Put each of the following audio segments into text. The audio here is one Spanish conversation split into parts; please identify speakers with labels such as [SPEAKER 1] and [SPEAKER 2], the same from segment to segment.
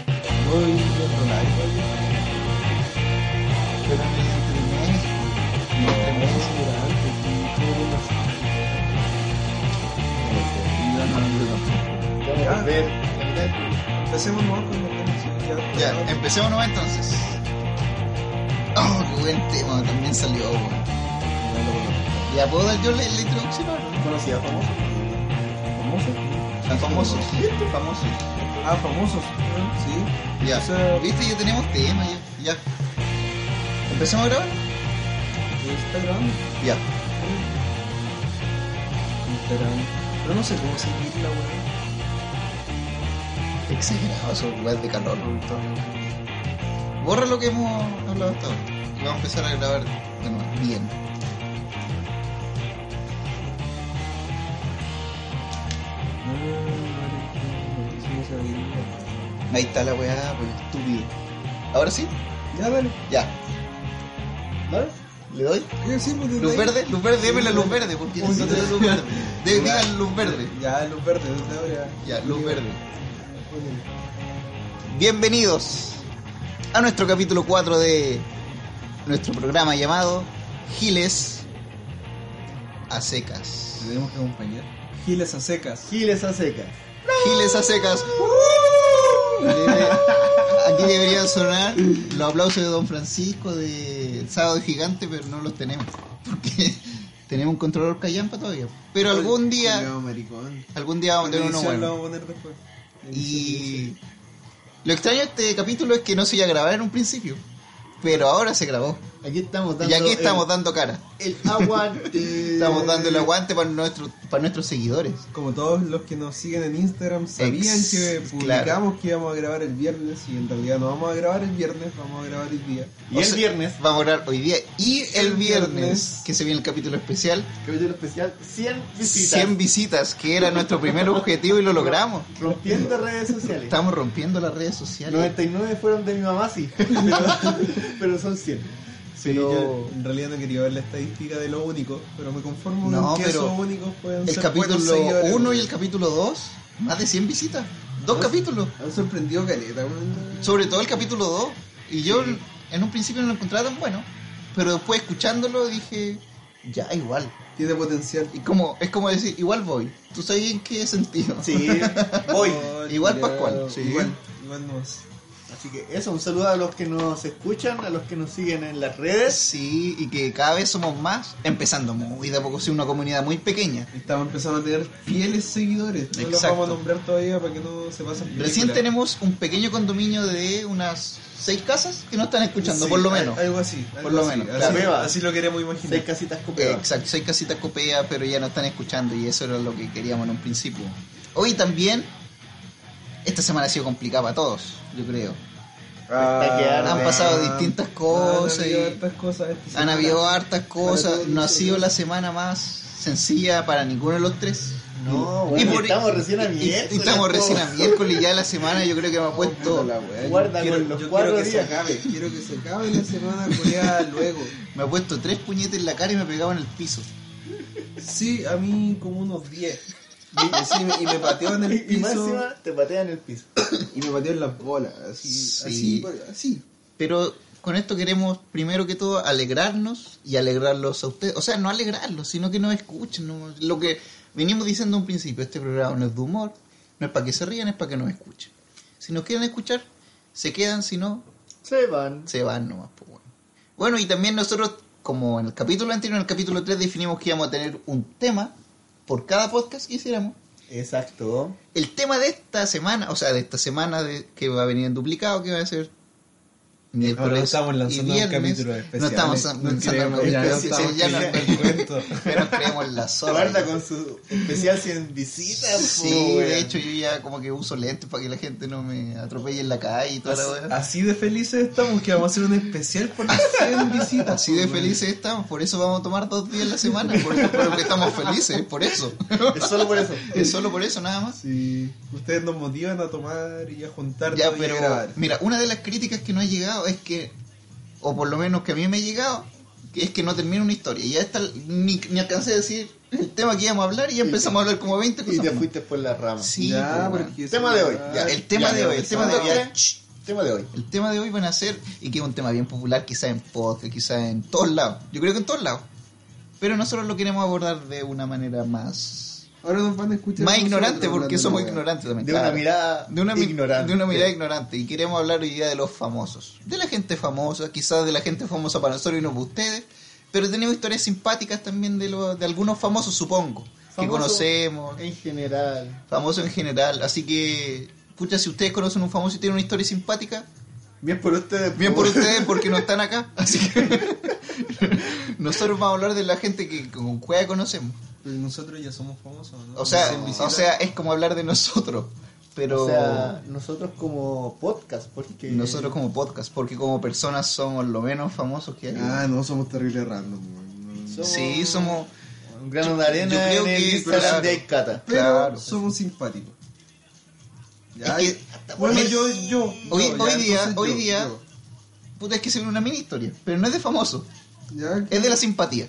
[SPEAKER 1] Hoy otro live. Pero mientras más, mientras más ignorante, todo más. Y la
[SPEAKER 2] Ya vamos a ver. ¿verdad?
[SPEAKER 1] Empecemos nuevo con lo que nos-
[SPEAKER 2] Ya,
[SPEAKER 1] ya.
[SPEAKER 2] empecemos nomás entonces. Oh, qué buen tema, también salió, weón. Ya puedo dar yo la, la introducción ahora.
[SPEAKER 1] ¿Conocía famosos? ¿Famosos?
[SPEAKER 2] Tan famoso. famoso.
[SPEAKER 1] Ah, famosos. Sí.
[SPEAKER 2] Ya.
[SPEAKER 1] O sea-
[SPEAKER 2] ¿Viste? Ya tenemos tema, ya. ya. ¿Empezamos a grabar?
[SPEAKER 1] ¿Está grabando?
[SPEAKER 2] Ya.
[SPEAKER 1] Instagram. Pero no sé cómo seguir la weá.
[SPEAKER 2] Exagerado, eso es de calor. weón. Borra lo que hemos hablado hasta ahora. Y vamos a empezar a grabar de nuevo. Bien. Ahí está la weá, pues estúpido. ¿Ahora sí?
[SPEAKER 1] Ya, dale.
[SPEAKER 2] Ya.
[SPEAKER 1] ¿Dale?
[SPEAKER 2] ¿Le doy?
[SPEAKER 1] Ya, sí, pues,
[SPEAKER 2] ¿Luz
[SPEAKER 1] ahí.
[SPEAKER 2] verde? ¿Luz verde? Deme la luz verde, porque
[SPEAKER 1] Uy,
[SPEAKER 2] necesito
[SPEAKER 1] ya.
[SPEAKER 2] la luz verde. De, digan luz verde.
[SPEAKER 1] Ya, luz verde, desde ahora.
[SPEAKER 2] Ya, luz verde.
[SPEAKER 1] Ponele.
[SPEAKER 2] Bienvenidos a nuestro capítulo 4 de nuestro programa llamado Giles a secas.
[SPEAKER 1] Tenemos que acompañar. Giles a secas.
[SPEAKER 3] Giles a secas.
[SPEAKER 2] Giles a secas. Debe- Aquí deberían sonar los aplausos de Don Francisco de Sábado Gigante, pero no los tenemos. Porque tenemos un controlador callampa todavía. Pero algún día,
[SPEAKER 3] Culeado maricón.
[SPEAKER 2] algún día vamos a tener uno
[SPEAKER 1] Edición
[SPEAKER 2] bueno.
[SPEAKER 1] Lo vamos a poner después.
[SPEAKER 2] Y lo extraño de este capítulo es que no se iba a grabar en un principio, pero ahora se grabó.
[SPEAKER 3] Aquí estamos dando. eh,
[SPEAKER 2] Y aquí estamos
[SPEAKER 3] el-
[SPEAKER 2] dando cara.
[SPEAKER 3] El, aguante.
[SPEAKER 2] Estamos dando el aguante para, nuestro, para nuestros seguidores.
[SPEAKER 1] Como todos los que nos siguen en Instagram sabían
[SPEAKER 2] Ex-
[SPEAKER 1] que
[SPEAKER 2] claro.
[SPEAKER 1] publicamos que íbamos a grabar el viernes y en realidad no vamos a grabar el viernes, vamos a grabar el día.
[SPEAKER 3] Y
[SPEAKER 2] O
[SPEAKER 3] el
[SPEAKER 2] sea,
[SPEAKER 3] viernes,
[SPEAKER 2] Vamos a grabar hoy día y el
[SPEAKER 1] El viernes.
[SPEAKER 2] viernes, que se viene el capítulo especial,
[SPEAKER 3] capítulo especial 100 visitas.
[SPEAKER 2] 100 visitas, que era nuestro primer objetivo y lo logramos.
[SPEAKER 3] Rompiendo redes sociales.
[SPEAKER 2] Estamos rompiendo las redes sociales.
[SPEAKER 3] 99 fueron de mi mamá, sí. Pero, pero son 100.
[SPEAKER 1] Sí,
[SPEAKER 2] Pero-
[SPEAKER 1] yo en realidad no quería ver la estadística de lo único, pero me conformo
[SPEAKER 2] No,
[SPEAKER 1] con que
[SPEAKER 2] pero
[SPEAKER 1] esos únicos pueden
[SPEAKER 2] El
[SPEAKER 1] ser buenos
[SPEAKER 2] capítulo
[SPEAKER 1] seguidores.
[SPEAKER 2] 1 y el capítulo 2, más de 100 visitas. Dos capítulos.
[SPEAKER 1] Han sorprendido caleta, weón.
[SPEAKER 2] Sobre todo el capítulo 2. Y yo en un principio no lo encontraba tan bueno. Pero después escuchándolo dije, ya, igual.
[SPEAKER 1] Tiene potencial.
[SPEAKER 2] Y como, es como decir, igual voy. ¿Tú sabes en qué sentido?
[SPEAKER 3] Sí, voy.
[SPEAKER 1] Oh,
[SPEAKER 2] Igual
[SPEAKER 1] culiao.
[SPEAKER 2] Pascual, sí.
[SPEAKER 1] Igual, igual nomás.
[SPEAKER 3] Así que eso, un saludo a los que nos escuchan, a los que nos siguen en las redes.
[SPEAKER 2] Sí, y que cada vez somos más, empezando muy de a poco, sí, una comunidad muy pequeña.
[SPEAKER 1] Estamos empezando a tener fieles seguidores. No los
[SPEAKER 2] Exacto.
[SPEAKER 1] vamos a nombrar todavía para que no se pasen. película.
[SPEAKER 2] Recién tenemos un pequeño condominio de unas seis casas que no están escuchando, por lo
[SPEAKER 1] Sí,
[SPEAKER 2] menos.
[SPEAKER 1] al- Algo así. algo
[SPEAKER 2] lo
[SPEAKER 1] así.
[SPEAKER 2] menos,
[SPEAKER 1] Así,
[SPEAKER 2] claro.
[SPEAKER 1] así lo queremos
[SPEAKER 3] Seis
[SPEAKER 1] imaginar.
[SPEAKER 3] casitas copiadas.
[SPEAKER 2] Exacto, seis casitas copeas, pero ya no están escuchando y eso era lo que queríamos en un principio. Hoy también, esta semana ha sido complicada para todos, yo creo.
[SPEAKER 3] Ah,
[SPEAKER 2] Han pasado distintas cosas.
[SPEAKER 1] Han
[SPEAKER 2] y-
[SPEAKER 1] habido hartas cosas. esta
[SPEAKER 2] Han
[SPEAKER 1] semana.
[SPEAKER 2] habido hartas cosas,
[SPEAKER 1] todos
[SPEAKER 2] no ha
[SPEAKER 1] nosotros.
[SPEAKER 2] sido la semana más sencilla para ninguno de los tres.
[SPEAKER 3] No,
[SPEAKER 2] Y
[SPEAKER 3] bueno,
[SPEAKER 2] por-
[SPEAKER 3] estamos recién a
[SPEAKER 2] y- y
[SPEAKER 3] miércoles.
[SPEAKER 2] estamos recién a
[SPEAKER 3] po.
[SPEAKER 2] miércoles y ya la semana yo creo que me ha puesto,
[SPEAKER 1] Puta la wea,
[SPEAKER 3] Guarda
[SPEAKER 1] yo quiero-
[SPEAKER 3] con los
[SPEAKER 1] yo
[SPEAKER 3] cuatro
[SPEAKER 1] quiero que
[SPEAKER 3] días.
[SPEAKER 1] se acabe. Quiero que se acabe la semana coreada luego.
[SPEAKER 2] me ha puesto tres puñetes en la cara y me pegaba en el piso.
[SPEAKER 1] Sí, a mí como unos 10. Y, sí, me- y me pateó en el
[SPEAKER 3] Y, y más
[SPEAKER 1] piso
[SPEAKER 3] encima te patean el piso.
[SPEAKER 1] y me pateó en las bolas. Así,
[SPEAKER 2] Sí.
[SPEAKER 1] así, así.
[SPEAKER 2] Pero con esto queremos primero que todo alegrarnos y alegrarlos a ustedes, o sea, no alegrarlos, sino que nos escuchen, ¿no? lo que venimos diciendo en un principio, este programa no es de humor, no es para que se rían, es para que nos escuchen. Si nos quieren escuchar, se quedan, si no,
[SPEAKER 3] Se van.
[SPEAKER 2] se van nomás, pues bueno. Bueno, y también nosotros, como en el capítulo anterior, en el capítulo 3, definimos que íbamos a tener un tema por cada podcast que hiciéramos.
[SPEAKER 3] Exacto.
[SPEAKER 2] El tema de esta semana, o sea, de esta semana de, que va a venir en duplicado, que va a ser miércoles
[SPEAKER 4] Ahora estamos
[SPEAKER 2] y
[SPEAKER 4] lanzando un
[SPEAKER 2] viernes.
[SPEAKER 4] capítulo especial.
[SPEAKER 2] No estamos
[SPEAKER 4] no
[SPEAKER 2] lanzando
[SPEAKER 4] creemos,
[SPEAKER 2] un
[SPEAKER 4] ya no
[SPEAKER 2] especial,
[SPEAKER 4] estamos
[SPEAKER 2] ya no-
[SPEAKER 4] creyendo el cuento.
[SPEAKER 2] ya nos creemos la zorra.
[SPEAKER 3] Guarda con su especial 100 visitas.
[SPEAKER 2] Sí,
[SPEAKER 3] po, weón.
[SPEAKER 2] de hecho yo ya como que uso lentes para que la gente no me atropelle en la calle y toda la weá.
[SPEAKER 1] Así de felices estamos que vamos a hacer un especial por las 100 visitas.
[SPEAKER 2] Así de felices estamos, por eso vamos a tomar dos días a la semana, por- porque estamos felices, por eso.
[SPEAKER 3] Es solo por eso.
[SPEAKER 2] Es solo por eso, nada más.
[SPEAKER 1] Sí, ustedes nos motivan a tomar y a juntar
[SPEAKER 2] Ya,
[SPEAKER 1] todo y a
[SPEAKER 2] pero
[SPEAKER 1] grabar.
[SPEAKER 2] mira, una de las críticas que no ha llegado es que, o por lo menos que a mí me ha llegado, que es que no termina una historia. Y ya está, ni, ni alcancé a decir el tema que íbamos a hablar y ya empezamos a hablar como 20
[SPEAKER 3] Y
[SPEAKER 2] cosas.
[SPEAKER 3] te
[SPEAKER 2] más.
[SPEAKER 3] fuiste por la rama.
[SPEAKER 2] Sí,
[SPEAKER 1] ya,
[SPEAKER 2] pues,
[SPEAKER 1] porque
[SPEAKER 3] Tema de hoy,
[SPEAKER 2] ya, el tema
[SPEAKER 3] Ya,
[SPEAKER 2] de
[SPEAKER 3] ya,
[SPEAKER 2] hoy, el tema de hoy.
[SPEAKER 3] empezamos.
[SPEAKER 2] ya, ch,
[SPEAKER 3] Tema de hoy.
[SPEAKER 2] El tema de hoy van a ser, y que es un tema bien popular, quizá en podcast, quizá en todos lados. Yo creo que en todos lados. Pero nosotros lo queremos abordar de una manera más.
[SPEAKER 1] Ahora Don Panda escucha.
[SPEAKER 2] más
[SPEAKER 1] a nosotros
[SPEAKER 2] ignorante, porque
[SPEAKER 1] hablando
[SPEAKER 2] somos
[SPEAKER 1] de la wea.
[SPEAKER 2] ignorantes también.
[SPEAKER 3] De
[SPEAKER 2] claro.
[SPEAKER 3] una mirada
[SPEAKER 2] De una, mi-
[SPEAKER 3] ignorante.
[SPEAKER 2] de una mirada ignorante. Y queremos hablar hoy día de los famosos. De la gente famosa, quizás de la gente famosa para nosotros y no para ustedes. Pero tenemos historias simpáticas también de, los- de algunos famosos, supongo. Que
[SPEAKER 3] Famoso
[SPEAKER 2] conocemos,
[SPEAKER 3] En general.
[SPEAKER 2] famosos en general. Así que, pucha, si ustedes conocen un famoso y tienen una historia simpática,
[SPEAKER 3] Bien por ustedes.
[SPEAKER 2] bien por ustedes porque no están acá. Así que nosotros vamos a hablar de la gente que con cueva conocemos.
[SPEAKER 1] Pero nosotros ya somos famosos, ¿no?
[SPEAKER 2] O sea,
[SPEAKER 1] Nos hacen
[SPEAKER 2] o sea, es como hablar de nosotros. Pero
[SPEAKER 3] O sea, nosotros como podcast, porque...
[SPEAKER 2] Nosotros como podcast, porque como personas somos lo menos famosos que hay.
[SPEAKER 5] Ah, no, somos terrible random, weón. No.
[SPEAKER 3] somos
[SPEAKER 2] sí, somos...
[SPEAKER 3] Un grano de arena
[SPEAKER 2] Yo creo
[SPEAKER 3] en el
[SPEAKER 2] que-
[SPEAKER 3] Instagram
[SPEAKER 2] claro.
[SPEAKER 3] de Aikata.
[SPEAKER 1] Pero
[SPEAKER 2] Claro.
[SPEAKER 1] somos simpáticos. Ya,
[SPEAKER 2] Es que-
[SPEAKER 1] bueno,
[SPEAKER 2] mira,
[SPEAKER 1] yo, yo.
[SPEAKER 2] hoy-
[SPEAKER 1] yo, ya,
[SPEAKER 2] hoy día-
[SPEAKER 1] entonces
[SPEAKER 2] hoy
[SPEAKER 1] yo,
[SPEAKER 2] día-
[SPEAKER 1] yo.
[SPEAKER 2] Puta, es que se ve una mini historia, pero no es de famoso,
[SPEAKER 1] Ya,
[SPEAKER 2] es de la simpatía.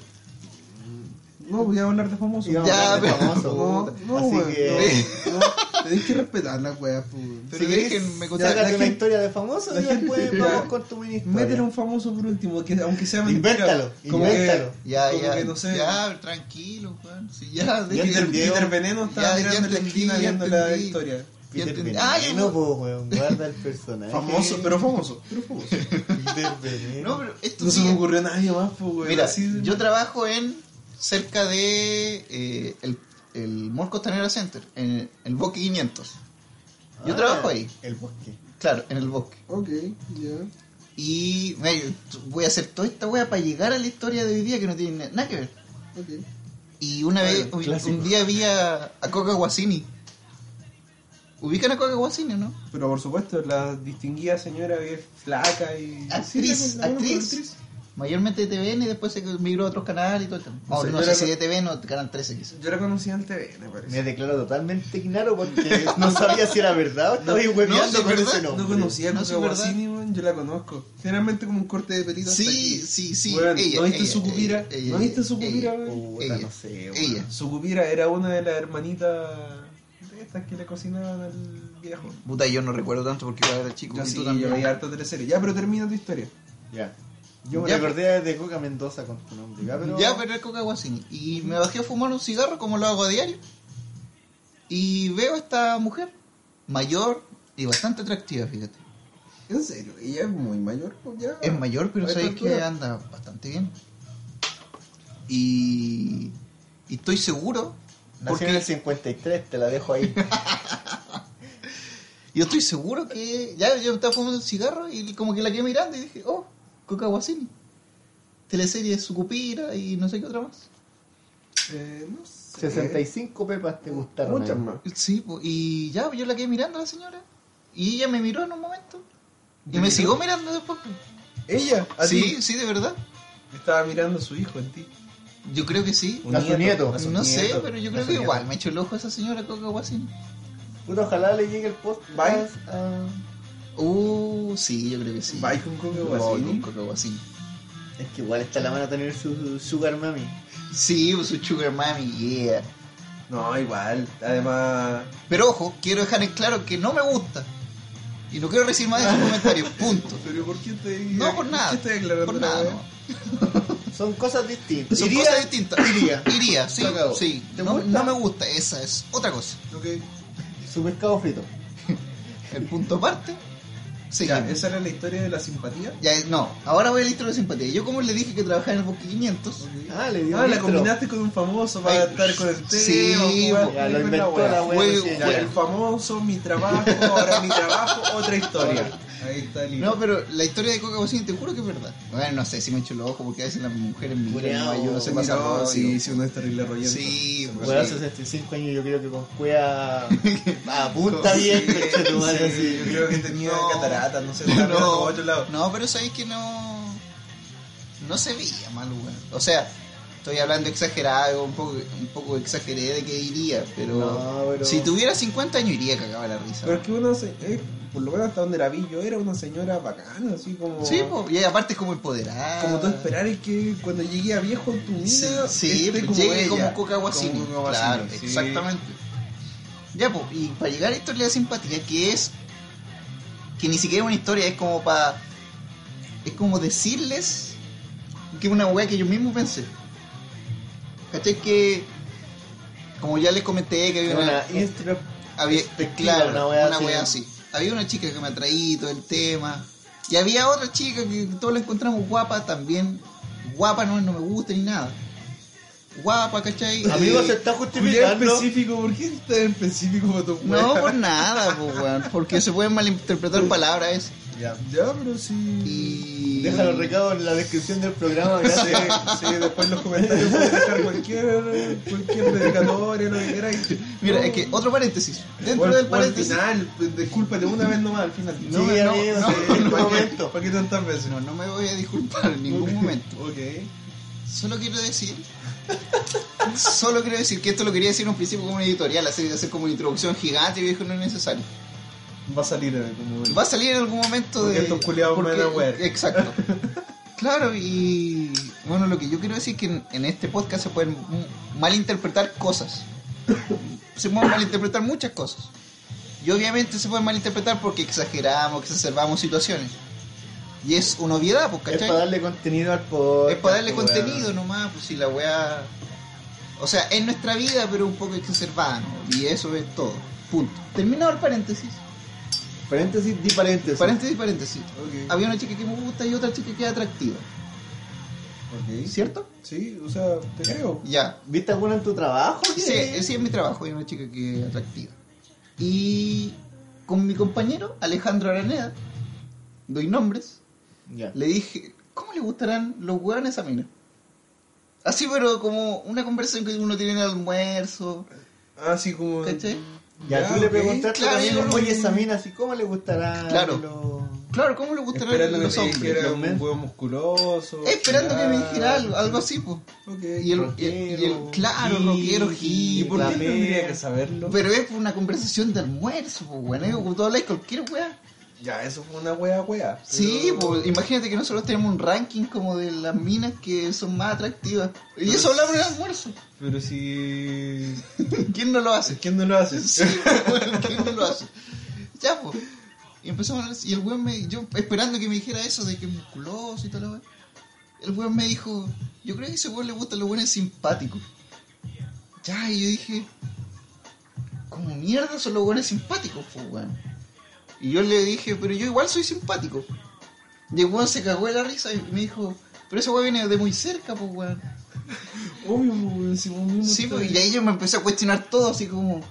[SPEAKER 1] no, voy a hablar de famosos.
[SPEAKER 3] Íbamos
[SPEAKER 2] Ya,
[SPEAKER 3] a hablar de
[SPEAKER 2] pero-
[SPEAKER 3] famosos,
[SPEAKER 1] No,
[SPEAKER 3] puta.
[SPEAKER 1] no,
[SPEAKER 3] Así
[SPEAKER 1] weón,
[SPEAKER 3] que...
[SPEAKER 1] no, no, Tenéis que respetar la wea, pues.
[SPEAKER 2] Pero
[SPEAKER 3] Si querés,
[SPEAKER 2] déjenme contar.
[SPEAKER 1] la
[SPEAKER 3] Sácate una
[SPEAKER 1] gente-
[SPEAKER 3] historia de famoso y
[SPEAKER 1] la gente-
[SPEAKER 3] después
[SPEAKER 1] ya.
[SPEAKER 3] vamos con tu mini historia.
[SPEAKER 1] Métele un famoso por último, que aunque sea mentira.
[SPEAKER 3] Invéntalo,
[SPEAKER 1] como que-
[SPEAKER 3] invéntalo.
[SPEAKER 2] Ya,
[SPEAKER 1] como
[SPEAKER 2] ya,
[SPEAKER 1] que no sé.
[SPEAKER 2] ya, tranquilo, Juan. Sí, ya,
[SPEAKER 1] Peter,
[SPEAKER 2] déjenme-
[SPEAKER 3] entendió.
[SPEAKER 1] Peter Veneno estaba
[SPEAKER 2] Ya, ya
[SPEAKER 1] mirando la
[SPEAKER 2] entendí,
[SPEAKER 1] esquina
[SPEAKER 2] ya
[SPEAKER 1] viendo la
[SPEAKER 2] entendí.
[SPEAKER 1] historia.
[SPEAKER 2] ya
[SPEAKER 3] Peter
[SPEAKER 2] entendí.
[SPEAKER 3] Veneno,
[SPEAKER 2] Ah, ya no.
[SPEAKER 3] po, weón, guarda el personaje.
[SPEAKER 1] Famoso, pero famoso. Pero famoso.
[SPEAKER 3] Peter Veneno.
[SPEAKER 2] No, pero esto
[SPEAKER 1] No se
[SPEAKER 2] sí
[SPEAKER 1] me
[SPEAKER 2] es-
[SPEAKER 1] ocurrió nadie más, pues, weón.
[SPEAKER 2] Mira,
[SPEAKER 1] Así-
[SPEAKER 2] yo trabajo en cerca de eh, el, el Mall Costanera Center, en el Bosque 500. Yo
[SPEAKER 3] Ah,
[SPEAKER 2] trabajo ahí,
[SPEAKER 3] El bosque.
[SPEAKER 2] claro, en el Bosque.
[SPEAKER 1] Ok, ya.
[SPEAKER 2] Y mira, yo t- voy a hacer toda esta wea para llegar a la historia de hoy día que no tiene na- nada que ver.
[SPEAKER 1] Ok.
[SPEAKER 2] Y una vez, un,
[SPEAKER 3] clásico.
[SPEAKER 2] un día vi a, a Coca Guasini. ¿Ubican a Coca Guasini, no?
[SPEAKER 1] Pero por supuesto, la distinguida señora que es flaca y.
[SPEAKER 2] Actriz,
[SPEAKER 1] Sí, la- la- la-
[SPEAKER 2] actriz. Mayormente de TVN y después se migró a otros canales y todo. el tema.
[SPEAKER 1] No
[SPEAKER 2] Oh,
[SPEAKER 1] sé,
[SPEAKER 2] no
[SPEAKER 1] yo
[SPEAKER 2] sé
[SPEAKER 1] la-
[SPEAKER 2] si de TVN o Canal 13 quizás.
[SPEAKER 1] Yo la conocí en TV, me parece.
[SPEAKER 3] Me declaro totalmente ignaro porque no sabía si era verdad o estaba ahí
[SPEAKER 2] sí,
[SPEAKER 3] hueveando con
[SPEAKER 2] ¿verdad?
[SPEAKER 3] ese
[SPEAKER 2] No
[SPEAKER 3] nombre.
[SPEAKER 1] No conocía a
[SPEAKER 2] No,
[SPEAKER 1] Coca
[SPEAKER 2] sí, ¿verdad?
[SPEAKER 1] Guasini, weón, yo la conozco. Generalmente como un corte de pelito hasta
[SPEAKER 2] Sí,
[SPEAKER 1] aquí.
[SPEAKER 2] sí, sí.
[SPEAKER 1] Weón,
[SPEAKER 2] ella,
[SPEAKER 1] ¿No viste
[SPEAKER 2] ella,
[SPEAKER 1] su cupira?
[SPEAKER 2] ella, ella,
[SPEAKER 1] ¿No viste su
[SPEAKER 2] ella,
[SPEAKER 1] cupira, weón?
[SPEAKER 3] Oh, Puta,
[SPEAKER 2] Ella.
[SPEAKER 3] no sé, weón.
[SPEAKER 2] Ella.
[SPEAKER 1] Su cupira era una de las hermanitas de estas que le cocinaban al viejo.
[SPEAKER 2] Puta, yo no recuerdo tanto porque yo era chico.
[SPEAKER 1] Yo
[SPEAKER 2] y
[SPEAKER 1] sí,
[SPEAKER 2] tú
[SPEAKER 1] yo
[SPEAKER 2] también.
[SPEAKER 1] veía harta teleserie. Ya, pero termina tu historia.
[SPEAKER 3] Ya. Yo me
[SPEAKER 2] Ya.
[SPEAKER 3] recordé de Coca Mendoza con tu nombre. Ya, pero.
[SPEAKER 2] Ya, pero es Coca Guasini. Y me bajé a fumar un cigarro como lo hago a diario. Y veo a esta mujer, mayor y bastante atractiva, fíjate.
[SPEAKER 1] En serio, ella es muy mayor, pues ya.
[SPEAKER 2] Es mayor, pero
[SPEAKER 1] A esta
[SPEAKER 2] sabéis que
[SPEAKER 1] altura.
[SPEAKER 2] anda bastante bien. Y, y estoy seguro,
[SPEAKER 3] Nació en
[SPEAKER 2] porque
[SPEAKER 3] el 53, te la dejo ahí.
[SPEAKER 2] yo estoy seguro que ya yo estaba fumando un cigarro y como que la quedé mirando y dije, oh, Coca Guasini. Teleserie de Sucupira y no sé qué otra más.
[SPEAKER 1] Eh, no sé.
[SPEAKER 3] 65 pepas te gustaron.
[SPEAKER 1] Muchas
[SPEAKER 3] ahí.
[SPEAKER 1] más.
[SPEAKER 2] Sí, po, y ya, yo la quedé mirando a la señora. Y ella me miró en un momento. Y
[SPEAKER 1] ¿Te
[SPEAKER 2] me
[SPEAKER 1] miró?
[SPEAKER 2] siguió mirando después. po.
[SPEAKER 1] ¿Ella? ¿A
[SPEAKER 2] Sí,
[SPEAKER 1] ti?
[SPEAKER 2] sí, de verdad.
[SPEAKER 1] Estaba mirando a su hijo en ti.
[SPEAKER 2] Yo creo que sí.
[SPEAKER 3] A su nieto.
[SPEAKER 1] a su
[SPEAKER 2] No sé,
[SPEAKER 1] nieto,
[SPEAKER 2] pero yo
[SPEAKER 1] a
[SPEAKER 2] creo
[SPEAKER 1] su
[SPEAKER 2] que
[SPEAKER 1] nieto.
[SPEAKER 2] igual me echó el ojo a esa señora Coca Guasín.
[SPEAKER 3] Puta, ojalá le llegue el post. Ah,
[SPEAKER 1] Bye.
[SPEAKER 2] Uh, sí, yo creo que sí.
[SPEAKER 1] Vai con Coca
[SPEAKER 2] Voy con
[SPEAKER 1] Guasini.
[SPEAKER 2] Coca Guasín.
[SPEAKER 3] Es que igual está la mano tener su, su Sugar Mami.
[SPEAKER 2] Sí, pues, su sugar mami, yeah.
[SPEAKER 1] No, igual. Además,
[SPEAKER 2] Pero ojo, quiero dejar en claro que no me gusta. Y no quiero recibir más de sus comentarios, punto.
[SPEAKER 1] Pero ¿por qué te
[SPEAKER 2] No, por nada.
[SPEAKER 1] ¿Por qué estoy aclarando
[SPEAKER 2] por
[SPEAKER 1] la
[SPEAKER 2] nada,
[SPEAKER 1] wea?
[SPEAKER 2] no.
[SPEAKER 3] Son cosas distintas.
[SPEAKER 2] Son
[SPEAKER 3] Iría-
[SPEAKER 2] cosas distintas.
[SPEAKER 3] Iría.
[SPEAKER 2] Iría, sí,
[SPEAKER 3] Se acabó.
[SPEAKER 2] sí.
[SPEAKER 3] ¿Te
[SPEAKER 2] No,
[SPEAKER 3] gusta?
[SPEAKER 2] no me gusta, esa es otra cosa.
[SPEAKER 1] Ok.
[SPEAKER 3] Su pescado frito.
[SPEAKER 2] El punto aparte. Sí.
[SPEAKER 1] Ya, esa era la historia de la simpatía.
[SPEAKER 2] Ya, no, ahora voy al intro de simpatía. Yo como le dije que trabajaba en el Bosque 500.
[SPEAKER 3] Ah, le dio
[SPEAKER 1] Ah, la
[SPEAKER 3] intro.
[SPEAKER 1] combinaste con un famoso para
[SPEAKER 2] Ay,
[SPEAKER 1] estar con el tema.
[SPEAKER 2] sí,
[SPEAKER 1] jugar
[SPEAKER 3] Ya, lo
[SPEAKER 1] con
[SPEAKER 3] inventó
[SPEAKER 1] wea.
[SPEAKER 3] la
[SPEAKER 2] wea.
[SPEAKER 3] wea.
[SPEAKER 2] Juego,
[SPEAKER 3] recién,
[SPEAKER 1] Ya,
[SPEAKER 3] ya.
[SPEAKER 1] el famoso, mi trabajo, ahora mi trabajo, otra historia. Ahí está el hilo.
[SPEAKER 2] No, pero la historia de Coca Bocini te juro que es verdad. Bueno, no sé si me echo los ojos porque a veces las mujeres me
[SPEAKER 3] Culeado.
[SPEAKER 2] yo no sé
[SPEAKER 1] Mira,
[SPEAKER 2] pasar rollo.
[SPEAKER 1] sí, sí, uno es terrible rollento.
[SPEAKER 2] Sí,
[SPEAKER 1] Se
[SPEAKER 3] Weón,
[SPEAKER 2] sí.
[SPEAKER 3] 65 años, yo creo que con cuea. Apunta
[SPEAKER 1] Sí,
[SPEAKER 3] bien,
[SPEAKER 1] sí,
[SPEAKER 3] coche tu madre,
[SPEAKER 1] sí, Yo
[SPEAKER 3] así.
[SPEAKER 1] creo que tenía
[SPEAKER 2] No.
[SPEAKER 1] cataratas, no sé, estaba mirando por
[SPEAKER 2] No,
[SPEAKER 1] otro lado.
[SPEAKER 2] no, pero sabéis que no. No se veía mal, weón. O sea, estoy hablando exagerado, un poco, un poco exageré de que iría, pero.
[SPEAKER 3] No, pero-
[SPEAKER 2] Si tuviera 50 años iría cagaba la risa.
[SPEAKER 1] Pero es que una se- eh, por lo menos hasta donde la vi yo, era una señora bacana, así como...
[SPEAKER 2] Sí, po, y aparte es como empoderada.
[SPEAKER 1] Como tú esperar que cuando llegue a viejo tu mina,
[SPEAKER 2] Sí, sí
[SPEAKER 1] esté
[SPEAKER 2] pues,
[SPEAKER 1] este, como
[SPEAKER 2] llegue
[SPEAKER 1] ella,
[SPEAKER 2] como Coca Guasini.
[SPEAKER 1] como Coca Guasini,
[SPEAKER 2] Claro,
[SPEAKER 1] sí.
[SPEAKER 2] exactamente. Ya, pues, y para llegar a esto le da simpatía, que es que ni siquiera es una historia, es como para. Es como decirles que es una weá que yo mismo pensé. ¿Cachai? Que. Como ya les comenté, que había una.
[SPEAKER 3] Una instru-
[SPEAKER 2] había,
[SPEAKER 3] introspectiva,
[SPEAKER 2] claro,
[SPEAKER 3] una
[SPEAKER 2] una
[SPEAKER 3] weá
[SPEAKER 2] weá,
[SPEAKER 3] así.
[SPEAKER 2] así. Había una chica que me atraía todo el tema. Y había otra chica que todos la encontramos guapa también. Guapa no, no me gusta ni nada. Guapa, ¿cachai?
[SPEAKER 3] Amigo,
[SPEAKER 2] Eh,
[SPEAKER 3] se está
[SPEAKER 1] Culiao
[SPEAKER 3] justificando.
[SPEAKER 1] específico, ¿por qué tan específico para tu
[SPEAKER 2] No,
[SPEAKER 1] wea?
[SPEAKER 2] por nada, po, weón, porque se pueden malinterpretar palabras.
[SPEAKER 3] Ya.
[SPEAKER 1] Ya, pero sí.
[SPEAKER 2] Y...
[SPEAKER 3] Deja los recados en la descripción del programa. ya
[SPEAKER 1] Sí,
[SPEAKER 3] te-
[SPEAKER 1] sí, después en los comentarios puedes dejar cualquier, cualquier dedicatoria, lo que queráis.
[SPEAKER 2] Mira,
[SPEAKER 1] No.
[SPEAKER 2] es que otro paréntesis. Dentro
[SPEAKER 1] O al-
[SPEAKER 2] del
[SPEAKER 1] o al
[SPEAKER 2] paréntesis.
[SPEAKER 1] final, pues, discúlpate una vez nomás al final.
[SPEAKER 3] Sí,
[SPEAKER 1] me-
[SPEAKER 3] amigo, sí,
[SPEAKER 1] ¿para
[SPEAKER 3] en un
[SPEAKER 1] qué-
[SPEAKER 3] momento.
[SPEAKER 1] ¿Para qué tantas veces?
[SPEAKER 2] No, no me voy a disculpar en ningún momento.
[SPEAKER 1] Ok.
[SPEAKER 2] Solo quiero decir. Solo quiero decir que esto lo quería decir en un principio como una editorial, así de hacer como una introducción gigante y viejo no es necesario.
[SPEAKER 1] Va a salir eh, en algún momento.
[SPEAKER 2] Va a salir en algún momento
[SPEAKER 1] Porque
[SPEAKER 2] de.
[SPEAKER 1] estos culiados me van a huear.
[SPEAKER 2] Exacto. Claro, y bueno, lo que yo quiero decir es que en, en este podcast se pueden mm, malinterpretar cosas. Se pueden malinterpretar muchas cosas. Y obviamente se pueden malinterpretar porque exageramos, exacerbamos situaciones. Y es una obviedad, pues,
[SPEAKER 3] Es
[SPEAKER 2] ¿cachai?
[SPEAKER 3] para darle contenido al podcast.
[SPEAKER 2] Es para darle
[SPEAKER 3] weón.
[SPEAKER 2] contenido nomás, pues si la weá. O sea, es nuestra vida, pero un poco exacerbada, ¿no? Y eso es todo. Punto. Terminado el paréntesis.
[SPEAKER 3] Paréntesis, di paréntesis.
[SPEAKER 2] Paréntesis, paréntesis.
[SPEAKER 1] Ok.
[SPEAKER 2] Había una chica que me gusta y otra chica que es atractiva.
[SPEAKER 1] Ok.
[SPEAKER 2] ¿Cierto?
[SPEAKER 1] Sí, o sea, te creo.
[SPEAKER 2] Ya.
[SPEAKER 3] ¿Viste alguna en tu trabajo?
[SPEAKER 2] Sí, ese es mi trabajo, hay una chica que es atractiva. Y con mi compañero, Alejandro Araneda, doy nombres,
[SPEAKER 3] Ya.
[SPEAKER 2] le dije, ¿cómo le gustarán los hueones a mí? Así, pero como una conversación que uno tiene en el almuerzo,
[SPEAKER 1] Así Ah, como.
[SPEAKER 2] ¿cachai?
[SPEAKER 3] Ya, tú le
[SPEAKER 1] ok.
[SPEAKER 3] preguntaste
[SPEAKER 2] claro,
[SPEAKER 3] también,
[SPEAKER 2] yo lo-
[SPEAKER 3] oye, esa mina, así, ¿cómo le gustará?
[SPEAKER 2] Claro.
[SPEAKER 3] lo-
[SPEAKER 2] Claro, ¿cómo le gustarán
[SPEAKER 1] Esperando que
[SPEAKER 2] los
[SPEAKER 1] te
[SPEAKER 2] hombres?
[SPEAKER 1] dijera
[SPEAKER 3] los
[SPEAKER 1] un
[SPEAKER 3] men.
[SPEAKER 1] huevo musculoso.
[SPEAKER 2] Esperando que me
[SPEAKER 1] chingado.
[SPEAKER 2] dijera algo, algo así, pues.
[SPEAKER 1] Ok.
[SPEAKER 2] Y el, y el- y el- claro, rockero,
[SPEAKER 1] ¿Y
[SPEAKER 2] hippie,
[SPEAKER 1] por qué
[SPEAKER 3] Claro.
[SPEAKER 1] tendría que saberlo?
[SPEAKER 2] Pero es por una conversación de almuerzo, pues, weón. Es como tú hablas cualquier weá.
[SPEAKER 1] Ya, eso fue una wea wea. pero-
[SPEAKER 2] Sí, pues, imagínate que nosotros tenemos un ranking como de las minas que son más atractivas. Y eso hablamos en el almuerzo.
[SPEAKER 1] Pero si.
[SPEAKER 2] ¿Quién no lo hace?
[SPEAKER 1] ¿Quién no lo hace?
[SPEAKER 2] Sí, weón, ¿quién no lo hace? Ya, pues. Y empezamos a hablar, y el weón me. Yo esperando que me dijera eso de que es musculoso y tal, la weá. El weón me dijo: Yo creo que a ese weón le gustan los weones simpáticos. Ya, y yo dije: ¿Cómo mierda son los weones simpáticos, pues, weón? Y yo le dije: Pero yo igual soy simpático. Y el weón se cagó de la risa y me dijo: Pero ese weón viene de muy cerca, pues, weón.
[SPEAKER 1] Obvio, pues, si vos mismo
[SPEAKER 2] Sí,
[SPEAKER 1] estás-
[SPEAKER 2] pues, y ahí yo me empecé a cuestionar todo, así como.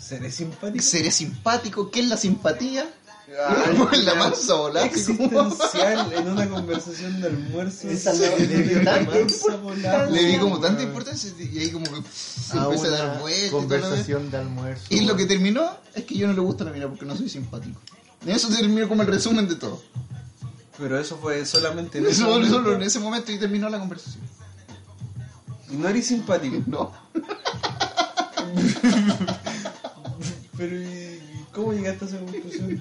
[SPEAKER 1] Seré simpático.
[SPEAKER 2] ¿Seré simpático? ¿Qué es la simpatía?
[SPEAKER 1] Ay,
[SPEAKER 2] la
[SPEAKER 1] Ah, ya.
[SPEAKER 2] mansa volada, así como-
[SPEAKER 1] Existencial en una conversación de almuerzo.
[SPEAKER 3] Esa
[SPEAKER 1] Sí,
[SPEAKER 3] la-
[SPEAKER 1] de-
[SPEAKER 3] le dio
[SPEAKER 1] de
[SPEAKER 3] tanta
[SPEAKER 1] mansa
[SPEAKER 3] importancia.
[SPEAKER 1] volada.
[SPEAKER 2] Le di como tanta
[SPEAKER 1] Ah.
[SPEAKER 2] importancia y ahí como que pff, pues, se
[SPEAKER 3] a
[SPEAKER 2] empieza a
[SPEAKER 3] una
[SPEAKER 2] dar vueltas. y toda la wea.
[SPEAKER 3] Conversación de almuerzo.
[SPEAKER 2] Y lo que terminó es que yo no le gusta la mina porque no soy simpático. Y eso terminó como el resumen de todo.
[SPEAKER 1] Pero eso fue solamente en ese
[SPEAKER 2] Eso
[SPEAKER 1] momento.
[SPEAKER 2] solo en ese momento y terminó la conversación.
[SPEAKER 1] Y no eres simpático.
[SPEAKER 2] No.
[SPEAKER 1] Pero ¿y ¿cómo llegaste a esa conclusión?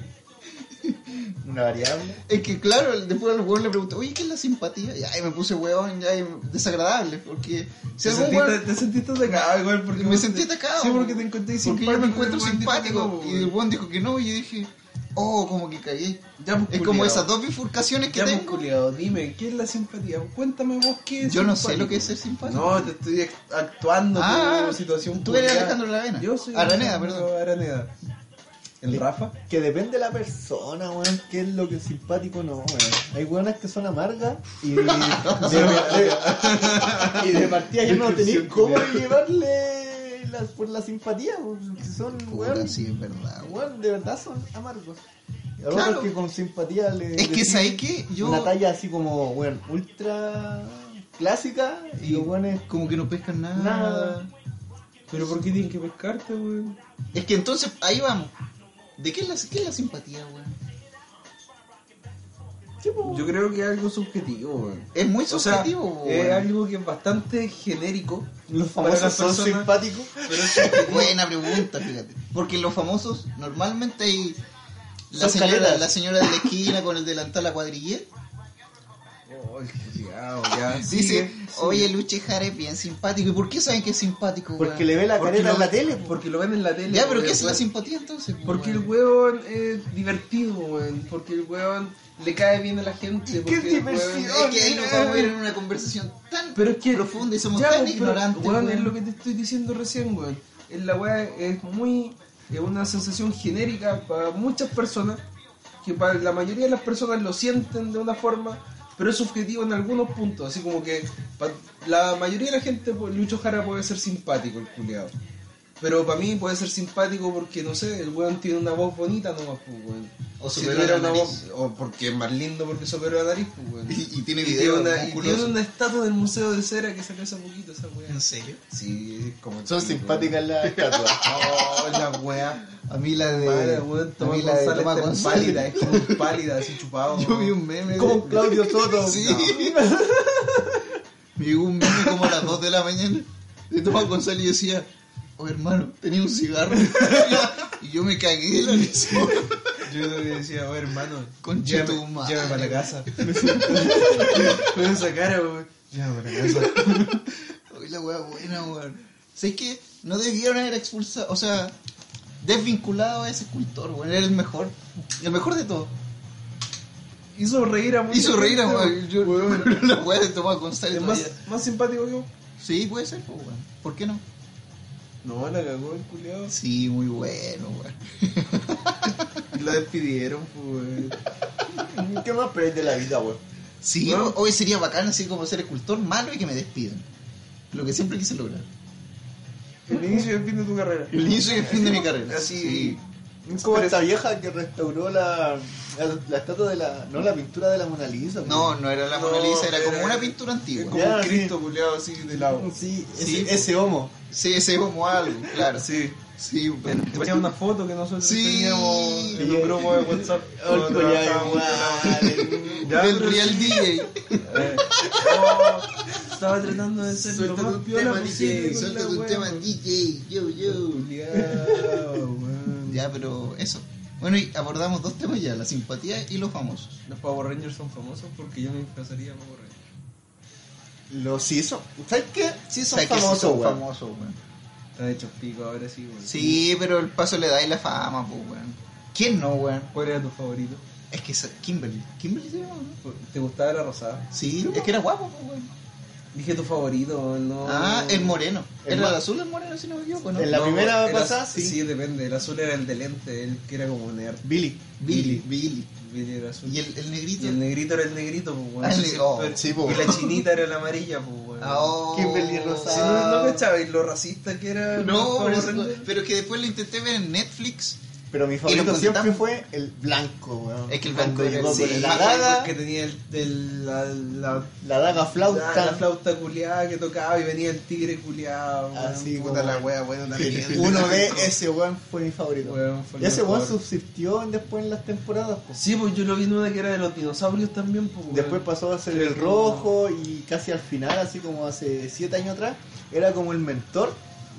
[SPEAKER 3] Una variable.
[SPEAKER 2] Es que claro, después al weón le pregunté, oye, ¿qué es la simpatía? Y ahí me puse weón, ya y desagradable, porque si
[SPEAKER 1] Te
[SPEAKER 2] algún
[SPEAKER 1] sentiste,
[SPEAKER 2] weón-
[SPEAKER 1] te sentiste atacado igual porque
[SPEAKER 2] me
[SPEAKER 1] vos
[SPEAKER 2] sentí
[SPEAKER 1] te-
[SPEAKER 2] atacado.
[SPEAKER 1] Sí, porque te encontré
[SPEAKER 2] porque yo me encuentro simpático. Y el
[SPEAKER 1] Y...
[SPEAKER 2] weón dijo que no, y yo dije, oh, como que cagué.
[SPEAKER 1] Ya, pues,
[SPEAKER 2] Es como
[SPEAKER 1] culiao.
[SPEAKER 2] esas dos bifurcaciones que
[SPEAKER 1] Ya, pues,
[SPEAKER 2] tengo.
[SPEAKER 1] culiao, dime, ¿qué es la simpatía? Cuéntame vos qué es
[SPEAKER 2] Yo no sé
[SPEAKER 1] simpático.
[SPEAKER 2] lo que es ser simpático.
[SPEAKER 1] No, te estoy act- actuando
[SPEAKER 2] Pues, Ah,
[SPEAKER 1] tu situación.
[SPEAKER 2] tú eres
[SPEAKER 1] culiao.
[SPEAKER 2] Alejandro Aravena.
[SPEAKER 1] Yo soy
[SPEAKER 2] Araneda,
[SPEAKER 1] Alejandro
[SPEAKER 2] perdón.
[SPEAKER 1] Araneda. ¿El
[SPEAKER 3] Sí.
[SPEAKER 1] Rafa?
[SPEAKER 3] Que depende de la persona, weón, qué es lo que es simpático o no, weón. Hay weonas que son amargas y de, de- y de partida ya no tenéis
[SPEAKER 1] Descripción
[SPEAKER 3] cómo
[SPEAKER 1] culiao.
[SPEAKER 3] llevarle las, por la simpatía, weón. que son
[SPEAKER 2] Puta,
[SPEAKER 3] weón,
[SPEAKER 2] sí, es verdad. weón.
[SPEAKER 3] weón, de verdad son amargos. Y a
[SPEAKER 2] Claro.
[SPEAKER 3] otros que con simpatía le
[SPEAKER 2] Es que,
[SPEAKER 3] decís
[SPEAKER 2] ¿sabes qué? Yo
[SPEAKER 3] una talla así como, weón, ultra clásica y los weones
[SPEAKER 2] como que no pescan nada.
[SPEAKER 3] Nada.
[SPEAKER 1] ¿Pero por qué tienen que pescarte, weón?
[SPEAKER 2] Es que entonces, ahí vamos. ¿De qué es la, qué es la simpatía, weón?
[SPEAKER 3] sí, po,
[SPEAKER 1] Yo creo que es algo subjetivo, weón.
[SPEAKER 2] Es muy
[SPEAKER 1] O sea,
[SPEAKER 2] subjetivo,
[SPEAKER 1] es
[SPEAKER 2] weón.
[SPEAKER 1] algo que es bastante genérico.
[SPEAKER 3] los
[SPEAKER 1] para
[SPEAKER 3] famosos
[SPEAKER 1] las
[SPEAKER 3] son
[SPEAKER 1] personas-
[SPEAKER 3] simpáticos.
[SPEAKER 1] Pero es subjetivo.
[SPEAKER 2] Buena pregunta, fíjate. Porque los famosos normalmente hay la
[SPEAKER 3] Son
[SPEAKER 2] señora,
[SPEAKER 3] caletas.
[SPEAKER 2] la señora de la esquina con el delantal a cuadrillé.
[SPEAKER 1] Oh, el culiao, ya.
[SPEAKER 2] Dice,
[SPEAKER 1] sigue.
[SPEAKER 2] oye, Luche Jara es bien simpático. ¿Y por qué saben que es simpático,
[SPEAKER 3] Porque
[SPEAKER 2] weón?
[SPEAKER 3] le ve la
[SPEAKER 1] Porque
[SPEAKER 3] careta
[SPEAKER 1] lo
[SPEAKER 3] en la
[SPEAKER 1] ve-
[SPEAKER 3] tele. po.
[SPEAKER 1] Porque lo ven en la tele.
[SPEAKER 2] Ya, pero ¿qué
[SPEAKER 1] weón,
[SPEAKER 2] es la
[SPEAKER 1] weón.
[SPEAKER 2] simpatía entonces? po,
[SPEAKER 1] Porque el
[SPEAKER 2] weón?
[SPEAKER 1] huevón es divertido, weón. Porque el huevón le cae bien a la gente. Porque el weón-
[SPEAKER 3] diversión!
[SPEAKER 2] Es que ahí nos vamos a ir en una conversación tan
[SPEAKER 1] Pero es que.
[SPEAKER 2] profunda y somos
[SPEAKER 1] Ya,
[SPEAKER 2] tan
[SPEAKER 1] pero,
[SPEAKER 2] ignorantes.
[SPEAKER 1] Weón,
[SPEAKER 2] weón.
[SPEAKER 1] es lo que te estoy diciendo recién, weón. Es la weá es muy. Es una sensación genérica para muchas personas. Que para la mayoría de las personas lo sienten de una forma. Pero es subjetivo en algunos puntos. Así como que. pa- la mayoría de la gente, pues, Lucho Jara puede ser simpático, el culiado. Pero para mí puede ser simpático porque, no sé, el weón tiene una voz bonita nomás, pues, weón.
[SPEAKER 2] O
[SPEAKER 1] si
[SPEAKER 2] superó
[SPEAKER 1] tuviera
[SPEAKER 2] la
[SPEAKER 1] una voz.
[SPEAKER 2] nariz.
[SPEAKER 1] O porque es más lindo porque superó la nariz, pues, weón.
[SPEAKER 2] Y, y tiene
[SPEAKER 1] Y
[SPEAKER 2] videos
[SPEAKER 1] tiene una, y
[SPEAKER 2] musculosos.
[SPEAKER 1] tiene una estatua del Museo de Cera que sacó hace poquito esa weá.
[SPEAKER 2] ¿En serio?
[SPEAKER 1] Sí, como
[SPEAKER 3] Son simpáticas las estatuas.
[SPEAKER 1] Oh, la weá.
[SPEAKER 2] A mí la de...
[SPEAKER 1] Madre, weón, Tomás
[SPEAKER 2] a mí la de
[SPEAKER 1] González
[SPEAKER 2] Tomás
[SPEAKER 1] está
[SPEAKER 2] González.
[SPEAKER 1] pálida, es como pálida, así chupado.
[SPEAKER 2] Yo vi un meme.
[SPEAKER 3] Como
[SPEAKER 2] de-
[SPEAKER 3] Claudio Soto.
[SPEAKER 2] Sí. Me llegó un meme como a las 2 de la mañana de Tomás González y decía, oh hermano, tenía un cigarro. y yo me cagué en la risa.
[SPEAKER 1] Yo le decía, oh hermano,
[SPEAKER 2] Concha
[SPEAKER 1] llévame,
[SPEAKER 2] tu madre.
[SPEAKER 1] llévame para la casa. Con esa cara, weón. Llévame para la casa.
[SPEAKER 2] Uy, la wea buena, weón. Si es que no debieron haber expulsado, o sea, desvinculado a ese escultor, weón. Era el mejor, el mejor de todos.
[SPEAKER 1] Hizo reír a mucha
[SPEAKER 2] Hizo reír a
[SPEAKER 1] gente,
[SPEAKER 2] weón. Yo- La wea de Tomás González
[SPEAKER 1] Es
[SPEAKER 2] todavía.
[SPEAKER 1] más, más simpático que yo.
[SPEAKER 2] Sí, puede ser, pues, weón. ¿Por qué no?
[SPEAKER 1] No, la cagó el culiado.
[SPEAKER 2] Sí, muy bueno, weón.
[SPEAKER 1] Y la despidieron, pues, weón.
[SPEAKER 3] ¿Qué más perdés de la vida, weón?
[SPEAKER 2] Sí,
[SPEAKER 1] Bueno.
[SPEAKER 2] hoy sería bacán así como ser escultor malo y que me despidan. Lo que siempre quise lograr.
[SPEAKER 1] El inicio y el fin de tu carrera.
[SPEAKER 2] El inicio y el fin de mi carrera.
[SPEAKER 1] Así.
[SPEAKER 2] Sí.
[SPEAKER 3] Es como esta vieja que restauró la, la, la estatua de la. No, la pintura de la Mona Lisa. weón.
[SPEAKER 2] No, no era la Mona
[SPEAKER 1] No,
[SPEAKER 2] Lisa, era como
[SPEAKER 1] era-
[SPEAKER 2] una pintura
[SPEAKER 1] Es
[SPEAKER 2] antigua.
[SPEAKER 1] como
[SPEAKER 3] Ya,
[SPEAKER 1] un
[SPEAKER 3] sí.
[SPEAKER 1] Cristo culiado así de lado.
[SPEAKER 3] Sí, ese,
[SPEAKER 2] Sí.
[SPEAKER 3] ese homo.
[SPEAKER 2] Sí, ese es como algo, claro. Sí,
[SPEAKER 1] Sí.
[SPEAKER 2] bueno.
[SPEAKER 1] Tenía una foto que nosotros
[SPEAKER 2] Sí.
[SPEAKER 1] teníamos en un grupo de WhatsApp.
[SPEAKER 3] Oh,
[SPEAKER 1] cuando
[SPEAKER 3] ya,
[SPEAKER 1] trabajábamos en
[SPEAKER 3] igual.
[SPEAKER 1] la- Ya,
[SPEAKER 2] Del
[SPEAKER 1] pero-
[SPEAKER 2] Real DJ.
[SPEAKER 1] Eh, oh, estaba tratando de ser lo
[SPEAKER 2] Suelta
[SPEAKER 1] más
[SPEAKER 2] tu
[SPEAKER 1] piola
[SPEAKER 2] tema,
[SPEAKER 1] posible
[SPEAKER 2] DJ.
[SPEAKER 1] pues, con
[SPEAKER 2] Suelta
[SPEAKER 1] la
[SPEAKER 2] tu
[SPEAKER 1] wea,
[SPEAKER 2] tema,
[SPEAKER 1] weón.
[SPEAKER 2] DJ. Yo, yo.
[SPEAKER 1] Culiao, weón.
[SPEAKER 2] Ya, pero eso. Bueno, y abordamos dos temas ya: la simpatía y los famosos.
[SPEAKER 1] Los Power Rangers son famosos porque yo me disfrazaría de Power Rangers.
[SPEAKER 3] Los hizo. ¿Sabes qué? Sí, son
[SPEAKER 2] ¿Sabes qué? Sí
[SPEAKER 3] famosos,
[SPEAKER 2] son
[SPEAKER 3] weón.
[SPEAKER 2] famosos, weón.
[SPEAKER 1] Está hecho pico ahora sí, weón.
[SPEAKER 2] Sí, pero el paso le da y la fama, pues, weón. ¿Quién no, weón?
[SPEAKER 1] ¿Cuál era tu favorito?
[SPEAKER 2] Es que esa- Kimberly. ¿Kimberly se llama, no?
[SPEAKER 1] ¿Te gustaba la rosada?
[SPEAKER 2] Sí, es que era guapo, pues, weón.
[SPEAKER 1] Dije tu favorito, weón, no.
[SPEAKER 2] Ah, el moreno.
[SPEAKER 3] El
[SPEAKER 2] ¿Era
[SPEAKER 3] ma-
[SPEAKER 2] el azul el moreno, si no me equivoco, no?
[SPEAKER 3] El La primera
[SPEAKER 1] el
[SPEAKER 3] pasada,
[SPEAKER 1] az-
[SPEAKER 3] sí.
[SPEAKER 1] Sí, depende. El azul era el de lente, el que era como nerd.
[SPEAKER 3] Billy.
[SPEAKER 2] Billy. Billy.
[SPEAKER 1] Billy era azul.
[SPEAKER 2] Y el, el negrito.
[SPEAKER 1] Y el negrito era el negrito, pues, weón.
[SPEAKER 2] Ah, el
[SPEAKER 1] Sí,
[SPEAKER 2] negro.
[SPEAKER 1] pero-
[SPEAKER 3] Sí, po.
[SPEAKER 1] Y la chinita era la amarilla, pues, weón.
[SPEAKER 2] Ah, oh.
[SPEAKER 3] Kimberly Rosado.
[SPEAKER 1] Sí, no, no cachabais lo racista que era.
[SPEAKER 2] No,
[SPEAKER 1] Power
[SPEAKER 2] pero-
[SPEAKER 1] Rangers?
[SPEAKER 2] pero es que después lo intenté ver en Netflix.
[SPEAKER 3] Pero mi favorito
[SPEAKER 2] contamos.
[SPEAKER 3] siempre fue el blanco, weón.
[SPEAKER 2] Es que el
[SPEAKER 3] Cuando
[SPEAKER 2] blanco era
[SPEAKER 3] llegó
[SPEAKER 2] el-
[SPEAKER 3] con
[SPEAKER 2] sí,
[SPEAKER 3] la
[SPEAKER 2] más
[SPEAKER 3] daga,
[SPEAKER 1] Que tenía el, el- la, la,
[SPEAKER 3] la daga flauta.
[SPEAKER 1] la flauta culiada que tocaba y venía el tigre culiado. weón.
[SPEAKER 3] Así
[SPEAKER 1] puta
[SPEAKER 3] como-
[SPEAKER 1] la wea, bueno, también.
[SPEAKER 3] Uno de ese weón fue mi favorito.
[SPEAKER 1] Weón, fue el
[SPEAKER 3] y ese
[SPEAKER 1] mejor.
[SPEAKER 3] weón subsistió en- después en las temporadas. po.
[SPEAKER 1] Sí, pues yo lo vi en una que era de los dinosaurios también, pues. weón.
[SPEAKER 3] Después pasó a ser el rojo y casi al final, así como hace 7 años atrás, era como el mentor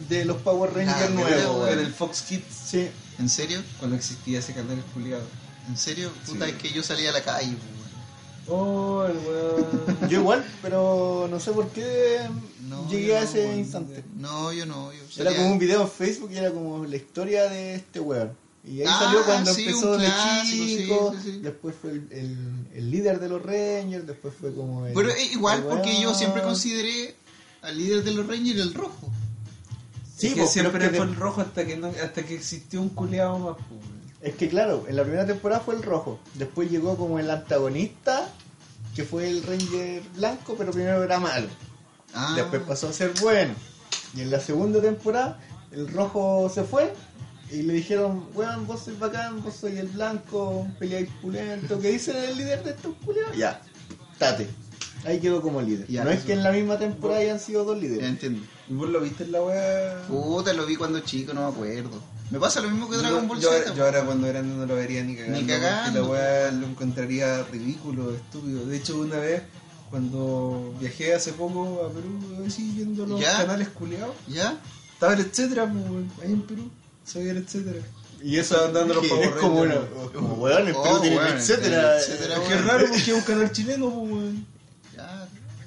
[SPEAKER 3] de los Power
[SPEAKER 2] Ah,
[SPEAKER 3] Rangers
[SPEAKER 2] mira,
[SPEAKER 3] nuevos.
[SPEAKER 2] weón.
[SPEAKER 1] En
[SPEAKER 3] weón.
[SPEAKER 1] el Fox Kids,
[SPEAKER 3] Sí,
[SPEAKER 2] ¿En serio?
[SPEAKER 1] cuando existía ese canal culiado.
[SPEAKER 2] ¿En serio? Puta,
[SPEAKER 1] Sí.
[SPEAKER 2] es que yo salía a la calle, pues, weón.
[SPEAKER 1] Oh, el weón.
[SPEAKER 3] yo igual, pero no sé por qué
[SPEAKER 2] No,
[SPEAKER 3] llegué
[SPEAKER 2] yo
[SPEAKER 3] a
[SPEAKER 2] no,
[SPEAKER 3] ese
[SPEAKER 2] weón.
[SPEAKER 3] instante.
[SPEAKER 2] No, yo no. Yo
[SPEAKER 3] Era
[SPEAKER 2] salía-
[SPEAKER 3] como un video en Facebook y era como la historia de este weón. Y ahí
[SPEAKER 2] Ah,
[SPEAKER 3] salió cuando
[SPEAKER 2] sí,
[SPEAKER 3] empezó
[SPEAKER 2] un
[SPEAKER 3] de
[SPEAKER 2] clásico, sí,
[SPEAKER 3] chico,
[SPEAKER 2] sí, sí.
[SPEAKER 3] después fue el, el- el líder de los Rangers, después fue como el...
[SPEAKER 2] Pero eh, igual,
[SPEAKER 3] el
[SPEAKER 2] porque yo
[SPEAKER 3] weón.
[SPEAKER 2] siempre consideré al líder de los Rangers el rojo.
[SPEAKER 3] Sí,
[SPEAKER 1] Es que
[SPEAKER 3] po, pero
[SPEAKER 1] siempre
[SPEAKER 3] es que,
[SPEAKER 1] fue
[SPEAKER 3] de-
[SPEAKER 1] el rojo hasta que, no- hasta que existió un culiado más, pues, weón.
[SPEAKER 3] es que claro, en la primera temporada fue el rojo, después llegó como el antagonista, que fue el Ranger blanco, pero primero era malo,
[SPEAKER 2] Ah,
[SPEAKER 3] después pasó a ser bueno. Y en la segunda temporada el rojo se fue y le dijeron, weón, vos sois bacán, vos sois el blanco, peleáis pulento, que dicen el líder de estos culiados. Ya, tate. Ahí quedó como líder.
[SPEAKER 2] Ya,
[SPEAKER 3] no es
[SPEAKER 2] eso.
[SPEAKER 3] que en la misma temporada hayan sido dos
[SPEAKER 2] Ya
[SPEAKER 3] líderes.
[SPEAKER 2] entiendo.
[SPEAKER 1] ¿Y vos lo viste en la wea?
[SPEAKER 2] Puta, lo vi cuando chico, no me acuerdo. Me pasa lo mismo que
[SPEAKER 1] Yo-
[SPEAKER 2] Dragon Ball
[SPEAKER 1] yo,
[SPEAKER 2] Z.
[SPEAKER 1] yo ahora cuando grande no lo vería ni cagando.
[SPEAKER 2] Ni
[SPEAKER 1] porque
[SPEAKER 2] cagando.
[SPEAKER 1] La weá lo encontraría ridículo, estúpido. De hecho, una vez cuando viajé hace poco a Perú, así viendo los
[SPEAKER 2] ¿Ya?
[SPEAKER 1] canales culiados,
[SPEAKER 2] ¿Ya?
[SPEAKER 1] estaba el etcétera, pues, weón, ahí en Perú, sabía el etcétera.
[SPEAKER 3] Y
[SPEAKER 1] Estaban dando los
[SPEAKER 3] que
[SPEAKER 1] Power
[SPEAKER 3] es como,
[SPEAKER 1] Rangers.
[SPEAKER 3] una- como, weón, en
[SPEAKER 2] Oh,
[SPEAKER 3] Perú tienen
[SPEAKER 2] weón,
[SPEAKER 3] etcétera.
[SPEAKER 2] etcétera,
[SPEAKER 1] Es
[SPEAKER 3] eh,
[SPEAKER 2] weón.
[SPEAKER 1] que es raro porque es un canal chileno, pues, weón.
[SPEAKER 2] Claro.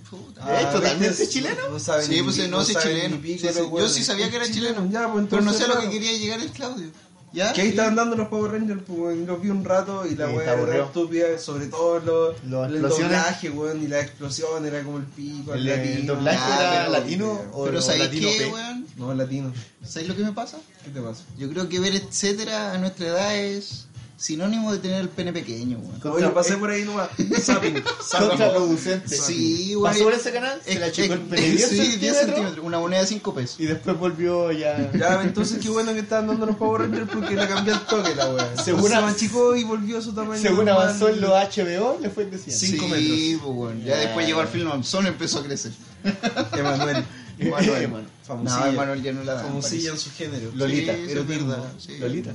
[SPEAKER 2] Puta.
[SPEAKER 1] Eh,
[SPEAKER 3] Ah, ¿esto también
[SPEAKER 1] ¿viste?
[SPEAKER 3] es chileno?
[SPEAKER 1] No saben
[SPEAKER 2] Sí,
[SPEAKER 1] ni-
[SPEAKER 2] pues no, sí,
[SPEAKER 1] saben
[SPEAKER 2] chileno.
[SPEAKER 1] ni pico
[SPEAKER 2] Sí,
[SPEAKER 1] los
[SPEAKER 2] sí, Yo
[SPEAKER 1] hueones.
[SPEAKER 2] sí sabía que era
[SPEAKER 1] Es
[SPEAKER 2] chileno.
[SPEAKER 1] ya, pues,
[SPEAKER 2] pero no
[SPEAKER 1] entonces,
[SPEAKER 2] sé a lo que
[SPEAKER 1] claro.
[SPEAKER 2] quería llegar el Claudio. ¿Ya?
[SPEAKER 1] Que ahí estaban dando los Power Rangers, pues, weón, los vi un rato y la weá
[SPEAKER 3] Sí, está
[SPEAKER 1] era
[SPEAKER 3] aburrido.
[SPEAKER 1] estúpida, sobre todo lo,
[SPEAKER 3] Las
[SPEAKER 1] el
[SPEAKER 3] explosiones.
[SPEAKER 1] doblaje, weón, y la explosión era como el pico,
[SPEAKER 3] El,
[SPEAKER 1] el,
[SPEAKER 3] el
[SPEAKER 1] latino.
[SPEAKER 3] doblaje
[SPEAKER 1] Ah,
[SPEAKER 3] era
[SPEAKER 1] pero-
[SPEAKER 3] latino o
[SPEAKER 2] Pero
[SPEAKER 3] no,
[SPEAKER 2] ¿sabéis
[SPEAKER 3] latino
[SPEAKER 2] qué,
[SPEAKER 3] P.
[SPEAKER 2] weón?
[SPEAKER 1] No, latino.
[SPEAKER 2] ¿Sabéis lo que me pasa?
[SPEAKER 1] ¿Qué te pasa?
[SPEAKER 2] Yo creo que ver etcétera a nuestra edad es sinónimo de tener el pene pequeño, weón.
[SPEAKER 3] Contra-
[SPEAKER 1] Oye, pasé
[SPEAKER 3] eh,
[SPEAKER 1] por ahí nomás. Zapping, zapping.
[SPEAKER 3] Contraproducente.
[SPEAKER 2] Sí, weón.
[SPEAKER 3] Pasó por ese canal, se
[SPEAKER 2] Es-
[SPEAKER 3] la achicó el
[SPEAKER 2] es-
[SPEAKER 3] pene 10
[SPEAKER 2] sí, 10
[SPEAKER 3] centímetros
[SPEAKER 2] centímetros. Una moneda de 5 pesos.
[SPEAKER 3] y después volvió ya.
[SPEAKER 1] Ya, entonces qué bueno que estaban dando los Power Rangers porque la cambió el toque la weá.
[SPEAKER 3] Según
[SPEAKER 1] se
[SPEAKER 3] a-
[SPEAKER 1] machicó y volvió a su tamaño.
[SPEAKER 3] Según
[SPEAKER 1] normal.
[SPEAKER 3] avanzó en los HBO, le fue creciendo.
[SPEAKER 1] Cinco
[SPEAKER 2] Sí,
[SPEAKER 1] metros.
[SPEAKER 2] pues, weón. Ya
[SPEAKER 3] Ya.
[SPEAKER 2] después llegó al film solo empezó a crecer.
[SPEAKER 1] Emanuel.
[SPEAKER 2] Emanuel.
[SPEAKER 3] Emanuel.
[SPEAKER 2] No,
[SPEAKER 1] Famosilla.
[SPEAKER 2] Emanuel ya no la da.
[SPEAKER 1] Famosilla en su género.
[SPEAKER 3] Lolita,
[SPEAKER 2] sí,
[SPEAKER 1] pero
[SPEAKER 2] es verdad,
[SPEAKER 1] mierda.
[SPEAKER 2] sí.
[SPEAKER 3] Lolita.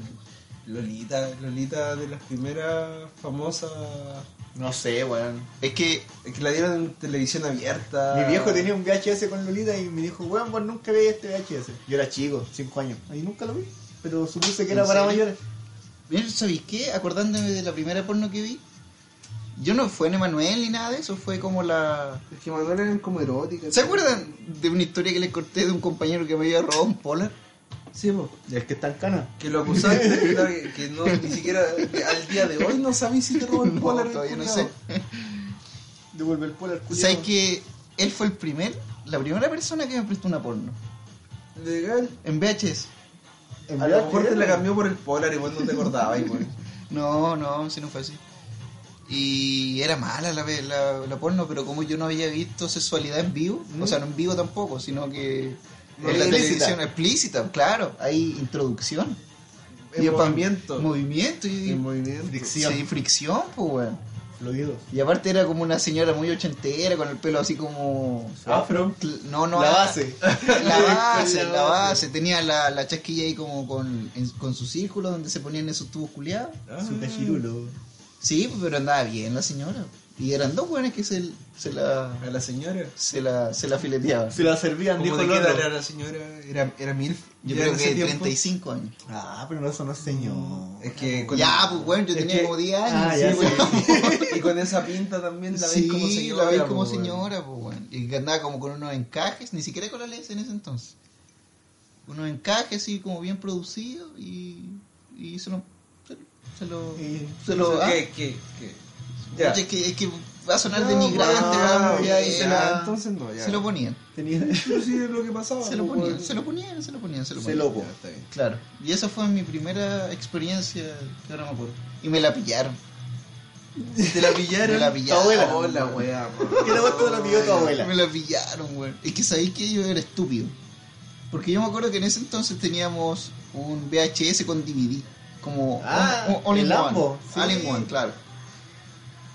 [SPEAKER 1] Lolita, Lolita de las primeras famosas.
[SPEAKER 3] No sé, weón.
[SPEAKER 2] Es que
[SPEAKER 1] Es que la dieron en televisión abierta.
[SPEAKER 3] Mi viejo tenía un VHS con Lolita y me dijo, weón, vos nunca veías este VHS. Yo era chico, 5 años. Y nunca lo vi, pero supuse que era
[SPEAKER 2] ¿En
[SPEAKER 3] para
[SPEAKER 2] serio?
[SPEAKER 3] mayores.
[SPEAKER 2] Mira, ¿sabéis qué? Acordándome de la primera porno que vi, yo no fue en Emanuel ni nada de eso, fue como la...
[SPEAKER 1] Es que Manuel eran como eróticas.
[SPEAKER 2] ¿Se acuerdan de una historia que les corté de un compañero que me había robado un polar?
[SPEAKER 1] Sí, po.
[SPEAKER 3] Y es que está en cana.
[SPEAKER 1] Que lo acusaste, claro, que, que no, ni siquiera al día de hoy no sabéis si te robó el
[SPEAKER 2] No,
[SPEAKER 1] polar.
[SPEAKER 2] todavía no
[SPEAKER 1] culiao.
[SPEAKER 2] sé.
[SPEAKER 3] Devuelve el polar culiao.
[SPEAKER 2] ¿Sabéis que él fue el primer, la primera persona que me prestó una porno?
[SPEAKER 1] Legal.
[SPEAKER 2] En VHS.
[SPEAKER 3] En
[SPEAKER 1] A lo
[SPEAKER 3] VHS,
[SPEAKER 1] mejor te la
[SPEAKER 3] weón.
[SPEAKER 1] cambió por el polar y vos no te acordabas, weón.
[SPEAKER 2] No, no, si no fue así. Y era mala la, ve- la, la porno, pero como yo no había visto sexualidad en vivo, o sea, no en vivo tampoco, sino que
[SPEAKER 1] No,
[SPEAKER 2] en la
[SPEAKER 1] explícita.
[SPEAKER 2] televisión explícita, claro, hay introducción.
[SPEAKER 1] En
[SPEAKER 2] Y aparte-
[SPEAKER 1] movimiento.
[SPEAKER 2] Movimiento. Y,
[SPEAKER 1] En movimiento.
[SPEAKER 3] Fricción.
[SPEAKER 2] Sí, fricción, pues, weón.
[SPEAKER 3] Fluido.
[SPEAKER 2] Y aparte era como una señora muy ochentera, con el pelo así como...
[SPEAKER 3] Afro.
[SPEAKER 2] Cl- No, no.
[SPEAKER 3] La
[SPEAKER 2] ah,
[SPEAKER 3] base.
[SPEAKER 2] La base,
[SPEAKER 3] La
[SPEAKER 2] la
[SPEAKER 3] base.
[SPEAKER 2] base. Tenía la, la chasquilla ahí como con, en- con su círculo donde se ponían esos tubos culiados.
[SPEAKER 1] Ah,
[SPEAKER 3] Ah. Su cachirulo.
[SPEAKER 2] Sí, pues, pero andaba bien la señora. Y eran dos weones que se, se la...
[SPEAKER 1] A la señora.
[SPEAKER 2] Se la, se la fileteaban.
[SPEAKER 3] Se la servían,
[SPEAKER 1] ¿Cómo
[SPEAKER 3] dijo
[SPEAKER 1] de
[SPEAKER 3] el
[SPEAKER 1] qué edad
[SPEAKER 3] otro.
[SPEAKER 1] era la señora? Era, era MILF.
[SPEAKER 2] Yo
[SPEAKER 1] Ya
[SPEAKER 2] creo
[SPEAKER 1] en
[SPEAKER 2] que
[SPEAKER 1] ese tiempo.
[SPEAKER 2] 35 años.
[SPEAKER 3] Ah, pero no, eso no es señor.
[SPEAKER 1] Es que con-
[SPEAKER 2] Ya, pues, weón, yo
[SPEAKER 1] Es
[SPEAKER 2] tenía
[SPEAKER 1] que-
[SPEAKER 2] como 10 años.
[SPEAKER 3] Ah,
[SPEAKER 2] sí,
[SPEAKER 3] ya
[SPEAKER 2] weón.
[SPEAKER 1] y con esa pinta también la veis
[SPEAKER 2] sí,
[SPEAKER 1] como señora.
[SPEAKER 2] la veis como
[SPEAKER 1] po, weón.
[SPEAKER 2] señora, pues, weón. Y que andaba como con unos encajes, ni siquiera con la ley en ese entonces. Unos encajes así como bien producidos y, y se lo... Se, se lo...
[SPEAKER 3] Y-
[SPEAKER 2] Se lo ah,
[SPEAKER 1] ¿Qué, qué, qué?
[SPEAKER 2] pucha,
[SPEAKER 1] Ya.
[SPEAKER 2] es, que, es que va a sonar
[SPEAKER 1] No,
[SPEAKER 2] denigrante,
[SPEAKER 1] bueno,
[SPEAKER 2] weón,
[SPEAKER 1] ya,
[SPEAKER 2] y
[SPEAKER 1] ya,
[SPEAKER 2] se, la-
[SPEAKER 1] entonces no, ya.
[SPEAKER 2] se lo ponían.
[SPEAKER 3] Tenía...
[SPEAKER 1] Pero sí es lo que pasaba.
[SPEAKER 2] Se lo
[SPEAKER 1] po,
[SPEAKER 2] ponían,
[SPEAKER 1] weón.
[SPEAKER 2] se lo ponían, se lo ponían, se lo
[SPEAKER 3] Se
[SPEAKER 2] ponían.
[SPEAKER 3] lo-
[SPEAKER 1] Ya, está bien.
[SPEAKER 2] Claro. Y esa fue mi primera experiencia, que ahora me acuerdo. Y me la pillaron.
[SPEAKER 1] Te la pillaron.
[SPEAKER 2] Me la pillaron.
[SPEAKER 1] Tu abuela. Hola, weá.
[SPEAKER 3] ¿Qué le gusta la pilló tu abuela?
[SPEAKER 2] Me la pillaron, güey. Es que sabéis que yo era estúpido. Porque yo me acuerdo que en ese entonces teníamos un VHS con DVD. Como
[SPEAKER 3] Ah,
[SPEAKER 2] un- un- all in
[SPEAKER 3] el
[SPEAKER 2] one.
[SPEAKER 3] Lambo, sí.
[SPEAKER 2] All in one, claro.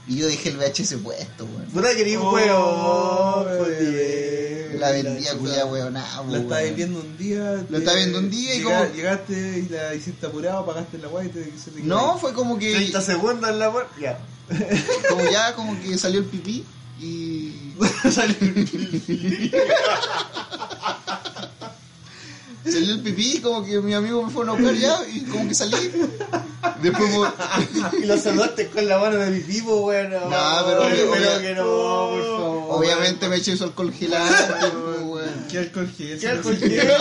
[SPEAKER 2] Y yo dejé el VHS puesto, güey.
[SPEAKER 3] Puta querido,
[SPEAKER 1] Oh,
[SPEAKER 3] weón.
[SPEAKER 1] bebé.
[SPEAKER 3] joder.
[SPEAKER 2] La vendía,
[SPEAKER 3] chuta.
[SPEAKER 2] culia, güey. Nah,
[SPEAKER 1] La estabas
[SPEAKER 2] güey.
[SPEAKER 1] viendo un día.
[SPEAKER 2] La
[SPEAKER 1] te-
[SPEAKER 2] estaba viendo un día y
[SPEAKER 1] llega-
[SPEAKER 2] como-
[SPEAKER 1] Llegaste y la hiciste apurado, pagaste la guay y te se te
[SPEAKER 2] No, fue como que,
[SPEAKER 3] 30 segundos en la puerta. Ya.
[SPEAKER 2] como ya como que salió el pipí y
[SPEAKER 1] Salió el
[SPEAKER 2] Salió el pipí, como que mi amigo me fue a buscar ya, y como que salí. Después vol-
[SPEAKER 3] Ah, Y lo saludaste con la mano de mi vivo, weón.
[SPEAKER 2] Nah, pero- obvia-
[SPEAKER 3] que no, por favor.
[SPEAKER 2] Obviamente me eché su alcohol gelante, pues, weón.
[SPEAKER 1] ¿Qué alcohol gel?
[SPEAKER 3] ¿Qué alcohol gel?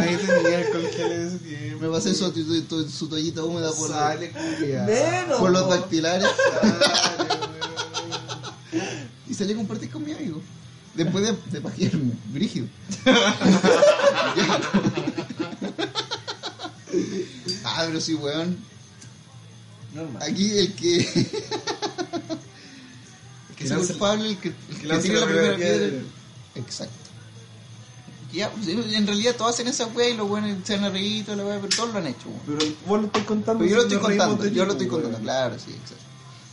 [SPEAKER 1] Nadie tenía alcohol gel en ese tiempo.
[SPEAKER 2] Me pasé su, tu- tu- su toallita húmeda por, la-
[SPEAKER 1] Sale, culiao.
[SPEAKER 3] Menos.
[SPEAKER 2] por los
[SPEAKER 3] po.
[SPEAKER 2] dactilares
[SPEAKER 1] Sale, weón.
[SPEAKER 2] y salí a compartir con mi amigo. Después de, de pajearme, brígido. Ya, po. ah, pero sí, weón.
[SPEAKER 3] Normal.
[SPEAKER 2] Aquí el que. el que es
[SPEAKER 1] lanza-
[SPEAKER 2] culpable, el que, el que
[SPEAKER 1] lanza
[SPEAKER 2] tira
[SPEAKER 1] la
[SPEAKER 2] la primera
[SPEAKER 1] primera
[SPEAKER 2] piedra.
[SPEAKER 1] piedra.
[SPEAKER 2] Exacto. Ya, pues, en realidad todos hacen esa wea y los buenos se han reído, toda la wea, pero todos lo han hecho, weón.
[SPEAKER 1] Pero vos lo estás contando.
[SPEAKER 2] Pero yo lo
[SPEAKER 1] si
[SPEAKER 2] estoy
[SPEAKER 1] nos reímos
[SPEAKER 2] contando,
[SPEAKER 1] de
[SPEAKER 2] yo
[SPEAKER 1] ti,
[SPEAKER 2] lo estoy
[SPEAKER 1] weón.
[SPEAKER 2] contando, claro, sí, exacto.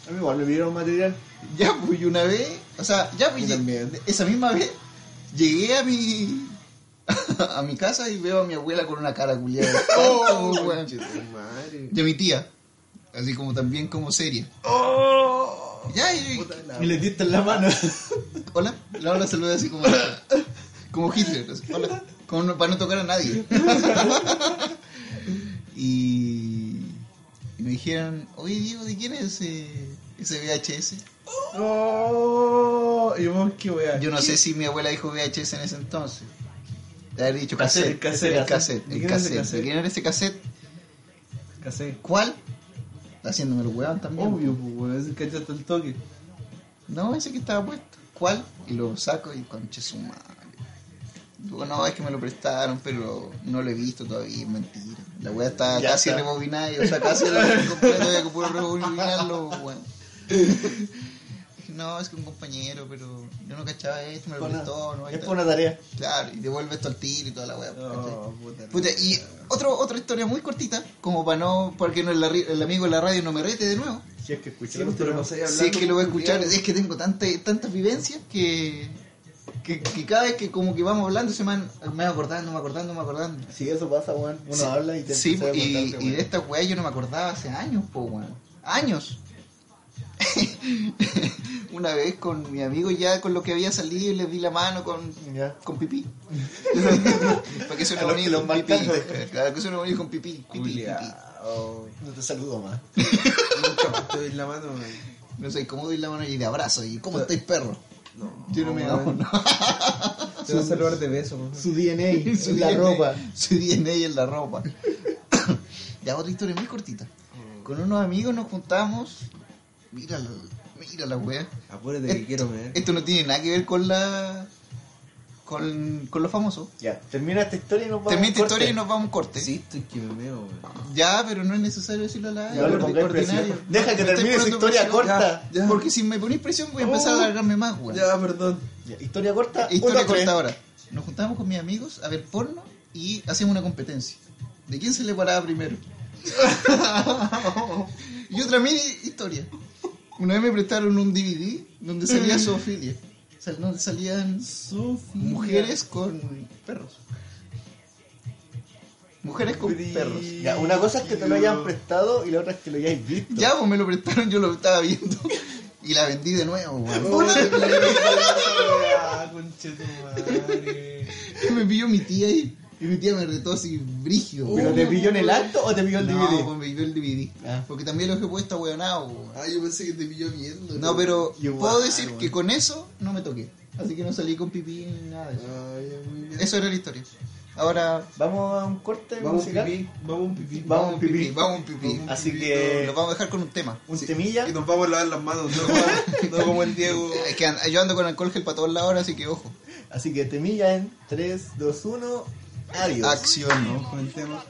[SPEAKER 3] A mí igual me pidieron material.
[SPEAKER 2] Ya, pues y una vez, o sea, ya pues,
[SPEAKER 1] Yo también.
[SPEAKER 2] esa misma vez llegué a mi a mi casa y veo a mi abuela con una cara culiada. de
[SPEAKER 1] Oh,
[SPEAKER 2] espanto, pues, weón.
[SPEAKER 1] Conchetumare.
[SPEAKER 2] y a mi tía, así como también como seria. Ya, y,
[SPEAKER 1] Oh. Puta la-
[SPEAKER 3] Y le diste en la mano.
[SPEAKER 2] hola, la hola saluda así como como Hitler, así, hola, como no- para no tocar a nadie. y, y me dijeron, oye Diego, ¿de quién es ese, ese VHS?
[SPEAKER 6] Oh, y vos qué weá.
[SPEAKER 2] Yo no sé si mi abuela dijo VHS en ese entonces. De haber dicho
[SPEAKER 6] Cassette,
[SPEAKER 2] cassette,
[SPEAKER 6] cassette, cassette.
[SPEAKER 2] el cassette,
[SPEAKER 6] ¿De
[SPEAKER 2] el
[SPEAKER 6] quién era ese
[SPEAKER 2] cassette.
[SPEAKER 6] cassette?
[SPEAKER 2] ¿De quién era ese cassette?
[SPEAKER 6] Casé.
[SPEAKER 2] ¿Cuál? Haciéndome el weón también.
[SPEAKER 6] Obvio, pues weón, es el cachaste el toque.
[SPEAKER 2] No, ese que estaba puesto. ¿Cuál? Y lo saco y conche su madre. Digo, no, es que me lo prestaron, pero no lo he visto todavía, es mentira. La weá está
[SPEAKER 3] Ya
[SPEAKER 2] casi
[SPEAKER 3] está.
[SPEAKER 2] rebobinada, y, o sea, casi lo vi completo, ya que puedo rebobinarlo, weón. Dije, No, es que un compañero, pero yo no cachaba esto, me lo
[SPEAKER 3] Con una-
[SPEAKER 2] prestó, no
[SPEAKER 3] es
[SPEAKER 2] y
[SPEAKER 3] por
[SPEAKER 2] tal.
[SPEAKER 3] una tarea.
[SPEAKER 2] Claro, y devuelve esto al tiro y toda la weá. ¿cachai?
[SPEAKER 6] Oh, puta.
[SPEAKER 2] Puta, y otro, otra historia muy cortita, como para no, porque no el, arri- el amigo de la radio no me rete de nuevo.
[SPEAKER 3] Si es que
[SPEAKER 2] pues,
[SPEAKER 3] escuchamos
[SPEAKER 6] Siempre
[SPEAKER 3] pero-
[SPEAKER 6] nos ahí hablando
[SPEAKER 2] Si es que lo voy a
[SPEAKER 6] con
[SPEAKER 2] escuchar,
[SPEAKER 6] Diego.
[SPEAKER 2] es que tengo tanta- tantas vivencias que, que, que cada vez que como que vamos hablando se me van, me van acordando, me acordando, me acordando.
[SPEAKER 3] Si eso pasa, weón, uno
[SPEAKER 2] Sí,
[SPEAKER 3] habla y te
[SPEAKER 2] Sí,
[SPEAKER 3] empieza a
[SPEAKER 2] y, y
[SPEAKER 3] contarte, weón.
[SPEAKER 2] de esta weá yo no me acordaba hace años, po, weón. Años. Una vez con mi amigo ya con lo que había salido y les di la mano con,
[SPEAKER 3] Ya.
[SPEAKER 2] con pipí. Para que suene
[SPEAKER 3] A los que
[SPEAKER 2] bonito
[SPEAKER 3] los
[SPEAKER 2] con pipí.
[SPEAKER 3] marcan.
[SPEAKER 2] Claro, que suene bonito con pipí. pipí, pipí.
[SPEAKER 6] Culeao.
[SPEAKER 3] No te saludo más.
[SPEAKER 6] Nunca más te doy la mano, weón.
[SPEAKER 2] No sé, ¿cómo doy la mano y de abrazo? ¿Y cómo estáis, perro?
[SPEAKER 6] No.
[SPEAKER 2] Yo no me hago,
[SPEAKER 6] weón.
[SPEAKER 2] no.
[SPEAKER 6] Te vas a saludar de beso, weón.
[SPEAKER 3] Su DNA,
[SPEAKER 2] Su
[SPEAKER 3] la
[SPEAKER 2] DNA,
[SPEAKER 3] ropa.
[SPEAKER 2] Su DNA en la ropa. ya otra historia muy cortita. Con unos amigos nos juntamos. Mira la, mira la wea.
[SPEAKER 6] Apúrate que quiero ver.
[SPEAKER 2] Esto no tiene nada que ver con la. con, con los famosos.
[SPEAKER 3] Ya, termina esta historia y nos vamos
[SPEAKER 2] Termina esta
[SPEAKER 3] a un corte.
[SPEAKER 2] historia y nos vamos a un corte.
[SPEAKER 6] Sí, estoy que me meo, weón.
[SPEAKER 2] Ya, pero no es necesario decirlo a la
[SPEAKER 3] Ya, le pongáis presión. Deja que termine su historia corta.
[SPEAKER 6] Ya.
[SPEAKER 2] Porque si me ponéis presión voy a empezar
[SPEAKER 6] Oh.
[SPEAKER 2] a alargarme más, weón.
[SPEAKER 6] Ya, perdón.
[SPEAKER 3] Ya, historia corta,
[SPEAKER 2] Historia
[SPEAKER 3] uno, tres.
[SPEAKER 2] corta ahora. Nos juntamos con mis amigos a ver porno y hacemos una competencia. ¿De quién se le paraba primero? y otra mini historia. Una vez me prestaron un DVD donde
[SPEAKER 3] Mm.
[SPEAKER 2] salía zoofilia. O sea, donde salían
[SPEAKER 6] Sofía.
[SPEAKER 2] mujeres con perros. Mujeres con perros.
[SPEAKER 3] Ya, una cosa es que te lo hayan prestado y la otra es que lo hayáis visto.
[SPEAKER 2] Ya, pues me lo prestaron, yo lo estaba viendo. Y la vendí de nuevo, weón.
[SPEAKER 1] Oh.
[SPEAKER 6] Ah, conchetumare.
[SPEAKER 2] Y Me pilló mi tía y, y mi tía me retó así
[SPEAKER 1] Oh.
[SPEAKER 2] brígido.
[SPEAKER 3] ¿Pero
[SPEAKER 2] weón.
[SPEAKER 3] te pilló en el acto o te pilló el
[SPEAKER 2] No,
[SPEAKER 3] DVD?
[SPEAKER 2] pues, me pilló el DVD.
[SPEAKER 3] Ah.
[SPEAKER 2] Porque también lo he puesto a weonado. weón.
[SPEAKER 1] Ah, yo pensé que te pilló viendo.
[SPEAKER 2] No, pero
[SPEAKER 3] Igual,
[SPEAKER 2] puedo decir
[SPEAKER 3] weón.
[SPEAKER 2] que con eso no me toqué. Así que no salí con pipí ni nada de eso.
[SPEAKER 1] Ay, ya, muy bien.
[SPEAKER 2] Eso era la historia. Ahora
[SPEAKER 3] Vamos a un corte
[SPEAKER 6] Vamos un
[SPEAKER 3] musical.
[SPEAKER 6] pipí, vamos un pipí.
[SPEAKER 3] Vamos a un pipí.
[SPEAKER 2] vamos a un pipí.
[SPEAKER 1] Vamos
[SPEAKER 3] Así
[SPEAKER 2] Lo
[SPEAKER 3] que
[SPEAKER 2] vamos a dejar con un tema.
[SPEAKER 3] un
[SPEAKER 1] Sí.
[SPEAKER 3] temilla.
[SPEAKER 1] Y nos vamos a lavar las manos, no, como- no como el Diego.
[SPEAKER 2] Es que an- yo ando con alcohol gel para todos lados ahora, así que ojo.
[SPEAKER 3] Así que temilla en 3, 2, 1. Adiós.
[SPEAKER 2] Acción.
[SPEAKER 6] Vamos con el tema.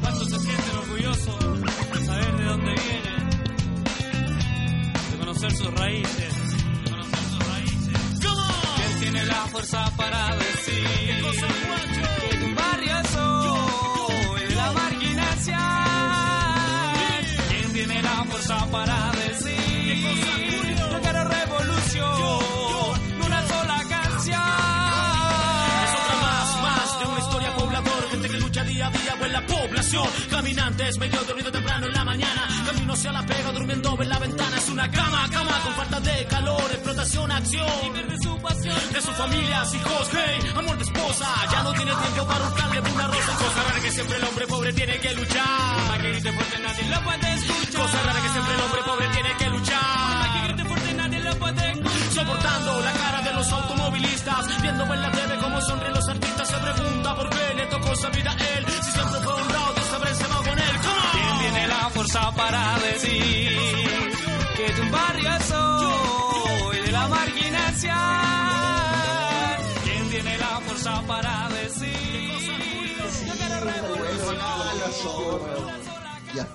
[SPEAKER 7] ¿Cuántos se sienten orgullosos de saber de dónde vienen? De conocer sus raíces. De conocer sus raíces. ¿Cómo? Él tiene la fuerza para decir ¿Qué cosa, que tu barrio soy de la marginación. ¿Quién tiene la fuerza para decir no quiero revolución? en Una sola canción.
[SPEAKER 8] Es otra más, más de una historia poblador, gente que lucha día a día por la población. Caminantes, medio dormido temprano en la mañana, camino hacia la pega, durmiendo en la ventana. Es una cama, cama con falta de calor, explotación, acción.
[SPEAKER 7] Pierde su pasión.
[SPEAKER 8] De sus familias, hijos, hey, amor de esposa. Ya no tiene tiempo para buscarle una rosa. Cosa rara que siempre el hombre pobre tiene que luchar.
[SPEAKER 7] Para que grite fuerte nadie lo puede escuchar.
[SPEAKER 8] Cosa rara que siempre el hombre pobre tiene que
[SPEAKER 7] Para
[SPEAKER 8] luchar.
[SPEAKER 7] que grite fuerte nadie lo puede escuchar.
[SPEAKER 8] Soportando la cara de los automovilistas, viendo en la tele cómo sonríen los artistas, se pregunta por qué le tocó esa vida a él. Si siempre fue un lado, se habrá encerrado con él. ¡Come on!
[SPEAKER 7] ¿Quién tiene la fuerza para decir que de un barrio soy de la marginación? ¿Quién tiene la fuerza para decir?
[SPEAKER 2] Ya.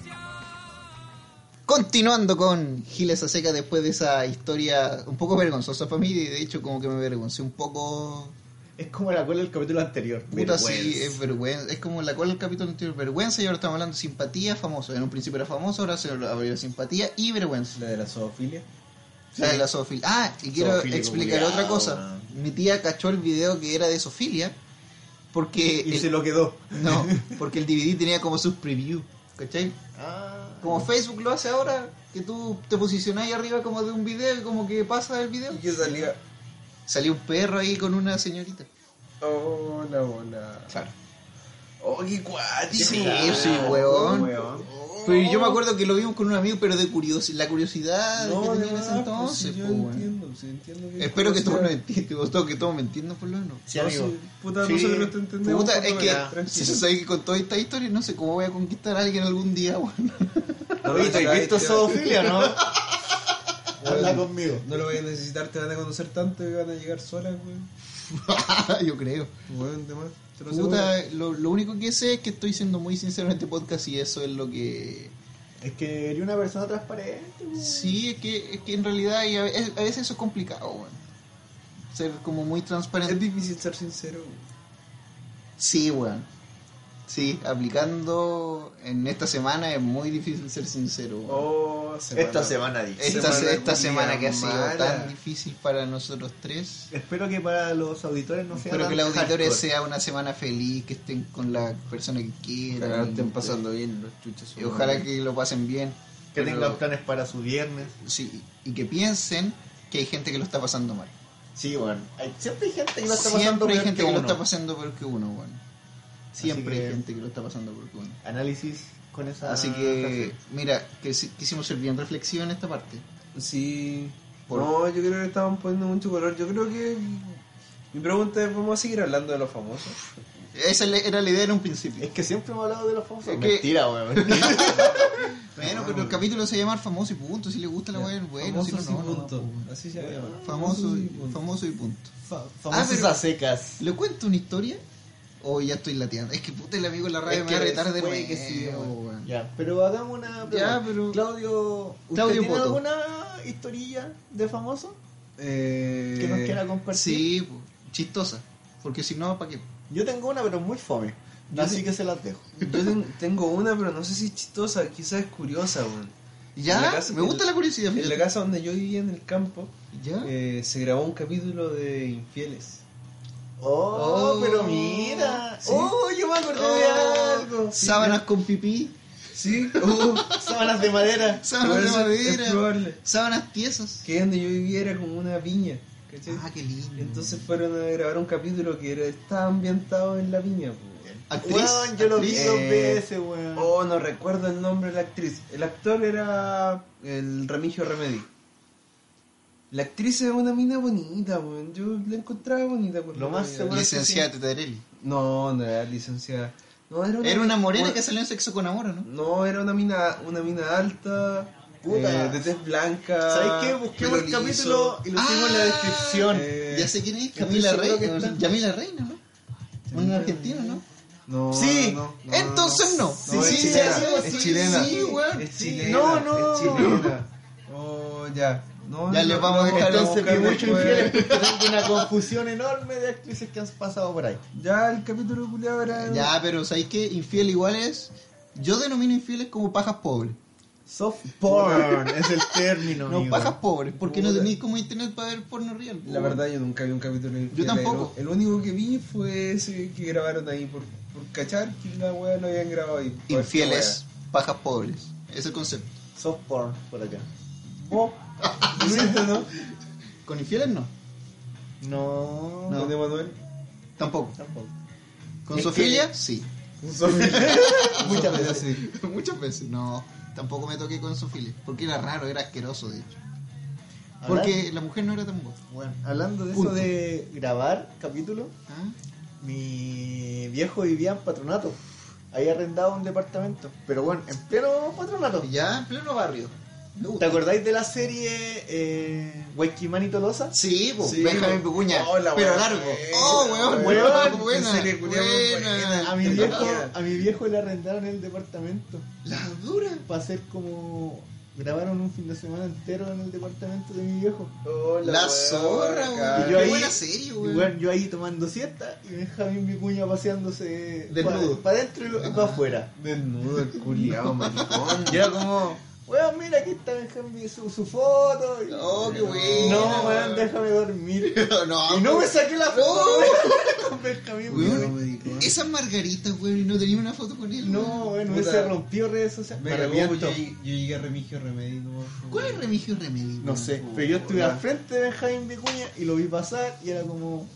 [SPEAKER 2] Continuando con Giles a seca después de esa historia un poco vergonzosa para mí, y de hecho como que me avergoncé un poco
[SPEAKER 3] Es como la cola del capítulo anterior. pues,
[SPEAKER 2] Puta, sí,
[SPEAKER 3] Vergüenza.
[SPEAKER 2] es vergüenza. Es como la cual el capítulo anterior, vergüenza, y ahora estamos hablando de simpatía, famoso. En un principio era famoso, ahora se abrió simpatía y vergüenza.
[SPEAKER 6] La de la zoofilia.
[SPEAKER 2] La de la zoofilia. Ah, y quiero
[SPEAKER 3] Zoofílico,
[SPEAKER 2] explicar
[SPEAKER 3] culiao,
[SPEAKER 2] otra cosa. Mi tía cachó el video que era de zoofilia, porque...
[SPEAKER 3] Y
[SPEAKER 2] el-
[SPEAKER 3] se lo quedó.
[SPEAKER 2] No, porque el DVD tenía como sus preview, ¿cachai?
[SPEAKER 3] Ah,
[SPEAKER 2] Como Facebook lo hace ahora, que tú te posicionás ahí arriba como de un video y como que pasa el video.
[SPEAKER 1] Y que salía.
[SPEAKER 2] Salió un perro ahí con una señorita.
[SPEAKER 1] Hola, hola.
[SPEAKER 2] Claro.
[SPEAKER 1] Oh, qué cuático.
[SPEAKER 2] Sí,
[SPEAKER 1] weón.
[SPEAKER 2] sí, weón.
[SPEAKER 6] Weón.
[SPEAKER 1] Oh.
[SPEAKER 2] Pero yo me acuerdo que lo vimos con un amigo, pero de curiosidad, la curiosidad
[SPEAKER 1] No,
[SPEAKER 2] que
[SPEAKER 1] de
[SPEAKER 2] tenía en ese
[SPEAKER 1] verdad,
[SPEAKER 2] entonces.
[SPEAKER 1] pues, sí, yo
[SPEAKER 2] po, weón.
[SPEAKER 1] entiendo, sí, entiendo que-
[SPEAKER 2] Espero que
[SPEAKER 1] No,
[SPEAKER 2] todos
[SPEAKER 1] sí,
[SPEAKER 2] me entiendan, todo, que todos me entiendan por lo menos.
[SPEAKER 3] Sí, amigo.
[SPEAKER 1] Oh, Puta,
[SPEAKER 3] Sí.
[SPEAKER 1] nosotros te entendemos.
[SPEAKER 2] Puta, es
[SPEAKER 1] por lo menos,
[SPEAKER 2] que si
[SPEAKER 1] tranquilo.
[SPEAKER 2] se sabe que con toda esta historia no sé cómo voy a conquistar a alguien algún día, weón.
[SPEAKER 1] No lo
[SPEAKER 3] Oye, ¿tú has
[SPEAKER 1] hagáis,
[SPEAKER 3] visto
[SPEAKER 1] te-
[SPEAKER 3] zoofilia, no? Habla
[SPEAKER 1] Bueno.
[SPEAKER 3] conmigo.
[SPEAKER 1] No lo vayas a necesitar, te van a conocer tanto que van a llegar solas, weón.
[SPEAKER 2] Yo creo.
[SPEAKER 1] Weón, de más. Te lo aseguro.
[SPEAKER 2] Puta, eh. lo, lo único que sé es que estoy siendo muy sincero en este podcast y eso es lo que...
[SPEAKER 3] Es que eres una persona transparente, weón.
[SPEAKER 2] Sí, es que, es que en realidad y a, es- a veces eso es complicado, weón. Ser como muy
[SPEAKER 1] Es
[SPEAKER 2] transparente.
[SPEAKER 1] difícil ser sincero, weón.
[SPEAKER 2] Sí, weón. Sí, aplicando en esta semana es muy difícil ser sincero. weón.
[SPEAKER 1] Oh,
[SPEAKER 3] Esta semana dice.
[SPEAKER 2] esta
[SPEAKER 1] semana
[SPEAKER 2] se- esta
[SPEAKER 1] culia
[SPEAKER 2] semana que ha sido
[SPEAKER 1] mala.
[SPEAKER 2] tan difícil para nosotros tres.
[SPEAKER 3] Espero que para los auditores no sea
[SPEAKER 2] Espero
[SPEAKER 3] tan
[SPEAKER 2] que los auditores
[SPEAKER 3] hardcore.
[SPEAKER 2] sea una semana feliz, que estén con la persona que quieran.
[SPEAKER 1] Ojalá lo estén pasando bien los chuchos.
[SPEAKER 2] Y ojalá que lo pasen bien.
[SPEAKER 3] Que
[SPEAKER 2] Pero-
[SPEAKER 3] tengan planes para su viernes.
[SPEAKER 2] Sí, y que piensen que hay gente que lo está pasando mal.
[SPEAKER 3] Sí, bueno. Hay, siempre hay gente que lo está pasando
[SPEAKER 2] Siempre hay
[SPEAKER 3] peor
[SPEAKER 2] gente que lo
[SPEAKER 3] uno.
[SPEAKER 2] está pasando peor que uno, bueno. Siempre
[SPEAKER 3] que- Ah,
[SPEAKER 2] hay gente que lo está pasando peor que uno.
[SPEAKER 3] Análisis con esa.
[SPEAKER 2] Así que, mira, que si- quisimos ser bien reflexivo en esta parte.
[SPEAKER 1] Sí.
[SPEAKER 2] Por-
[SPEAKER 1] No, yo creo que le estaban poniendo mucho color. Yo creo que. Mi pregunta es: ¿vamos a seguir hablando de los famosos?
[SPEAKER 2] Esa le- era la idea en un
[SPEAKER 3] frase. Es
[SPEAKER 2] principio.
[SPEAKER 3] que siempre hemos hablado de los famosos.
[SPEAKER 2] Es que-
[SPEAKER 3] Mentira, weón.
[SPEAKER 2] Bueno, pero el capítulo se llama Famoso y punto. Si le gusta la wea, bueno, si no,
[SPEAKER 1] famosos
[SPEAKER 2] no,
[SPEAKER 1] y
[SPEAKER 2] no,
[SPEAKER 1] punto.
[SPEAKER 2] pues,
[SPEAKER 1] Así se llama.
[SPEAKER 2] Famoso, y-
[SPEAKER 1] Famosos punto.
[SPEAKER 2] famoso y punto.
[SPEAKER 3] Fa-
[SPEAKER 2] Ah,
[SPEAKER 3] famosos
[SPEAKER 2] pero-
[SPEAKER 3] a secas.
[SPEAKER 2] ¿Le cuento una historia? O ya estoy lateando. Es que puta el amigo en la radio
[SPEAKER 3] Es
[SPEAKER 2] me va a
[SPEAKER 3] que
[SPEAKER 2] retar de
[SPEAKER 3] puede
[SPEAKER 2] nuevo.
[SPEAKER 3] que sí, weón.
[SPEAKER 2] weón.
[SPEAKER 3] Ya, pero hagamos una.
[SPEAKER 2] Ya, pero-
[SPEAKER 3] Claudio, ¿usted
[SPEAKER 2] Claudio
[SPEAKER 3] tiene
[SPEAKER 2] Poto.
[SPEAKER 3] alguna historilla de famoso
[SPEAKER 1] Eh,
[SPEAKER 3] que nos quiera compartir?
[SPEAKER 2] Sí, po, chistosa. Porque si no, ¿para qué?
[SPEAKER 3] Yo tengo una, pero muy fome.
[SPEAKER 1] Yo
[SPEAKER 3] Así
[SPEAKER 1] sí-
[SPEAKER 3] que se las dejo.
[SPEAKER 1] Yo ten- tengo una, pero no sé si es chistosa, quizás es curiosa, weón. En la
[SPEAKER 2] Ya,
[SPEAKER 1] casa-
[SPEAKER 2] me gusta
[SPEAKER 1] en-
[SPEAKER 2] la curiosidad.
[SPEAKER 1] En la
[SPEAKER 2] fíjate.
[SPEAKER 1] casa donde yo vivía en el campo,
[SPEAKER 2] Ya.
[SPEAKER 1] eh, se grabó un capítulo de Infieles.
[SPEAKER 3] Oh,
[SPEAKER 2] Oh,
[SPEAKER 3] pero mira.
[SPEAKER 1] sí.
[SPEAKER 3] Oh, yo me acordé de
[SPEAKER 2] Oh,
[SPEAKER 3] algo.
[SPEAKER 2] sábanas con pipí,
[SPEAKER 1] Sí,
[SPEAKER 3] Sábanas de madera.
[SPEAKER 2] sábanas
[SPEAKER 1] Pero
[SPEAKER 2] de
[SPEAKER 1] eso es
[SPEAKER 2] madera,
[SPEAKER 1] probable.
[SPEAKER 2] sábanas tiesas.
[SPEAKER 1] Que donde yo vivía era como una viña, ¿cachai?
[SPEAKER 2] Ah, qué lindo.
[SPEAKER 1] Entonces fueron a grabar un capítulo que era, estaba ambientado en la viña, pues, weón.
[SPEAKER 2] actriz,
[SPEAKER 3] Weón, yo lo vi
[SPEAKER 2] actriz.
[SPEAKER 3] dos
[SPEAKER 1] Eh,
[SPEAKER 3] veces, weón.
[SPEAKER 1] Oh, no recuerdo el nombre de la actriz. El actor era el Remigio Remedy. La actriz era una mina bonita, weón. Yo la encontraba bonita. Por
[SPEAKER 3] Lo más seguro-
[SPEAKER 2] Eh, licenciada Tetarelli.
[SPEAKER 1] No, no era licenciada. No, era una,
[SPEAKER 2] Era una morena
[SPEAKER 1] Bueno,
[SPEAKER 2] que salió en sexo con amor, ¿o ¿no?
[SPEAKER 1] No, era una mina, una mina alta,
[SPEAKER 3] Puta.
[SPEAKER 1] eh, de tez blanca.
[SPEAKER 3] ¿Sabes qué? Busquemos el
[SPEAKER 1] pelo
[SPEAKER 3] capítulo
[SPEAKER 1] liso.
[SPEAKER 3] y lo hicimos en la
[SPEAKER 2] Ah,
[SPEAKER 3] descripción.
[SPEAKER 1] eh,
[SPEAKER 2] Ya sé quién es,
[SPEAKER 3] estoy
[SPEAKER 2] Camila
[SPEAKER 3] seguro que
[SPEAKER 2] Reina.
[SPEAKER 3] está-
[SPEAKER 2] ¿no? Yamila Reina, ¿no? Un
[SPEAKER 1] Yamila
[SPEAKER 2] argentino, ¿no?
[SPEAKER 1] No,
[SPEAKER 3] Sí.
[SPEAKER 1] no, no,
[SPEAKER 2] Entonces no.
[SPEAKER 1] No, es
[SPEAKER 2] Sí,
[SPEAKER 1] chilena,
[SPEAKER 2] sí,
[SPEAKER 1] es
[SPEAKER 2] sí,
[SPEAKER 1] chilena.
[SPEAKER 2] Sí, weón.
[SPEAKER 1] Es chilena.
[SPEAKER 3] No, no.
[SPEAKER 1] Es chilena. Oh, ya. No,
[SPEAKER 2] Ya
[SPEAKER 1] no,
[SPEAKER 2] les vamos a
[SPEAKER 1] no,
[SPEAKER 2] dejar
[SPEAKER 1] no,
[SPEAKER 3] Entonces vi
[SPEAKER 1] buscar
[SPEAKER 3] mucho
[SPEAKER 1] después.
[SPEAKER 3] infieles porque tengo una confusión enorme de actrices que han pasado por ahí.
[SPEAKER 1] Ya el capítulo culiado era.
[SPEAKER 2] Ya, pero ¿sabéis qué? Infiel igual es. Yo denomino infieles como pajas pobres.
[SPEAKER 3] Soft porn es el término,
[SPEAKER 2] No,
[SPEAKER 3] amigo.
[SPEAKER 2] pajas pobres, porque no
[SPEAKER 1] Puta.
[SPEAKER 2] tenéis como internet para ver porno real.
[SPEAKER 1] La verdad, yo nunca vi un capítulo de
[SPEAKER 2] Yo
[SPEAKER 1] Infieles.
[SPEAKER 2] tampoco.
[SPEAKER 1] El, el único que vi fue ese que grabaron ahí por, por cachar que la wea lo habían grabado ahí. Por
[SPEAKER 2] Infieles, pajas pobres. Es el concepto.
[SPEAKER 3] Soft porn por acá.
[SPEAKER 1] esta wea. Vos, Luis, ¿no?
[SPEAKER 2] Con infieles no,
[SPEAKER 3] No,
[SPEAKER 2] No.
[SPEAKER 1] Don Emanuel.
[SPEAKER 2] tampoco.
[SPEAKER 3] tampoco.
[SPEAKER 2] Con
[SPEAKER 3] Es
[SPEAKER 2] Sofía, sí.
[SPEAKER 1] Muchas veces sí.
[SPEAKER 2] Muchas veces. No, tampoco me toqué con Sofía, porque era raro, era asqueroso, de hecho.
[SPEAKER 3] Ahora-
[SPEAKER 2] Porque la mujer no era tan buena.
[SPEAKER 3] Bueno, hablando de
[SPEAKER 2] Punto.
[SPEAKER 3] eso de grabar capítulo,
[SPEAKER 2] ¿Ah?
[SPEAKER 3] mi viejo vivía en patronato. Ahí arrendaba un departamento. Pero bueno, en pleno patronato.
[SPEAKER 2] Ya en pleno barrio. Me
[SPEAKER 3] ¿Te
[SPEAKER 2] gusta.
[SPEAKER 3] acordáis de la serie eh, Guayquimán y Tolosa?
[SPEAKER 2] Sí, pues,
[SPEAKER 1] Sí,
[SPEAKER 2] Benjamín
[SPEAKER 1] po.
[SPEAKER 2] Vicuña,
[SPEAKER 1] Oh, la
[SPEAKER 2] pero
[SPEAKER 1] buena,
[SPEAKER 2] largo.
[SPEAKER 1] buena,
[SPEAKER 2] oh, weón,
[SPEAKER 3] weón,
[SPEAKER 2] buena,
[SPEAKER 1] en serio, culiao,
[SPEAKER 2] buena.
[SPEAKER 1] buena.
[SPEAKER 3] A mi viejo,
[SPEAKER 1] Tolsa.
[SPEAKER 3] a mi viejo le arrendaron el departamento.
[SPEAKER 2] La dura.
[SPEAKER 3] Para hacer como. Grabaron un fin de semana entero en el departamento de mi viejo.
[SPEAKER 1] Hola,
[SPEAKER 2] La
[SPEAKER 1] wea,
[SPEAKER 2] zorra,
[SPEAKER 1] acá.
[SPEAKER 2] weón.
[SPEAKER 3] Y yo
[SPEAKER 2] Qué
[SPEAKER 3] ahí-
[SPEAKER 2] buena serie,
[SPEAKER 3] Y
[SPEAKER 2] weón.
[SPEAKER 3] bueno, yo ahí tomando siesta y Benjamín Vicuña paseándose
[SPEAKER 2] Desnudo.
[SPEAKER 3] para adentro y para afuera.
[SPEAKER 1] Desnudo el culiao, maricón.
[SPEAKER 3] Y era como, weón, Weón, mira, aquí está Benjamín, su, su foto. Y-
[SPEAKER 2] Oh, qué bueno.
[SPEAKER 3] No, weón, déjame dormir.
[SPEAKER 1] Ah,
[SPEAKER 2] no,
[SPEAKER 3] Y no me saqué la foto weón, con Benjamín.
[SPEAKER 2] Weón,
[SPEAKER 3] weón.
[SPEAKER 2] Esas margaritas, weón, y no tenía una foto con él.
[SPEAKER 3] No, weón,
[SPEAKER 1] Puta.
[SPEAKER 3] se rompió redes sociales.
[SPEAKER 1] Me
[SPEAKER 3] Me
[SPEAKER 1] cagó, pues, yo,
[SPEAKER 3] arrepiento.
[SPEAKER 1] llegué- yo llegué a Remigio Remedi. No,
[SPEAKER 2] ¿Cuál es Remigio Remedy?
[SPEAKER 3] No
[SPEAKER 2] weón?
[SPEAKER 3] sé, pero yo estuve al frente de Benjamín Vicuña y lo vi pasar y era como...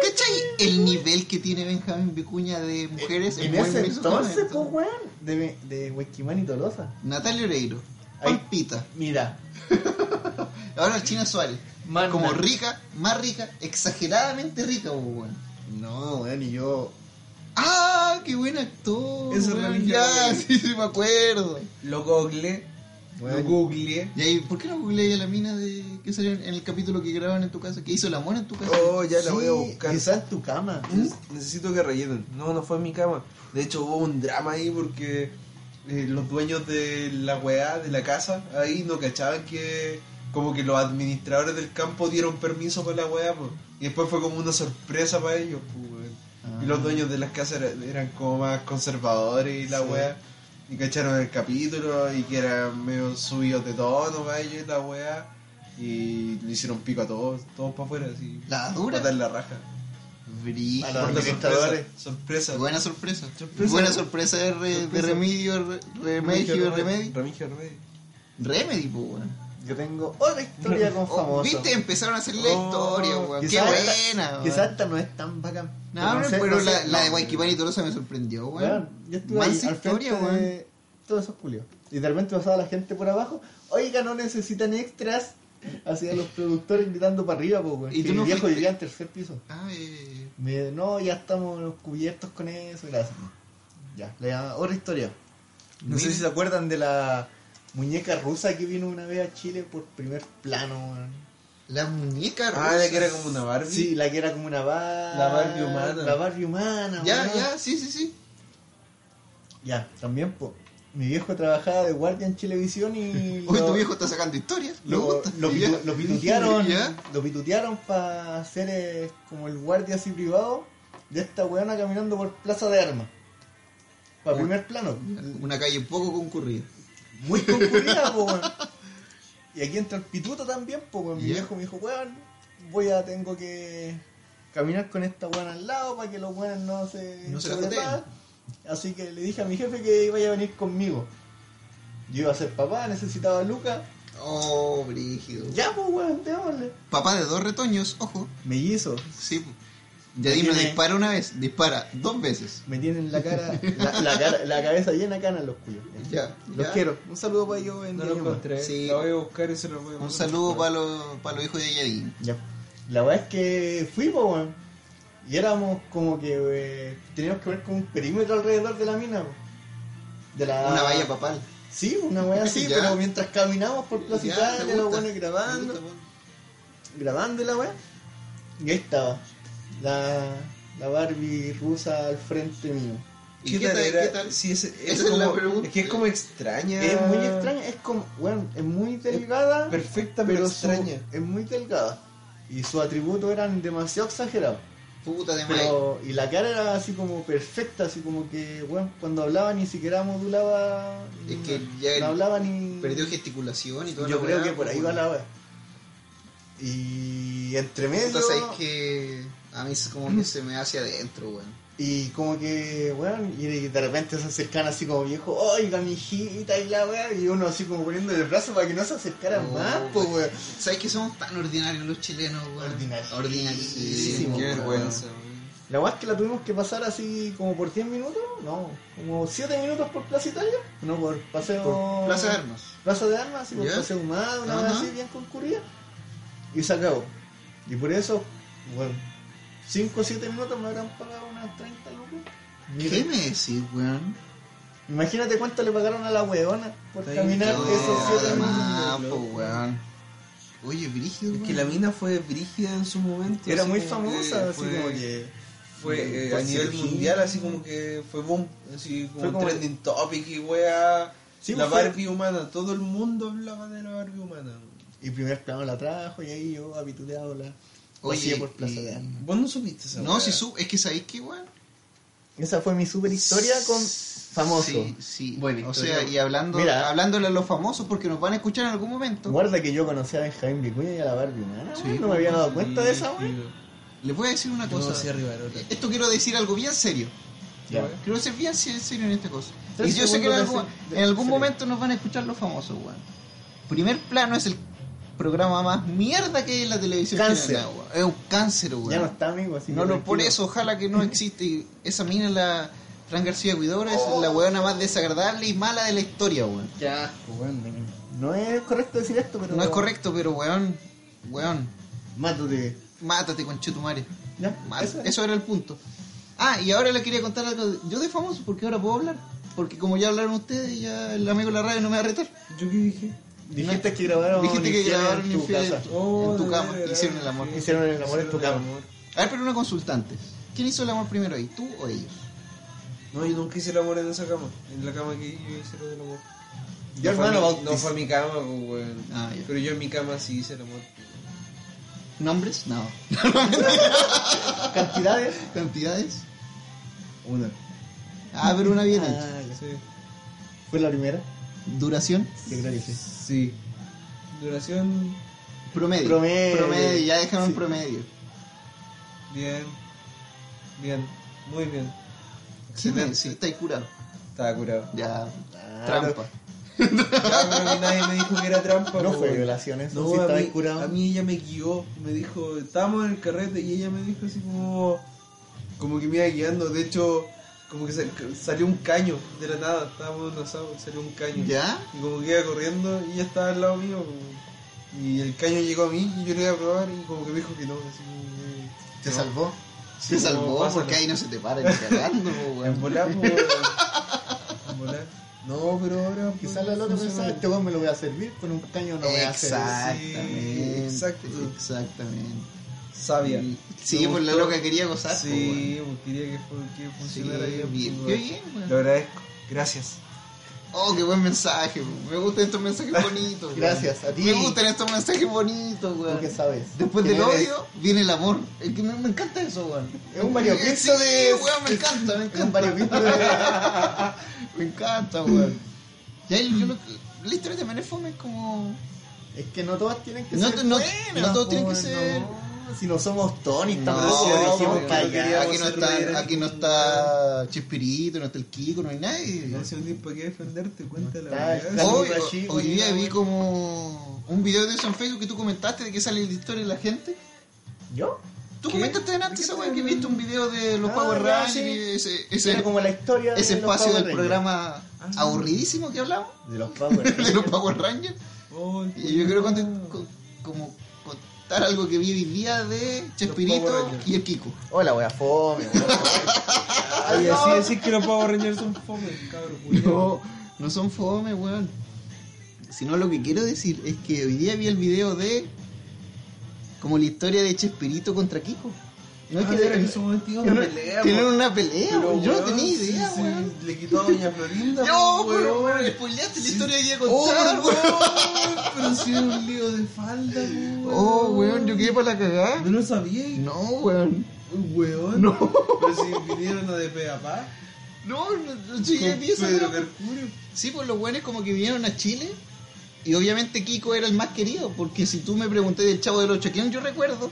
[SPEAKER 2] ¿Cachai? El nivel que tiene Benjamín Vicuña de mujeres
[SPEAKER 3] En
[SPEAKER 2] muy-
[SPEAKER 3] ese
[SPEAKER 2] muy-
[SPEAKER 3] entonces, pues, weón, de, Be- de Huesquimán y Tolosa.
[SPEAKER 2] Natalia Oreiro.
[SPEAKER 3] Ahí.
[SPEAKER 2] Pampita.
[SPEAKER 3] Mira,
[SPEAKER 2] Ahora China Suárez.
[SPEAKER 3] Magna.
[SPEAKER 2] Como rica, más rica, exageradamente rica, pues, weón.
[SPEAKER 3] No, weón, y yo.
[SPEAKER 2] ¡Ah! ¡Qué buen actor!
[SPEAKER 1] Eso es
[SPEAKER 2] weón,
[SPEAKER 1] Remigio
[SPEAKER 2] Ya,
[SPEAKER 1] Remedy.
[SPEAKER 2] sí, sí, me acuerdo.
[SPEAKER 1] Lo googleé. Lo
[SPEAKER 3] Bueno.
[SPEAKER 1] googleé.
[SPEAKER 2] Y ahí, ¿por qué no googleé a la mina de que salió en el capítulo que graban en tu casa? Que hizo el amor en tu casa.
[SPEAKER 1] Oh, ya la voy a
[SPEAKER 3] Sí,
[SPEAKER 1] buscar.
[SPEAKER 3] Está en tu cama.
[SPEAKER 2] ¿Mm?
[SPEAKER 1] Neces- Pues, Necesito que rellenen. No, no fue en mi cama. De hecho, hubo un drama ahí porque eh, los dueños de la weá, de la casa, ahí no cachaban que. Como que los administradores del campo dieron permiso para la weá, po. Y después fue como una sorpresa para ellos, po, weón. Y los dueños de las casas era- eran como más conservadores y la
[SPEAKER 3] Sí.
[SPEAKER 1] weá. Y cacharon el capítulo y que eran medio subidos de tono para ellos y la weá. Y le hicieron pico a todos, todos para afuera, así.
[SPEAKER 2] La dura.
[SPEAKER 1] Para dar la raja.
[SPEAKER 2] Brígido.
[SPEAKER 3] A los
[SPEAKER 1] Por la
[SPEAKER 3] administradores.
[SPEAKER 1] Sorpresa. sorpresa.
[SPEAKER 2] Buena sorpresa.
[SPEAKER 1] Sorpresa.
[SPEAKER 2] Buena sorpresa de, re- de
[SPEAKER 1] Sorpresa.
[SPEAKER 2] Remedio, re- Remegio, Remedy.
[SPEAKER 1] Remigio Remedi.
[SPEAKER 2] Remedy, pues, weón.
[SPEAKER 3] Yo tengo otra historia con
[SPEAKER 2] Oh,
[SPEAKER 3] famosos.
[SPEAKER 2] ¿Viste? Empezaron a hacer la
[SPEAKER 1] Oh,
[SPEAKER 2] historia, weón. Qué
[SPEAKER 3] Quizás esta-
[SPEAKER 2] buena, weón.
[SPEAKER 3] Quizás esta no es tan bacán.
[SPEAKER 2] No,
[SPEAKER 3] sé,
[SPEAKER 2] pero
[SPEAKER 3] no
[SPEAKER 2] la,
[SPEAKER 3] sé,
[SPEAKER 2] la de
[SPEAKER 3] no.
[SPEAKER 2] Guayquipán y Tolosa me sorprendió,
[SPEAKER 3] Weón,
[SPEAKER 2] weón.
[SPEAKER 3] yo estuve
[SPEAKER 2] Más
[SPEAKER 3] ahí al
[SPEAKER 2] historia,
[SPEAKER 3] frente de todos esos culios. Y de repente pasaba la gente por abajo. Oiga, no necesitan extras. Hacía los productores gritando para arriba, pues, weón.
[SPEAKER 2] ¿Y
[SPEAKER 3] Que
[SPEAKER 2] tú
[SPEAKER 3] mi
[SPEAKER 2] no
[SPEAKER 3] viejo
[SPEAKER 2] fuiste?
[SPEAKER 3] vivía en tercer piso.
[SPEAKER 2] Ah, eh,
[SPEAKER 3] Me- no, ya estamos cubiertos con eso, gracias. Ya, la otra historia. No sé
[SPEAKER 2] Mira.
[SPEAKER 3] si se acuerdan de la muñeca rusa que vino una vez a Chile por primer plano. weón.
[SPEAKER 2] La muñeca
[SPEAKER 1] Ah,
[SPEAKER 2] rusa.
[SPEAKER 1] la que era como una Barbie.
[SPEAKER 3] Sí, la que era como una bar...
[SPEAKER 1] La Barbie humana.
[SPEAKER 3] La Barbie humana.
[SPEAKER 2] Ya,
[SPEAKER 3] weón.
[SPEAKER 2] ya, sí, sí, sí.
[SPEAKER 3] Ya, también, po. Mi viejo trabajaba de guardia en Televisión y...
[SPEAKER 2] Hoy
[SPEAKER 3] lo-
[SPEAKER 2] tu viejo está sacando historias. Me
[SPEAKER 3] Lo,
[SPEAKER 2] gusta.
[SPEAKER 3] lo,
[SPEAKER 2] Ya.
[SPEAKER 3] pitu- lo pitutearon,
[SPEAKER 2] Ya.
[SPEAKER 3] lo pitutearon para hacer eh, como el guardia así privado de esta weona caminando por Plaza de Armas. Para primer plano.
[SPEAKER 2] Una calle poco concurrida.
[SPEAKER 3] Muy concurrida, po, weón. Y aquí entra el pituto también, po, weón. Mi
[SPEAKER 2] Ya.
[SPEAKER 3] viejo me dijo, weón, voy a, tengo que caminar con esta weona al lado para que los weones no se,
[SPEAKER 2] No se la
[SPEAKER 3] sobrepasen".
[SPEAKER 2] joteen.
[SPEAKER 3] Así que le dije a mi jefe que iba a venir conmigo. Yo iba a ser papá, necesitaba lucas.
[SPEAKER 2] Oh, brígido.
[SPEAKER 3] Ya, pues, weón, démosle.
[SPEAKER 2] Papá de dos retoños, ojo.
[SPEAKER 3] Mellizo,
[SPEAKER 2] Sí, po. Ya
[SPEAKER 3] Ya
[SPEAKER 2] dime,
[SPEAKER 3] tiene-
[SPEAKER 2] dispara una vez, dispara dos veces.
[SPEAKER 3] me tienen la cara, la, la cara- la cabeza llena de canas los cuyos.
[SPEAKER 2] Ya,
[SPEAKER 3] Los
[SPEAKER 2] ya.
[SPEAKER 3] quiero. Un saludo para ellos en
[SPEAKER 1] No lo
[SPEAKER 3] Diez años más.
[SPEAKER 1] encontré.
[SPEAKER 2] Sí.
[SPEAKER 1] La voy a buscar y se lo voy a
[SPEAKER 2] Un
[SPEAKER 1] mandar.
[SPEAKER 2] saludo para los para los hijos de Yadín.
[SPEAKER 3] Ya. La verdad es que fuimos, weón. Y éramos como que eh, teníamos que ver con un perímetro alrededor de la mina, weón. De la...
[SPEAKER 2] Una valla papal.
[SPEAKER 3] Sí, una wea así,
[SPEAKER 2] Ya.
[SPEAKER 3] pero mientras caminamos por Plaza
[SPEAKER 2] Ya,
[SPEAKER 3] Italia,
[SPEAKER 2] me
[SPEAKER 3] los
[SPEAKER 2] gusta,
[SPEAKER 3] buenos
[SPEAKER 2] me
[SPEAKER 3] grabando,
[SPEAKER 2] gusta, weón.
[SPEAKER 3] grabando la wea. Y ahí estaba. La, la Barbie rusa al frente mío.
[SPEAKER 2] ¿Y qué
[SPEAKER 1] ¿Qué tal?
[SPEAKER 2] tal-
[SPEAKER 1] era?
[SPEAKER 2] qué tal?
[SPEAKER 1] Sí, es, es
[SPEAKER 2] Esa es la
[SPEAKER 1] como-
[SPEAKER 2] pregunta.
[SPEAKER 1] es que es como extraña.
[SPEAKER 3] Es muy extraña, es como, weón, es muy delgada.
[SPEAKER 1] Perfecta, pero,
[SPEAKER 3] pero su-
[SPEAKER 1] extraña.
[SPEAKER 3] es muy delgada. Y sus atributos eran demasiado exagerados.
[SPEAKER 2] Puta de madre.
[SPEAKER 3] Pero, y la cara era así como perfecta, así como que, bueno, cuando hablaba ni siquiera modulaba.
[SPEAKER 2] Es
[SPEAKER 3] ni-
[SPEAKER 2] que ya el-
[SPEAKER 3] no hablaba ni.
[SPEAKER 2] Perdió gesticulación y todo
[SPEAKER 3] Yo creo que por
[SPEAKER 2] pues,
[SPEAKER 3] ahí va la wea. Y entre medio.
[SPEAKER 2] Entonces es que a mí es como que se me hace adentro, weón.
[SPEAKER 3] Y como que, bueno, y de repente se acercan así como viejo, oiga, mijita, y la wea. Y uno así como poniendo el brazo para que no se acercaran
[SPEAKER 2] No,
[SPEAKER 3] más, pues, weón.
[SPEAKER 2] ¿Sabes que somos tan ordinarios los chilenos, weón?
[SPEAKER 3] Ordinarios.
[SPEAKER 2] Ordinarísimos,
[SPEAKER 1] Qué
[SPEAKER 2] weón.
[SPEAKER 1] vergüenza. weón.
[SPEAKER 3] La weá es que la tuvimos que pasar así como por 10 minutos, no, como 7 minutos por Plaza Italia, no, por paseo.
[SPEAKER 2] Por Plaza de Armas.
[SPEAKER 3] Plaza de Armas, así por
[SPEAKER 2] Ya.
[SPEAKER 3] Paseo Humada, una vez
[SPEAKER 2] Ajá.
[SPEAKER 3] así bien concurrida, y se acabó. Y por eso, bueno, 5 o 7 minutos me habrán pagado unas 30 lucas. Mira,
[SPEAKER 2] ¿Qué me decís, weón?
[SPEAKER 3] Imagínate cuánto le pagaron a la weona por
[SPEAKER 1] Está
[SPEAKER 3] caminar
[SPEAKER 1] bien,
[SPEAKER 3] esos
[SPEAKER 1] no,
[SPEAKER 3] 7
[SPEAKER 2] además,
[SPEAKER 3] minutos.
[SPEAKER 2] po, weón. Oye, brígido,
[SPEAKER 1] Es
[SPEAKER 2] weón.
[SPEAKER 1] que la mina fue brígida en su momento.
[SPEAKER 3] Era
[SPEAKER 1] así
[SPEAKER 3] muy
[SPEAKER 1] como
[SPEAKER 3] famosa,
[SPEAKER 1] que
[SPEAKER 3] así
[SPEAKER 1] fue-
[SPEAKER 3] como que.
[SPEAKER 1] Fue eh,
[SPEAKER 3] Por
[SPEAKER 1] a nivel
[SPEAKER 3] cirugía.
[SPEAKER 1] mundial, así como que fue boom. Así como,
[SPEAKER 3] Fue como-
[SPEAKER 1] trending topic y wea.
[SPEAKER 3] Sí, pues
[SPEAKER 1] la
[SPEAKER 3] fue-
[SPEAKER 1] Barbie humana. Todo el mundo hablaba de la Barbie humana.
[SPEAKER 3] Y primer plano la trajo, y ahí yo habitudeado la.
[SPEAKER 2] Oye,
[SPEAKER 3] Oye, por Plaza
[SPEAKER 2] y-
[SPEAKER 3] de Armas.
[SPEAKER 1] Vos no supiste esa
[SPEAKER 2] No,
[SPEAKER 1] wea?
[SPEAKER 2] si su... Es que sabéis que, weón.
[SPEAKER 3] Esa fue mi super historia con famoso.
[SPEAKER 2] Sí, sí.
[SPEAKER 3] Buena
[SPEAKER 2] o
[SPEAKER 3] historia.
[SPEAKER 2] sea, y hablando,
[SPEAKER 3] Mira.
[SPEAKER 2] hablándole a los famosos porque nos van a escuchar en algún momento.
[SPEAKER 3] Guarda que yo conocía a Benjamín Vicuña y a la Barbie humana.
[SPEAKER 2] Sí, pues,
[SPEAKER 3] weón, no me había dado cuenta de esa,
[SPEAKER 1] güey.
[SPEAKER 3] weón.
[SPEAKER 2] Les voy a decir una cosa.
[SPEAKER 1] No, Mm, sí, Rivarola.
[SPEAKER 2] Esto quiero decir algo bien serio.
[SPEAKER 3] Ya.
[SPEAKER 2] Quiero ser bien se- serio en esta cosa.
[SPEAKER 3] Tres
[SPEAKER 2] y yo sé que en
[SPEAKER 3] segundos de
[SPEAKER 2] algún,
[SPEAKER 3] se- de-
[SPEAKER 2] en algún
[SPEAKER 3] serio.
[SPEAKER 2] momento nos van a escuchar los famosos, weón. Primer plano es el programa más mierda que hay en la televisión.
[SPEAKER 3] Cáncer.
[SPEAKER 2] chilena, weón. Es un cáncer, weón.
[SPEAKER 3] Ya no está, amigo, así
[SPEAKER 2] No,
[SPEAKER 3] que
[SPEAKER 2] no, por
[SPEAKER 3] tranquilo.
[SPEAKER 2] eso, ojalá que no existe. Y Esa mina, la Fran García Guidora, es
[SPEAKER 3] Oh.
[SPEAKER 2] la weona más desagradable y mala de la historia, weón.
[SPEAKER 3] Ya, weón. me- No es correcto decir esto, pero.
[SPEAKER 2] No es correcto, pero weón, weón,
[SPEAKER 3] Mátate.
[SPEAKER 2] mátate con Chetumare.
[SPEAKER 3] Ya,
[SPEAKER 2] Mal.
[SPEAKER 3] eso es.
[SPEAKER 2] Eso era el punto. Ah, y ahora le quería contar algo. de- Yo de famoso, porque ahora puedo hablar. Porque como ya hablaron ustedes, ya el amigo de la radio no me va a retar.
[SPEAKER 1] ¿Yo qué dije?
[SPEAKER 3] Dijiste que grabaron.
[SPEAKER 2] Dijiste que
[SPEAKER 3] infieles
[SPEAKER 2] grabaron
[SPEAKER 3] en tu
[SPEAKER 2] infiel en
[SPEAKER 3] casa.
[SPEAKER 2] tu,
[SPEAKER 1] Oh,
[SPEAKER 2] en tu
[SPEAKER 1] de
[SPEAKER 2] cama.
[SPEAKER 1] veras.
[SPEAKER 2] Hicieron el amor.
[SPEAKER 3] Hicieron el amor en tu cama.
[SPEAKER 2] A ver, pero una consultante. ¿Quién hizo el amor primero ahí? ¿Tú o ellos?
[SPEAKER 1] No, yo nunca hice el amor en esa cama. En la cama que yo hice el amor.
[SPEAKER 3] Yo,
[SPEAKER 1] no, fue
[SPEAKER 3] hermano,
[SPEAKER 1] mi-
[SPEAKER 3] bautiz-
[SPEAKER 1] no fue mi cama, pues, weón.
[SPEAKER 2] Ah, ya.
[SPEAKER 1] Pero yo en mi cama sí hice el amor.
[SPEAKER 2] ¿Nombres? No.
[SPEAKER 3] ¿Cantidades?
[SPEAKER 2] ¿Cantidades?
[SPEAKER 3] Una.
[SPEAKER 2] Ah, pero una bien hecha.
[SPEAKER 3] Ah, ya sé.
[SPEAKER 1] Sí.
[SPEAKER 3] ¿Fue la primera?
[SPEAKER 2] ¿Duración?
[SPEAKER 3] Yo creo que sí.
[SPEAKER 1] Sí. Duración
[SPEAKER 2] Promedio.
[SPEAKER 3] Promedio.
[SPEAKER 2] Promedio, ya dejaron
[SPEAKER 3] Sí.
[SPEAKER 2] promedio.
[SPEAKER 1] Bien. Bien. Muy bien.
[SPEAKER 2] Sí,
[SPEAKER 1] Excelente.
[SPEAKER 2] sí, está ahí curado.
[SPEAKER 1] Estaba curado.
[SPEAKER 2] Ya.
[SPEAKER 3] Ah,
[SPEAKER 2] Trampa.
[SPEAKER 1] Ah, pero a mí nadie me dijo que era trampa.
[SPEAKER 3] No, no
[SPEAKER 1] po,
[SPEAKER 3] fue
[SPEAKER 1] weón.
[SPEAKER 3] violación, eso
[SPEAKER 1] No,
[SPEAKER 3] sí
[SPEAKER 1] a,
[SPEAKER 3] estaba
[SPEAKER 1] mí,
[SPEAKER 3] curado.
[SPEAKER 1] a mí ella me guió. Me dijo, estábamos en el carrete y ella me dijo así como. Como que me iba guiando. De hecho, como que sal- salió un caño de la nada. Estábamos en un asado, salió un caño.
[SPEAKER 2] ¿Ya?
[SPEAKER 1] Y como que iba corriendo y ella estaba al lado mío. como- Y el caño llegó a mí y yo le iba a probar y como que me dijo que no. Así como, eh,
[SPEAKER 2] ¿Te
[SPEAKER 1] no.
[SPEAKER 2] salvó?
[SPEAKER 1] Sí,
[SPEAKER 2] Te
[SPEAKER 1] no,
[SPEAKER 2] salvó
[SPEAKER 1] pásalo.
[SPEAKER 2] porque ahí no se te para ni cagando, po, weón.
[SPEAKER 1] En volar, po, en volar. No, pero ahora.
[SPEAKER 3] Quizás la loca pensaba, este weón me lo voy a servir con un caño, no voy a hacer.
[SPEAKER 2] Exactamente.
[SPEAKER 1] Sí, exacto.
[SPEAKER 2] Exactamente.
[SPEAKER 1] Sabia.
[SPEAKER 2] Sí,
[SPEAKER 1] Me
[SPEAKER 2] pues la
[SPEAKER 1] gustó.
[SPEAKER 2] loca quería gozar. po, weón.
[SPEAKER 1] Sí, pues quería que, fu- que funcionara
[SPEAKER 2] Sí,
[SPEAKER 1] bien.
[SPEAKER 2] bien.
[SPEAKER 1] pues,
[SPEAKER 2] Qué
[SPEAKER 1] weón.
[SPEAKER 2] bien, weón.
[SPEAKER 1] Lo agradezco. Gracias.
[SPEAKER 2] Oh, qué buen mensaje. weón. Me gustan estos mensajes bonitos. weón.
[SPEAKER 3] Gracias a ti.
[SPEAKER 2] Me gustan estos mensajes bonitos, weón.
[SPEAKER 3] Tú que sabes.
[SPEAKER 2] Después
[SPEAKER 3] ¿Quién
[SPEAKER 2] del
[SPEAKER 3] eres?
[SPEAKER 2] odio viene el amor. Es que me, me encanta eso, weón.
[SPEAKER 3] Es un variopinto
[SPEAKER 2] Sí,
[SPEAKER 3] de-
[SPEAKER 2] weón, me encanta, me
[SPEAKER 3] Es un
[SPEAKER 2] encanta.
[SPEAKER 3] variopinto de.
[SPEAKER 2] Me encanta, weón. Y ahí yo lo, la historia también es fome, es como...
[SPEAKER 3] Es que no todas tienen que
[SPEAKER 2] No
[SPEAKER 3] ser.
[SPEAKER 2] te- no-
[SPEAKER 3] buenas,
[SPEAKER 2] no todos tienen que
[SPEAKER 3] po,
[SPEAKER 2] ser-
[SPEAKER 3] no. Si no somos Tony, estamos
[SPEAKER 2] No,
[SPEAKER 3] si
[SPEAKER 1] no,
[SPEAKER 3] dijimos
[SPEAKER 1] no,
[SPEAKER 3] para
[SPEAKER 1] no
[SPEAKER 3] allá.
[SPEAKER 1] queríamos
[SPEAKER 2] Aquí no,
[SPEAKER 1] hacer reír
[SPEAKER 2] está,
[SPEAKER 1] a
[SPEAKER 2] aquí no está Chespirito, no está el Kiko, no hay nadie.
[SPEAKER 1] No hace un tiempo que defenderte, cuéntala.
[SPEAKER 3] Está-
[SPEAKER 1] weón.
[SPEAKER 3] está-
[SPEAKER 2] Hoy,
[SPEAKER 3] Saludos a Chico,
[SPEAKER 2] hoy día
[SPEAKER 3] ya,
[SPEAKER 2] vi
[SPEAKER 3] weón.
[SPEAKER 2] como un video de eso en Facebook que tú comentaste de que sale la historia de la gente.
[SPEAKER 3] ¿Yo?
[SPEAKER 2] Tú
[SPEAKER 3] ¿Qué?
[SPEAKER 2] comentaste
[SPEAKER 3] ¿De
[SPEAKER 2] antes
[SPEAKER 3] qué
[SPEAKER 2] esa weón que
[SPEAKER 3] te-
[SPEAKER 2] viste un video de los
[SPEAKER 3] Ah,
[SPEAKER 2] Power
[SPEAKER 3] ya,
[SPEAKER 2] Rangers
[SPEAKER 3] sí.
[SPEAKER 2] y ese, ese-
[SPEAKER 3] Era como la historia
[SPEAKER 2] ese
[SPEAKER 3] de los
[SPEAKER 2] espacio
[SPEAKER 3] Power
[SPEAKER 2] del
[SPEAKER 3] Rangers. Ah.
[SPEAKER 2] programa aburridísimo que hablamos,
[SPEAKER 3] De los Power
[SPEAKER 2] de los
[SPEAKER 3] Rangers.
[SPEAKER 2] Power Rangers.
[SPEAKER 1] Oh,
[SPEAKER 2] Y yo quiero contar,
[SPEAKER 1] culiao.
[SPEAKER 2] como contar algo que vi hoy día de
[SPEAKER 1] Power
[SPEAKER 2] Chespirito
[SPEAKER 1] Rangers.
[SPEAKER 2] y el Kiko.
[SPEAKER 3] Hola, Oh, wea fome, wea.
[SPEAKER 1] Oye, así decir que los Power Rangers son fome, cabrón. culiao.
[SPEAKER 2] No, no son fome, weón. Sino lo que quiero decir es que hoy día vi el video de. Como la historia de Chespirito contra Kiko. No es
[SPEAKER 1] Ah,
[SPEAKER 2] que
[SPEAKER 1] era que su momento iba a
[SPEAKER 2] tienen-
[SPEAKER 1] pelear,
[SPEAKER 2] tienen
[SPEAKER 1] weón.
[SPEAKER 2] una pelea,
[SPEAKER 1] Pero,
[SPEAKER 2] weón. Yo no
[SPEAKER 1] weón,
[SPEAKER 2] tenía
[SPEAKER 1] sí,
[SPEAKER 2] idea,
[SPEAKER 1] sí,
[SPEAKER 2] weón.
[SPEAKER 1] Le quitó a Doña Florinda.
[SPEAKER 2] No,
[SPEAKER 1] pues,
[SPEAKER 2] pero
[SPEAKER 1] weón.
[SPEAKER 2] weón, spoileaste la
[SPEAKER 1] Sí.
[SPEAKER 2] historia que iba a
[SPEAKER 1] Oh,
[SPEAKER 2] contar, weón.
[SPEAKER 1] weón, pero si era un lío de falda, weón.
[SPEAKER 2] Oh, weón, yo quedé para la cagada.
[SPEAKER 1] No lo sabía,
[SPEAKER 2] No, weón.
[SPEAKER 1] weón.
[SPEAKER 2] No.
[SPEAKER 1] Pero si vinieron a de pe a pa.
[SPEAKER 2] No, no, no sí,
[SPEAKER 1] Con
[SPEAKER 2] vi esa
[SPEAKER 1] Pedro
[SPEAKER 2] weón.
[SPEAKER 1] Mercurio.
[SPEAKER 2] Sí, pues los buenos como que vinieron a Chile y obviamente Kiko era el más querido, porque si tú me pregunté del Chavo del Ocho, ¿a quién yo recuerdo?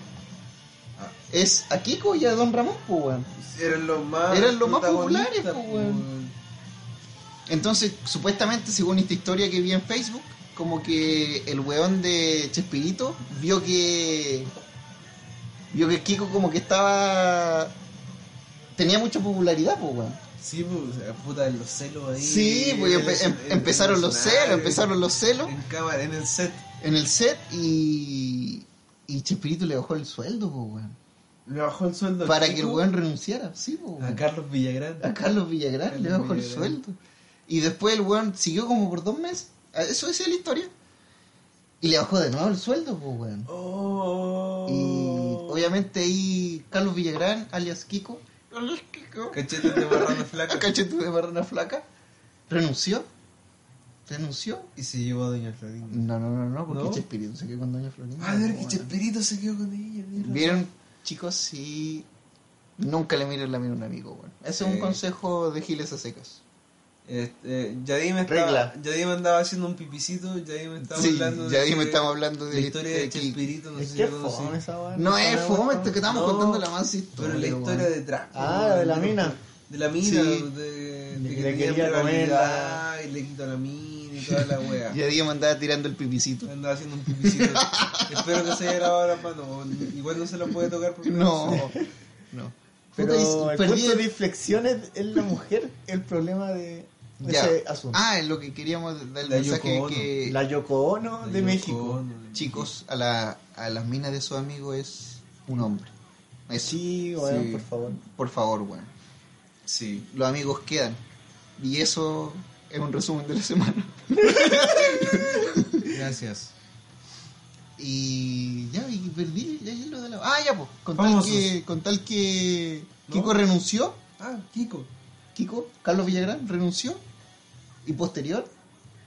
[SPEAKER 2] Es a Kiko y a Don Ramón, pues weón.
[SPEAKER 1] Eran los más.
[SPEAKER 2] Eran los más
[SPEAKER 1] protagonistas,
[SPEAKER 2] populares, po,
[SPEAKER 1] po,
[SPEAKER 2] weón. Entonces, supuestamente, según esta historia que vi en Facebook, como que el weón de Chespirito vio que. vio que Kiko como que estaba. tenía mucha popularidad, pues weón.
[SPEAKER 1] Sí, pues, la puta, los celos ahí.
[SPEAKER 2] Sí, pues
[SPEAKER 1] en el-
[SPEAKER 2] empe- em-
[SPEAKER 1] en el
[SPEAKER 2] empezaron los celos,
[SPEAKER 1] escenario,
[SPEAKER 2] empezaron los celos.
[SPEAKER 1] En cámara, en el set.
[SPEAKER 2] en el set y. Y Chespirito le bajó el sueldo, po, weón.
[SPEAKER 1] Le bajó el sueldo. al
[SPEAKER 2] Para
[SPEAKER 1] chico,
[SPEAKER 2] que el weón renunciara, sí, po,
[SPEAKER 1] A
[SPEAKER 2] weón.
[SPEAKER 1] Carlos Villagrán.
[SPEAKER 2] A Carlos Villagrán
[SPEAKER 1] Carlos
[SPEAKER 2] le bajó el
[SPEAKER 1] Villagrán.
[SPEAKER 2] sueldo. Y después el weón siguió como por dos meses. Ah, Eso decía la historia. Y le bajó de nuevo el sueldo, po, weón.
[SPEAKER 1] Oh.
[SPEAKER 2] Y obviamente ahí Carlos Villagrán, alias Kiko. Alias Kiko.
[SPEAKER 1] Cachetes de marrano flaca.
[SPEAKER 2] Cachetudo de marrana flaca. Renunció. Renunció.
[SPEAKER 1] Y se llevó a Doña Florinda.
[SPEAKER 2] No, no, no, no, porque
[SPEAKER 1] ¿No?
[SPEAKER 2] Chespirito se quedó con Doña Florinda.
[SPEAKER 1] Ah, de
[SPEAKER 2] po,
[SPEAKER 1] ver que
[SPEAKER 2] weón.
[SPEAKER 1] Chespirito se quedó con ella. mira.
[SPEAKER 2] Vieron, chicos, si nunca le miren la mano a un amigo, weón. Ese es un
[SPEAKER 1] Sí.
[SPEAKER 2] consejo de giles a secas.
[SPEAKER 1] Este, eh, Yadim, estaba,
[SPEAKER 2] Regla.
[SPEAKER 1] Yadim andaba haciendo un pipicito, Yadim estaba
[SPEAKER 2] Sí,
[SPEAKER 1] hablando
[SPEAKER 2] ya ahí me
[SPEAKER 1] que-
[SPEAKER 2] estamos hablando
[SPEAKER 1] la
[SPEAKER 2] de este
[SPEAKER 1] historia de
[SPEAKER 2] de-
[SPEAKER 1] Chespirito, no sé
[SPEAKER 3] Es
[SPEAKER 1] si
[SPEAKER 3] que
[SPEAKER 1] la
[SPEAKER 3] es fome
[SPEAKER 1] conocí.
[SPEAKER 3] esa weá.
[SPEAKER 2] No es fome, esto que estamos
[SPEAKER 1] No,
[SPEAKER 2] contando la más historia.
[SPEAKER 1] Pero la
[SPEAKER 2] weón.
[SPEAKER 1] historia de Trump.
[SPEAKER 3] Ah, la de la mina.
[SPEAKER 1] De la mina,
[SPEAKER 2] Sí.
[SPEAKER 1] de,
[SPEAKER 3] De
[SPEAKER 1] de
[SPEAKER 3] que le
[SPEAKER 1] tenía
[SPEAKER 3] quería comer
[SPEAKER 1] rivalidad y le quitó la mina y toda la wea.
[SPEAKER 2] Y a día me andaba tirando el pipicito.
[SPEAKER 1] Andaba haciendo un pipicito. Espero que se haya grabado la mano. Igual no se la puede tocar porque
[SPEAKER 2] No, no.
[SPEAKER 3] Pero
[SPEAKER 2] Puta, y-
[SPEAKER 3] el
[SPEAKER 2] perdí
[SPEAKER 3] punto
[SPEAKER 2] el-
[SPEAKER 3] de inflexiones es la mujer el problema de de
[SPEAKER 2] Ya.
[SPEAKER 3] ese asunto.
[SPEAKER 2] Ah, eh, es lo que queríamos dar el
[SPEAKER 1] La
[SPEAKER 2] mensaje
[SPEAKER 1] Yoko Ono.
[SPEAKER 2] que
[SPEAKER 3] la Yoko Ono de
[SPEAKER 1] Yoko
[SPEAKER 3] México.
[SPEAKER 1] Ono.
[SPEAKER 2] chicos a, la, a las minas de sus amigos es un hombre. Es-
[SPEAKER 3] Sí, weón,
[SPEAKER 2] Sí.
[SPEAKER 3] por favor.
[SPEAKER 2] Por favor, bueno.
[SPEAKER 1] Sí.
[SPEAKER 2] Los amigos quedan. Y eso es un resumen de la semana.
[SPEAKER 1] Gracias.
[SPEAKER 2] Y ya, y perdí, ya, ya lo de la... Ah, ya, pues, con tal
[SPEAKER 1] Famosos.
[SPEAKER 2] que, con tal que Kiko renunció,
[SPEAKER 1] Ah, Kiko.
[SPEAKER 2] Kiko, Carlos Villagrán renunció, y posterior,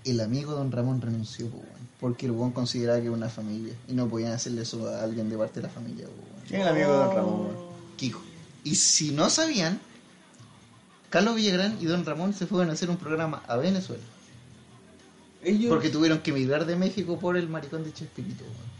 [SPEAKER 2] el amigo don Ramón renunció, pues, weón, porque el buen consideraba que era una familia, y no podían hacerle eso a alguien de parte de la familia, pues, weón.
[SPEAKER 3] ¿Quién es el amigo de Don Ramón? weón?
[SPEAKER 2] Kiko. Y si no sabían, Carlos Villagrán y don Ramón se fueron a hacer un programa a Venezuela,
[SPEAKER 1] Ellos.
[SPEAKER 2] porque tuvieron que emigrar de México por el maricón de Chespirito, weón.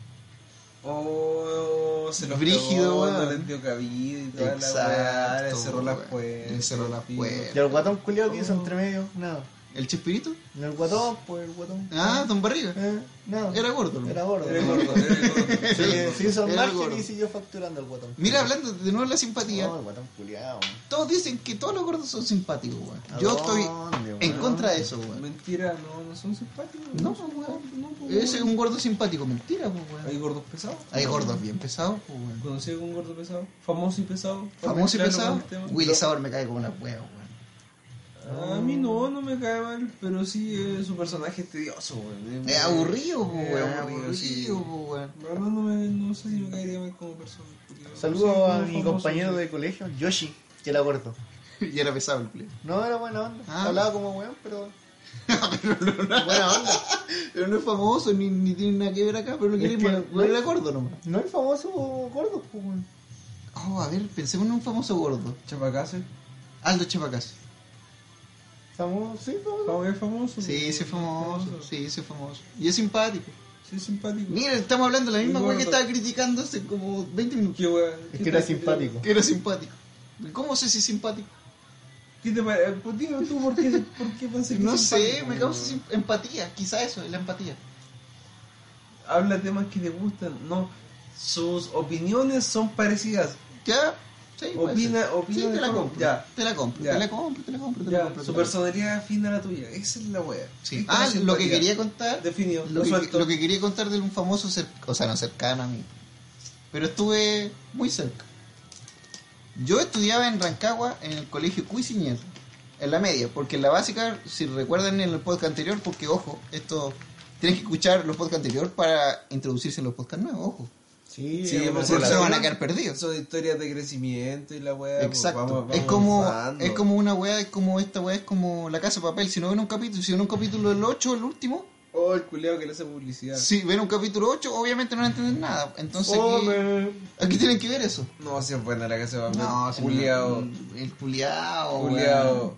[SPEAKER 1] Oh, se los
[SPEAKER 2] Brígido,
[SPEAKER 1] cagó,
[SPEAKER 2] weón.
[SPEAKER 1] no les dio cabida y toda la
[SPEAKER 2] Exacto,
[SPEAKER 1] weá. Le cerró las
[SPEAKER 2] weón.
[SPEAKER 1] puertas.
[SPEAKER 2] Le cerró las
[SPEAKER 1] tío.
[SPEAKER 2] puertas.
[SPEAKER 3] ¿Y el guatón culiado que hizo entre medio? Nada.
[SPEAKER 2] ¿El Chespirito?
[SPEAKER 3] ¿Y el guatón? Pues el guatón.
[SPEAKER 2] Ah, don Barriga.
[SPEAKER 3] Eh, nada.
[SPEAKER 2] Era gordo. ¿no?
[SPEAKER 3] Era gordo.
[SPEAKER 1] Era gordo, era gordo.
[SPEAKER 3] Se, se hizo
[SPEAKER 2] Era
[SPEAKER 3] margen
[SPEAKER 2] gordo.
[SPEAKER 3] y siguió facturando el guatón.
[SPEAKER 2] Mira, hablando de nuevo de la simpatía,
[SPEAKER 3] No, el guatón culiado.
[SPEAKER 2] todos dicen que todos los gordos son simpáticos, weón.
[SPEAKER 3] ¿A
[SPEAKER 2] Yo estoy
[SPEAKER 3] dónde,
[SPEAKER 2] en
[SPEAKER 3] weón?
[SPEAKER 2] contra de eso, weón.
[SPEAKER 1] Mentira, no, no son simpáticos.
[SPEAKER 2] No,
[SPEAKER 1] son
[SPEAKER 2] weón.
[SPEAKER 1] no, pues,
[SPEAKER 2] Ese es
[SPEAKER 1] weón.
[SPEAKER 2] un gordo simpático, mentira, pues, weón.
[SPEAKER 1] Hay gordos pesados.
[SPEAKER 2] Hay gordos bien pesados, pues, weón.
[SPEAKER 1] ¿Conocí algún gordo pesado? Famoso y pesado. Para
[SPEAKER 2] Famoso y
[SPEAKER 1] mezclarlo
[SPEAKER 2] pesado,
[SPEAKER 1] con el tema.
[SPEAKER 2] Willy Sauer me cae como una hueá, weón.
[SPEAKER 1] A mí no, no me cae mal, pero sí eh, su personaje es tedioso, weón.
[SPEAKER 2] Es aburrido, pues,
[SPEAKER 1] Eh,
[SPEAKER 2] weón.
[SPEAKER 1] aburrido, sí.
[SPEAKER 2] Aburrido, pues, weón.
[SPEAKER 1] La verdad no, me, no sé si me caería mal como persona. porque-
[SPEAKER 3] Saludo
[SPEAKER 1] sí, no
[SPEAKER 3] a
[SPEAKER 1] es
[SPEAKER 3] mi
[SPEAKER 1] famoso,
[SPEAKER 3] compañero
[SPEAKER 1] sí.
[SPEAKER 3] de colegio, Yoshi, que era gordo.
[SPEAKER 2] Y era pesado el play.
[SPEAKER 3] No, era buena onda.
[SPEAKER 2] Ah.
[SPEAKER 3] Hablaba como weón, pero.
[SPEAKER 2] Buena onda. Pero no es famoso, ni, ni tiene nada que ver acá, pero lo
[SPEAKER 3] Es
[SPEAKER 2] quieren
[SPEAKER 3] que-
[SPEAKER 2] para- para el gordo nomás.
[SPEAKER 3] No el famoso gordo, pues, weón.
[SPEAKER 2] Oh, a ver, pensemos en un famoso gordo.
[SPEAKER 1] Chapacase.
[SPEAKER 2] Aldo Chapacas.
[SPEAKER 3] Estamos, sí, famoso.
[SPEAKER 1] Famo- Ah, Es famoso.
[SPEAKER 2] Sí,
[SPEAKER 1] weón.
[SPEAKER 2] sí es famoso, sí, sí es famoso. Y es simpático.
[SPEAKER 1] Sí, es simpático.
[SPEAKER 2] Mira, estamos hablando de la misma
[SPEAKER 1] Muy
[SPEAKER 2] weá que
[SPEAKER 1] gordo.
[SPEAKER 2] estaba criticando hace como 20 minutos.
[SPEAKER 1] Qué weón.
[SPEAKER 3] Es
[SPEAKER 1] ¿Qué
[SPEAKER 3] que era
[SPEAKER 1] te-
[SPEAKER 3] simpático.
[SPEAKER 2] Que era simpático. ¿Cómo sé si es simpático?
[SPEAKER 1] ¿Qué te parece? Pues dime tú por qué, por qué pensé que
[SPEAKER 2] No
[SPEAKER 1] es
[SPEAKER 2] sé,
[SPEAKER 1] simpático,
[SPEAKER 2] me
[SPEAKER 1] weón?
[SPEAKER 2] causa sim- empatía. Quizá eso, es la empatía.
[SPEAKER 1] Habla temas que te gustan. No, sus opiniones son parecidas.
[SPEAKER 2] ¿Ya? Sí, puede
[SPEAKER 1] Opina-
[SPEAKER 2] ser.
[SPEAKER 1] opina
[SPEAKER 2] Sí,
[SPEAKER 1] de
[SPEAKER 2] te la
[SPEAKER 1] todo.
[SPEAKER 2] compro.
[SPEAKER 1] Ya.
[SPEAKER 2] Te la compro,
[SPEAKER 1] Ya.
[SPEAKER 2] te la compro, te la compro, te la
[SPEAKER 1] Ya,
[SPEAKER 2] compro. te
[SPEAKER 1] su
[SPEAKER 2] la compro.
[SPEAKER 1] personalidad es afín a la tuya. Esa es la wea.
[SPEAKER 2] Sí.
[SPEAKER 1] Esta
[SPEAKER 2] Ah,
[SPEAKER 1] es la
[SPEAKER 2] lo que
[SPEAKER 1] simpatía.
[SPEAKER 2] quería contar.
[SPEAKER 1] Definido,
[SPEAKER 2] Lo
[SPEAKER 1] lo
[SPEAKER 2] que,
[SPEAKER 1] suelto.
[SPEAKER 2] lo que quería contar de un famoso, cer- o sea, no cercano a mí. Pero estuve muy cerca. Yo estudiaba en Rancagua en el colegio Cuisiñer, en la media, porque en la básica, si recuerdan en el podcast anterior, porque ojo, esto tienes que escuchar los podcasts anteriores para introducirse en los podcasts nuevos, ojo.
[SPEAKER 3] Sí,
[SPEAKER 1] Sí,
[SPEAKER 3] era
[SPEAKER 1] pues,
[SPEAKER 2] Porque
[SPEAKER 3] buena
[SPEAKER 2] se
[SPEAKER 1] la-
[SPEAKER 2] van a quedar perdidos.
[SPEAKER 1] Son historias de crecimiento y la wea.
[SPEAKER 2] Exacto.
[SPEAKER 1] pues,
[SPEAKER 2] es
[SPEAKER 1] vamos- vamos
[SPEAKER 2] como
[SPEAKER 1] avanzando.
[SPEAKER 2] es como una weá, es como esta weá, es como la casa de papel. Si no ven un capítulo, si ven un capítulo del 8, el último,
[SPEAKER 1] Oh, el culeado que le hace publicidad.
[SPEAKER 2] si ven un capítulo 8, obviamente no van a entender nada. Entonces
[SPEAKER 3] Oh,
[SPEAKER 2] aquí,
[SPEAKER 3] Hombre.
[SPEAKER 2] aquí tienen que ver eso.
[SPEAKER 1] No, si es buena la que se va Oh, a
[SPEAKER 2] No, si
[SPEAKER 1] culeado.
[SPEAKER 2] no- El culiao. weón.
[SPEAKER 1] Culeado.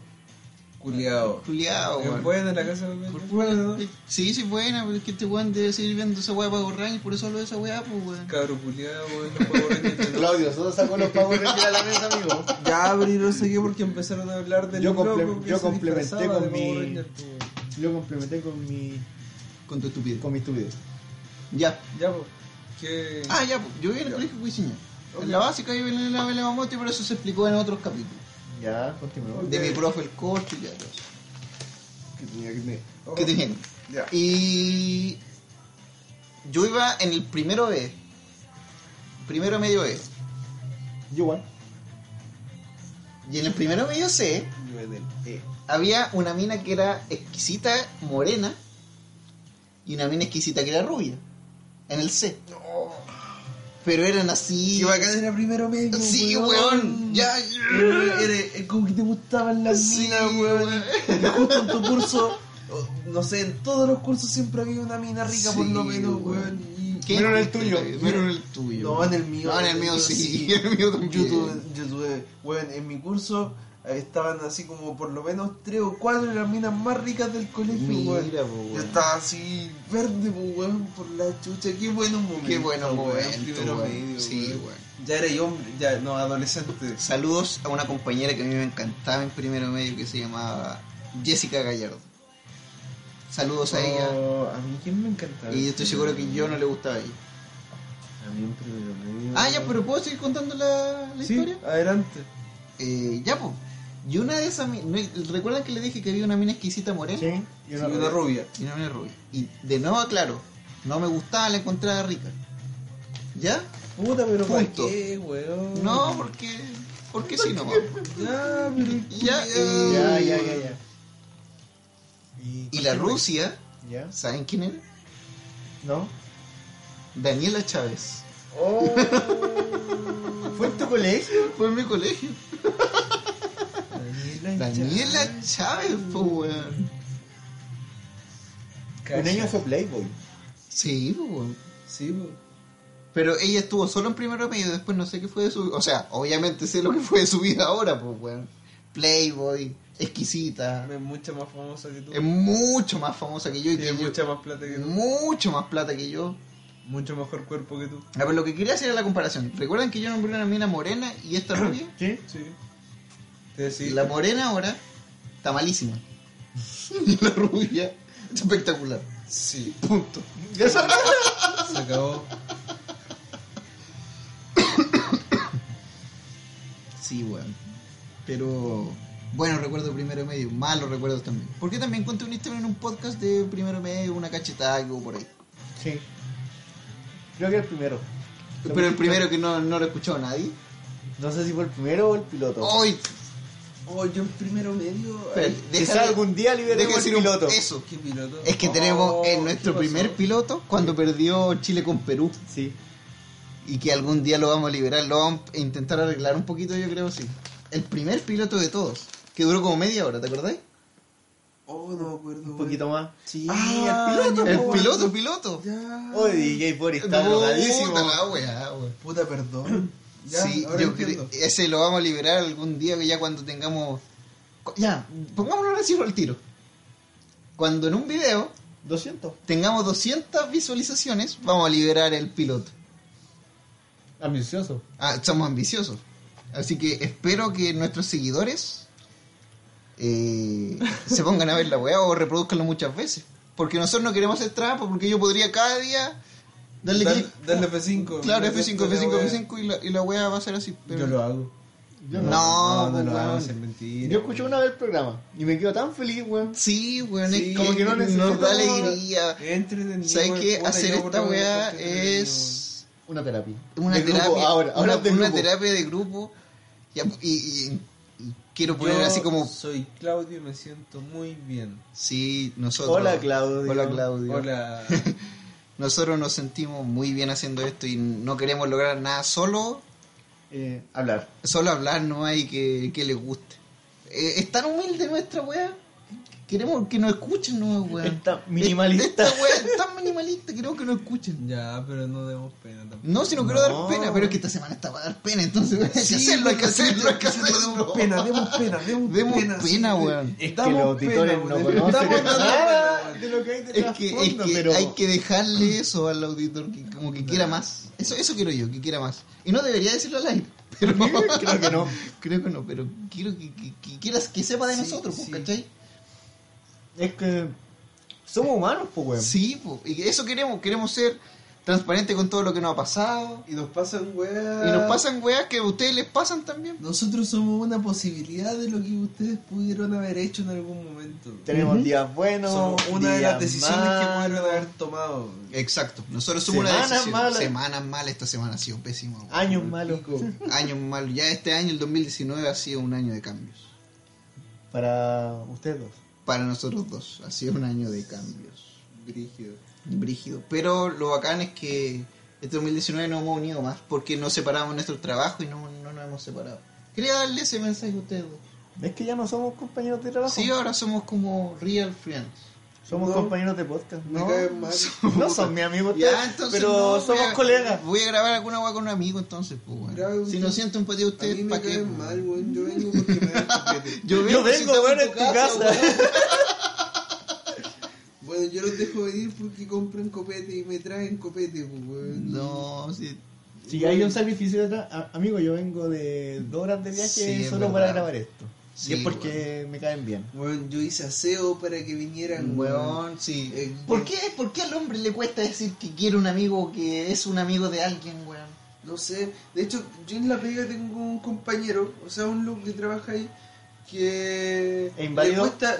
[SPEAKER 1] Culeado.
[SPEAKER 2] Culiao,
[SPEAKER 1] Es
[SPEAKER 2] weón.
[SPEAKER 1] buena la casa de papel. Es buena, ¿no?
[SPEAKER 2] Sí, sí, buena, pero es que este weón debe seguir viendo esa weá para borrar y por eso hablo de esa weá, pues weón.
[SPEAKER 1] Cabro culeado, weón. No puedo borrar ni este-
[SPEAKER 3] Claudio, solo sacó los pavos de a la mesa, amigo.
[SPEAKER 1] Ya abrí, no sé qué, porque empezaron a hablar del
[SPEAKER 3] Yo comple-
[SPEAKER 1] loco que
[SPEAKER 3] yo
[SPEAKER 1] se
[SPEAKER 3] complementé
[SPEAKER 1] disfrazaba
[SPEAKER 3] con
[SPEAKER 1] de
[SPEAKER 3] mi-
[SPEAKER 1] Power Ranger, pues, weón.
[SPEAKER 3] Yo complementé con mi.
[SPEAKER 2] Con tu estupidez.
[SPEAKER 3] con mi estupidez.
[SPEAKER 2] Ya.
[SPEAKER 1] Ya, pues. Que...
[SPEAKER 2] Ah, ya, pues, yo viví en el
[SPEAKER 1] Ya.
[SPEAKER 2] colegio Cuisiña. En la básica yo viví en la Vela Mamote, pero eso se explicó en otros capítulos.
[SPEAKER 3] Ya, continuemos.
[SPEAKER 2] De mi profe el corte y ya todo eso.
[SPEAKER 1] que tenía que tener.
[SPEAKER 2] que tenían.
[SPEAKER 1] Ya.
[SPEAKER 2] Y yo iba en el primero B. Primero medio B.
[SPEAKER 3] Yo igual.
[SPEAKER 2] Y en el primero medio C
[SPEAKER 1] Yo en el E.
[SPEAKER 2] había una mina que era exquisita, morena, y una mina exquisita que era rubia. En el C. Pero eran así.
[SPEAKER 1] Y bacán era primero medio.
[SPEAKER 2] Sí, weón. Ya.
[SPEAKER 1] Era, era como que te gustaban las
[SPEAKER 2] Sí,
[SPEAKER 1] minas, weón. Y justo en tu curso, o, no sé, en todos los cursos siempre había una mina rica, por lo
[SPEAKER 2] Sí,
[SPEAKER 1] menos,
[SPEAKER 2] weón.
[SPEAKER 1] weón. Y...
[SPEAKER 2] ¿Qué?
[SPEAKER 3] Pero en el tuyo.
[SPEAKER 2] Pero en el tuyo.
[SPEAKER 1] No, en el mío.
[SPEAKER 2] No, en el mío sí. En el mío también.
[SPEAKER 1] Yo tuve, yo tuve, weón, en mi curso eh, estaban así como por lo menos tres o cuatro de las minas más ricas del colegio,
[SPEAKER 2] Mira,
[SPEAKER 1] weón.
[SPEAKER 2] po, weón.
[SPEAKER 1] Yo estaba así verde, po, weón, por la chucha. Qué buenos momentos.
[SPEAKER 2] Qué bueno
[SPEAKER 1] weón,
[SPEAKER 2] momento,
[SPEAKER 1] primero
[SPEAKER 2] weón.
[SPEAKER 1] medio,
[SPEAKER 2] Sí,
[SPEAKER 1] weón.
[SPEAKER 2] weón.
[SPEAKER 1] Ya era yo hombre, ya, no, adolescente.
[SPEAKER 2] Saludos a una compañera que a mí me encantaba en primero medio que se llamaba Jessica Gallardo. Saludos a ella.
[SPEAKER 1] Oh, a mí quién me encantaba.
[SPEAKER 2] Y yo estoy seguro que yo no le gustaba a ella.
[SPEAKER 1] A mí en primero medio.
[SPEAKER 2] Ah, ya, pero ¿puedo seguir contando la, la
[SPEAKER 1] Sí,
[SPEAKER 2] historia?
[SPEAKER 1] adelante.
[SPEAKER 2] Eh, ya, pues. Y una de esas... mi- ¿no- ¿Recuerdan que le dije que había una mina exquisita morena?
[SPEAKER 3] Sí, y
[SPEAKER 1] Y
[SPEAKER 3] una,
[SPEAKER 1] una, rubia.
[SPEAKER 2] Y ¿eh? una mina rubia. Y de nuevo aclaro, no me gustaba, la encontraba rica. ¿Ya?
[SPEAKER 1] Puta, pero
[SPEAKER 2] ¿para
[SPEAKER 1] ¿por
[SPEAKER 2] qué,
[SPEAKER 1] qué, weón?
[SPEAKER 2] No, porque... Porque si no.
[SPEAKER 1] Ya, pero...
[SPEAKER 2] Ya, eh,
[SPEAKER 3] Ya, ya, ya, ya. ¿Y,
[SPEAKER 2] Y la Rusia,
[SPEAKER 3] ¿Ya?
[SPEAKER 2] ¿saben quién era?
[SPEAKER 3] ¿No?
[SPEAKER 2] Daniela Chávez.
[SPEAKER 3] Oh. ¿Fue en tu colegio?
[SPEAKER 2] Fue en mi colegio. Daniela Chávez, po, weón.
[SPEAKER 3] Un año fue Playboy.
[SPEAKER 2] Sí, po, weón.
[SPEAKER 1] Sí, po.
[SPEAKER 2] Pero ella estuvo solo en primero medio, después no sé qué fue de su vida. O sea, obviamente sé lo que fue de su vida ahora, pues, weón. Playboy, exquisita.
[SPEAKER 1] Es mucha más famosa que tú.
[SPEAKER 2] Es mucho más famosa que yo y que
[SPEAKER 1] Tiene
[SPEAKER 2] yo.
[SPEAKER 1] mucha más plata que tú.
[SPEAKER 2] Mucho más plata que yo.
[SPEAKER 1] Mucho mejor cuerpo que tú.
[SPEAKER 2] A ver, lo que quería hacer era la comparación. ¿Recuerdan que yo nombré una mina morena y esta rubia?
[SPEAKER 3] ¿Sí?
[SPEAKER 1] Sí. Te decís.
[SPEAKER 2] La morena ahora está malísima. Y la rubia está espectacular.
[SPEAKER 1] Sí.
[SPEAKER 2] Punto.
[SPEAKER 1] Se acabó.
[SPEAKER 2] Sí, weón. Pero bueno, recuerdo primero medio, malos recuerdos también. Porque también conté una historia en un podcast de primero medio, una cachetada que hubo por ahí.
[SPEAKER 3] Sí. Creo que el primero.
[SPEAKER 2] Pero el primero que no, no lo escuchó nadie.
[SPEAKER 3] No sé si fue el primero o el piloto.
[SPEAKER 2] ¡Ay!
[SPEAKER 1] Oh, yo en primero medio.
[SPEAKER 2] Espérate,
[SPEAKER 3] Quizás
[SPEAKER 2] déjame-
[SPEAKER 3] algún día
[SPEAKER 2] déjame
[SPEAKER 3] liberemos el
[SPEAKER 2] decir un-
[SPEAKER 3] piloto.
[SPEAKER 2] Eso.
[SPEAKER 1] ¿Qué piloto?
[SPEAKER 2] Es que
[SPEAKER 1] Oh,
[SPEAKER 2] tenemos
[SPEAKER 1] ¿qué
[SPEAKER 2] en nuestro
[SPEAKER 1] pasó?
[SPEAKER 2] primer piloto cuando perdió Chile con Perú.
[SPEAKER 3] Sí.
[SPEAKER 2] Y que algún día lo vamos a liberar, lo vamos a intentar arreglar un poquito, yo creo, sí. El primer piloto de todos, que duró como media hora, ¿te acordás?
[SPEAKER 1] Oh, no me acuerdo.
[SPEAKER 3] Un poquito más. Sí,
[SPEAKER 1] Ah,
[SPEAKER 3] el piloto.
[SPEAKER 2] El
[SPEAKER 3] po.
[SPEAKER 2] piloto, piloto.
[SPEAKER 1] Ya.
[SPEAKER 3] Oh, DJ Boris está
[SPEAKER 2] Puta
[SPEAKER 3] drogadísimo.
[SPEAKER 2] la weá, weón.
[SPEAKER 1] Puta, perdón. Ya,
[SPEAKER 2] sí,
[SPEAKER 1] ahora
[SPEAKER 2] yo
[SPEAKER 1] entiendo.
[SPEAKER 2] creo ese lo vamos a liberar algún día que ya cuando tengamos cu- ya, pongámoslo así al tiro. Cuando en un video
[SPEAKER 3] 200.
[SPEAKER 2] tengamos 200 visualizaciones, vamos a liberar el piloto.
[SPEAKER 3] Ambicioso.
[SPEAKER 2] Ah, somos ambiciosos. Así que espero que nuestros seguidores eh, se pongan a ver la weá o reproduzcanlo muchas veces. Porque nosotros no queremos hacer trampa, porque yo podría cada día darle
[SPEAKER 1] Dale,
[SPEAKER 2] clic.
[SPEAKER 1] dale F5.
[SPEAKER 2] Claro,
[SPEAKER 1] Dale
[SPEAKER 2] F5,
[SPEAKER 1] esta
[SPEAKER 2] F5,
[SPEAKER 1] wea.
[SPEAKER 2] F5 y la, y la weá va a ser así. pero-
[SPEAKER 1] Yo lo hago.
[SPEAKER 3] Yo
[SPEAKER 2] No,
[SPEAKER 1] no
[SPEAKER 2] pues,
[SPEAKER 1] lo hago,
[SPEAKER 2] weón.
[SPEAKER 1] es mentira.
[SPEAKER 3] Yo escuché una vez el programa y me quedo tan feliz, weón.
[SPEAKER 2] Sí, weón,
[SPEAKER 1] Sí,
[SPEAKER 2] es
[SPEAKER 3] como que no
[SPEAKER 2] nos
[SPEAKER 3] necesitamos-
[SPEAKER 2] da alegría.
[SPEAKER 1] Entretenido,
[SPEAKER 2] ¿Sabes
[SPEAKER 1] weón,
[SPEAKER 2] qué?
[SPEAKER 1] puta,
[SPEAKER 2] Hacer
[SPEAKER 1] yo
[SPEAKER 2] esta
[SPEAKER 1] creo que
[SPEAKER 2] weá
[SPEAKER 1] entretenido,
[SPEAKER 2] es
[SPEAKER 3] Una terapia.
[SPEAKER 2] una
[SPEAKER 3] De grupo,
[SPEAKER 2] terapia,
[SPEAKER 3] ahora, ahora
[SPEAKER 2] una,
[SPEAKER 3] de
[SPEAKER 2] una
[SPEAKER 3] grupo.
[SPEAKER 2] terapia de grupo. Y, y- y- y quiero poner
[SPEAKER 1] Yo
[SPEAKER 2] así como,
[SPEAKER 1] Soy Claudio y me siento muy bien.
[SPEAKER 2] sí, nosotros.
[SPEAKER 3] Hola, Claudio.
[SPEAKER 2] Hola, Claudio.
[SPEAKER 1] Hola.
[SPEAKER 2] Nosotros nos sentimos muy bien haciendo esto y no queremos lograr nada solo,
[SPEAKER 3] Eh, hablar.
[SPEAKER 2] solo hablar nomás y que, que les guste. Eh, es tan humilde nuestra weá. Queremos que nos escuchen, no, weón.
[SPEAKER 3] Esta minimalista.
[SPEAKER 2] Esta weá es tan minimalista, queremos que nos escuchen.
[SPEAKER 1] ya, pero no demos pena tampoco.
[SPEAKER 2] No, si no quiero
[SPEAKER 3] No.
[SPEAKER 2] dar pena, pero es que esta semana está para dar pena, entonces hay que hacerlo, hay que hacerlo, hay que hacerlo.
[SPEAKER 1] Demos pena, demos pena, demos,
[SPEAKER 2] Demos
[SPEAKER 1] pena.
[SPEAKER 2] pena, weón.
[SPEAKER 3] Es que
[SPEAKER 1] Damos
[SPEAKER 3] los auditores
[SPEAKER 1] pena,
[SPEAKER 3] no
[SPEAKER 1] weón.
[SPEAKER 3] conocen
[SPEAKER 1] Estamos dando
[SPEAKER 3] nada
[SPEAKER 1] pena, weón.
[SPEAKER 3] de lo que hay
[SPEAKER 2] Es
[SPEAKER 3] detrás
[SPEAKER 2] que, es que
[SPEAKER 3] pero
[SPEAKER 2] hay que dejarle eso al auditor, que como que quiera más. Eso, eso quiero yo, que quiera más. Y no debería decirlo al aire, pero
[SPEAKER 3] creo que no.
[SPEAKER 2] creo que no, pero quiero que, que- que quieras que sepa de
[SPEAKER 1] Sí,
[SPEAKER 2] nosotros, pues,
[SPEAKER 1] sí.
[SPEAKER 2] ¿cachai?
[SPEAKER 3] Es que somos humanos, pues, weón.
[SPEAKER 2] Sí, pues, y eso queremos, queremos ser transparentes con todo lo que nos ha pasado.
[SPEAKER 1] Y nos pasan weón.
[SPEAKER 2] Y nos pasan weas que a ustedes les pasan también.
[SPEAKER 1] Nosotros somos una posibilidad de lo que ustedes pudieron haber hecho en algún momento.
[SPEAKER 3] Tenemos
[SPEAKER 2] Ujú.
[SPEAKER 3] días buenos,
[SPEAKER 1] somos una de
[SPEAKER 3] días
[SPEAKER 1] las decisiones
[SPEAKER 3] malos.
[SPEAKER 1] que pudieron haber tomado.
[SPEAKER 2] Exacto, nosotros somos
[SPEAKER 3] Semanas
[SPEAKER 2] una decisión.
[SPEAKER 3] malas.
[SPEAKER 2] Semanas malas esta semana ha sido pésima. weón.
[SPEAKER 3] Años malos.
[SPEAKER 2] año malo. Ya este año, el 2019, ha sido un año de cambios.
[SPEAKER 3] Para ustedes dos.
[SPEAKER 2] Para nosotros dos, ha sido un año de cambios.
[SPEAKER 1] Brígido.
[SPEAKER 2] Brígido. Pero lo bacán es que este 2019 nos hemos unido más porque nos separamos nuestro trabajo y no, no nos hemos separado. Quería darle ese mensaje a ustedes dos.
[SPEAKER 3] Es que ya no somos compañeros de trabajo.
[SPEAKER 2] Sí, ahora somos como real friends.
[SPEAKER 3] Somos
[SPEAKER 1] No.
[SPEAKER 3] compañeros de podcast.
[SPEAKER 1] Me
[SPEAKER 3] No,
[SPEAKER 1] caen mal.
[SPEAKER 3] no son mis amigos,
[SPEAKER 2] Ya,
[SPEAKER 3] ustedes,
[SPEAKER 2] entonces
[SPEAKER 3] pero
[SPEAKER 2] no,
[SPEAKER 3] somos
[SPEAKER 2] voy a-
[SPEAKER 3] colegas.
[SPEAKER 2] Voy a grabar alguna hueá con un amigo entonces, pues, weón.
[SPEAKER 1] Grabe un-
[SPEAKER 2] Si no siento empatía
[SPEAKER 1] A
[SPEAKER 2] usted,
[SPEAKER 1] mí me
[SPEAKER 2] ¿para qué?
[SPEAKER 1] caen
[SPEAKER 2] pues?
[SPEAKER 1] mal, weón. Yo vengo porque me dan copete.
[SPEAKER 2] Yo
[SPEAKER 3] Yo
[SPEAKER 2] si
[SPEAKER 3] vengo,
[SPEAKER 2] estaba
[SPEAKER 3] weón, en tu casa.
[SPEAKER 1] Bueno, yo los dejo venir porque compran copete y me traen copete, pues, weón.
[SPEAKER 2] No, sí.
[SPEAKER 3] Si hay un sacrificio detrás, a- amigo, yo vengo de dos horas de viaje
[SPEAKER 2] Sí, es
[SPEAKER 3] solo para
[SPEAKER 2] verdad.
[SPEAKER 3] grabar esto.
[SPEAKER 2] Sí,
[SPEAKER 3] y es porque me caen bien.
[SPEAKER 1] Weón, yo hice aseo para que vinieran, weón.
[SPEAKER 2] Weón, sí.
[SPEAKER 1] Eh,
[SPEAKER 2] ¿Por qué, ¿Por qué al hombre le cuesta decir que quiere un amigo que es un amigo de alguien, weón?
[SPEAKER 1] No sé, de hecho, yo en la pega tengo un compañero, o sea, un loco que trabaja ahí, que.
[SPEAKER 3] ¿Es inválido?
[SPEAKER 1] le cuesta-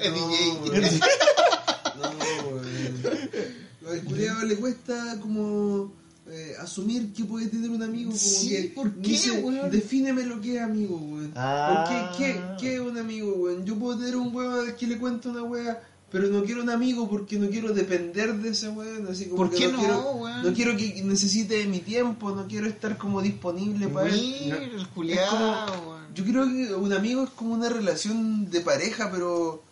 [SPEAKER 2] Es DJ.
[SPEAKER 1] weón. No, weón. Lo del culiao le cuesta como. eh, asumir que puede tener un amigo como
[SPEAKER 2] Sí,
[SPEAKER 1] que
[SPEAKER 2] ¿por qué,
[SPEAKER 1] dice,
[SPEAKER 2] weón?
[SPEAKER 1] defíneme lo que es amigo weón
[SPEAKER 3] Ah.
[SPEAKER 1] ¿Por qué, qué, qué es un amigo weón? yo puedo tener un weón al que le cuento una wea pero no quiero un amigo porque no quiero depender de ese weón así como
[SPEAKER 2] ¿Por
[SPEAKER 1] que
[SPEAKER 2] qué no,
[SPEAKER 1] quiero,
[SPEAKER 2] weón?
[SPEAKER 1] no quiero que necesite de mi tiempo no quiero estar como disponible para él
[SPEAKER 2] Mira, el culiao,
[SPEAKER 1] Es
[SPEAKER 2] weón.
[SPEAKER 1] yo creo que un amigo es como una relación de pareja, pero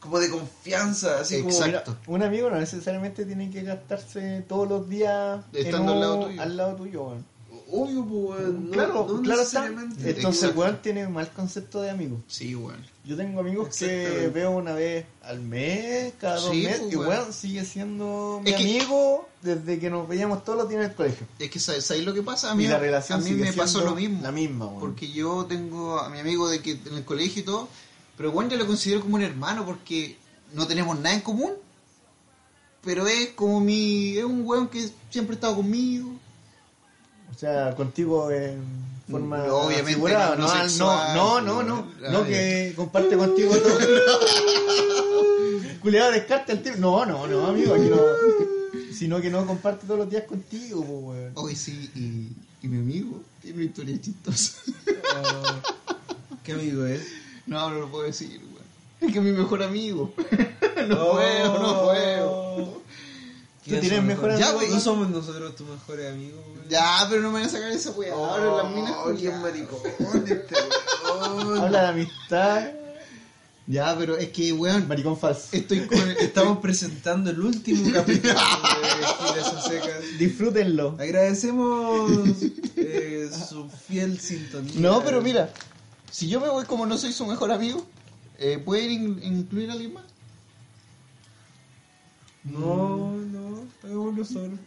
[SPEAKER 1] como de confianza, así como...
[SPEAKER 2] Exacto.
[SPEAKER 3] Un amigo no necesariamente tiene que gastarse todos los días en
[SPEAKER 2] Estando al
[SPEAKER 3] un-
[SPEAKER 2] lado tuyo.
[SPEAKER 3] al lado tuyo, weón.
[SPEAKER 1] Obvio, pues, weón, no,
[SPEAKER 3] claro,
[SPEAKER 1] no
[SPEAKER 3] claro está. Eh,
[SPEAKER 1] necesariamente.
[SPEAKER 3] Entonces el
[SPEAKER 2] Exacto.
[SPEAKER 3] weón tiene mal concepto de amigo.
[SPEAKER 2] Sí, weón.
[SPEAKER 3] Yo tengo amigos que
[SPEAKER 1] Exactamente.
[SPEAKER 3] veo una vez al mes, cada dos
[SPEAKER 2] Sí,
[SPEAKER 3] meses,
[SPEAKER 2] pues,
[SPEAKER 3] y
[SPEAKER 2] weón.
[SPEAKER 3] weón sigue siendo mi
[SPEAKER 2] Es que-
[SPEAKER 3] amigo desde que nos veíamos todos los días en el colegio.
[SPEAKER 2] Es que ¿sabes sabes lo que pasa? A mí,
[SPEAKER 3] y la relación
[SPEAKER 2] a mí
[SPEAKER 3] sigue
[SPEAKER 2] me pasó
[SPEAKER 3] siendo
[SPEAKER 2] lo mismo.
[SPEAKER 3] La misma, weón.
[SPEAKER 2] Porque yo tengo a mi amigo de que en el colegio y todo, pero bueno, yo lo considero como un hermano porque no tenemos nada en común, pero es como mi. es un weón que siempre ha estado conmigo.
[SPEAKER 3] O sea, contigo en forma
[SPEAKER 2] No, Mm, obviamente
[SPEAKER 3] figurada,
[SPEAKER 2] no,
[SPEAKER 3] no,
[SPEAKER 2] no
[SPEAKER 3] al-
[SPEAKER 2] sexual,
[SPEAKER 3] no, no, no, no,
[SPEAKER 2] weón.
[SPEAKER 3] no,
[SPEAKER 2] Ah,
[SPEAKER 3] que comparte contigo todo. Culeado, descarte al tío. No, no, no, amigo, aquí no. Sino que no comparte todos los días contigo, po, weón.
[SPEAKER 2] Hoy sí, y, y mi amigo tiene una historia chistosa.
[SPEAKER 1] ¿Qué amigo es?
[SPEAKER 2] no, no lo puedo decir, weón. Es que es mi mejor amigo. no
[SPEAKER 1] Oh.
[SPEAKER 2] puedo, no puedo.
[SPEAKER 3] Tú tienes mejor
[SPEAKER 2] Ya,
[SPEAKER 3] amigo.
[SPEAKER 2] güey.
[SPEAKER 1] pues, No somos nosotros tus mejores amigos, weón.
[SPEAKER 2] Ya, pero no me van a sacar esa weá. Ahora las minas.
[SPEAKER 1] Oh, qué
[SPEAKER 2] culiadas.
[SPEAKER 1] maricón este weón.
[SPEAKER 3] Habla de amistad,
[SPEAKER 2] Ya, pero es que, weón,
[SPEAKER 3] maricón falso.
[SPEAKER 2] estoy con.
[SPEAKER 1] Estamos presentando el último capítulo de Giles a Secas.
[SPEAKER 3] Disfrútenlo.
[SPEAKER 1] Agradecemos eh, su fiel sintonía.
[SPEAKER 2] No, pero mira, si yo me voy como no soy su mejor amigo, eh, ¿pueden in- incluir a alguien más?
[SPEAKER 1] No, no, hagámoslo solo.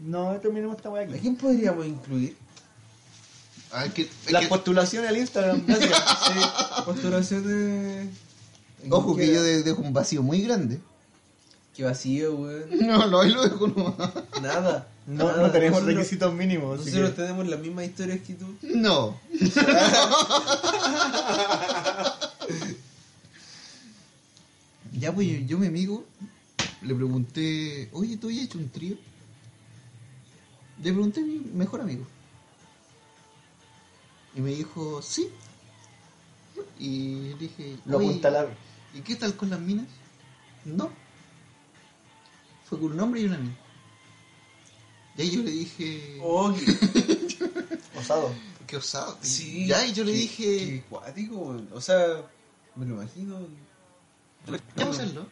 [SPEAKER 3] No, terminemos esta weá
[SPEAKER 1] ¿A
[SPEAKER 3] aquí.
[SPEAKER 1] quién podríamos incluir?
[SPEAKER 2] Ah, que,
[SPEAKER 3] Las postulaciones al Instagram, gracias.
[SPEAKER 1] Sí, postulaciones.
[SPEAKER 2] Ojo que yo de- dejo un vacío muy grande.
[SPEAKER 1] Qué vacío, weón.
[SPEAKER 2] No, no, ahí lo dejo nomás.
[SPEAKER 1] Nada.
[SPEAKER 3] No,
[SPEAKER 1] nada.
[SPEAKER 3] no tenemos
[SPEAKER 1] Nosotros-
[SPEAKER 3] requisitos mínimos. así
[SPEAKER 1] Nosotros
[SPEAKER 3] que-
[SPEAKER 1] tenemos las mismas historias que tú.
[SPEAKER 2] No. ya, pues yo, yo a mi amigo le pregunté, oye, ¿tú ya has hecho un trío? Le pregunté a mi mejor amigo. Y me dijo, sí. Y dije,
[SPEAKER 3] Lo
[SPEAKER 2] "Oye,
[SPEAKER 3] apuntalaron.
[SPEAKER 2] ¿Y qué tal con las minas? No. Fue con un hombre y una mina. Y ahí yo le dije,
[SPEAKER 1] Oh, qué,
[SPEAKER 3] Osado.
[SPEAKER 2] qué osado. Y
[SPEAKER 1] sí.
[SPEAKER 2] Ya, y yo le
[SPEAKER 1] qué-
[SPEAKER 2] dije,
[SPEAKER 1] Qué cuático, weón. O sea, me lo imagino.
[SPEAKER 2] Vamos a hacerlo. Eh.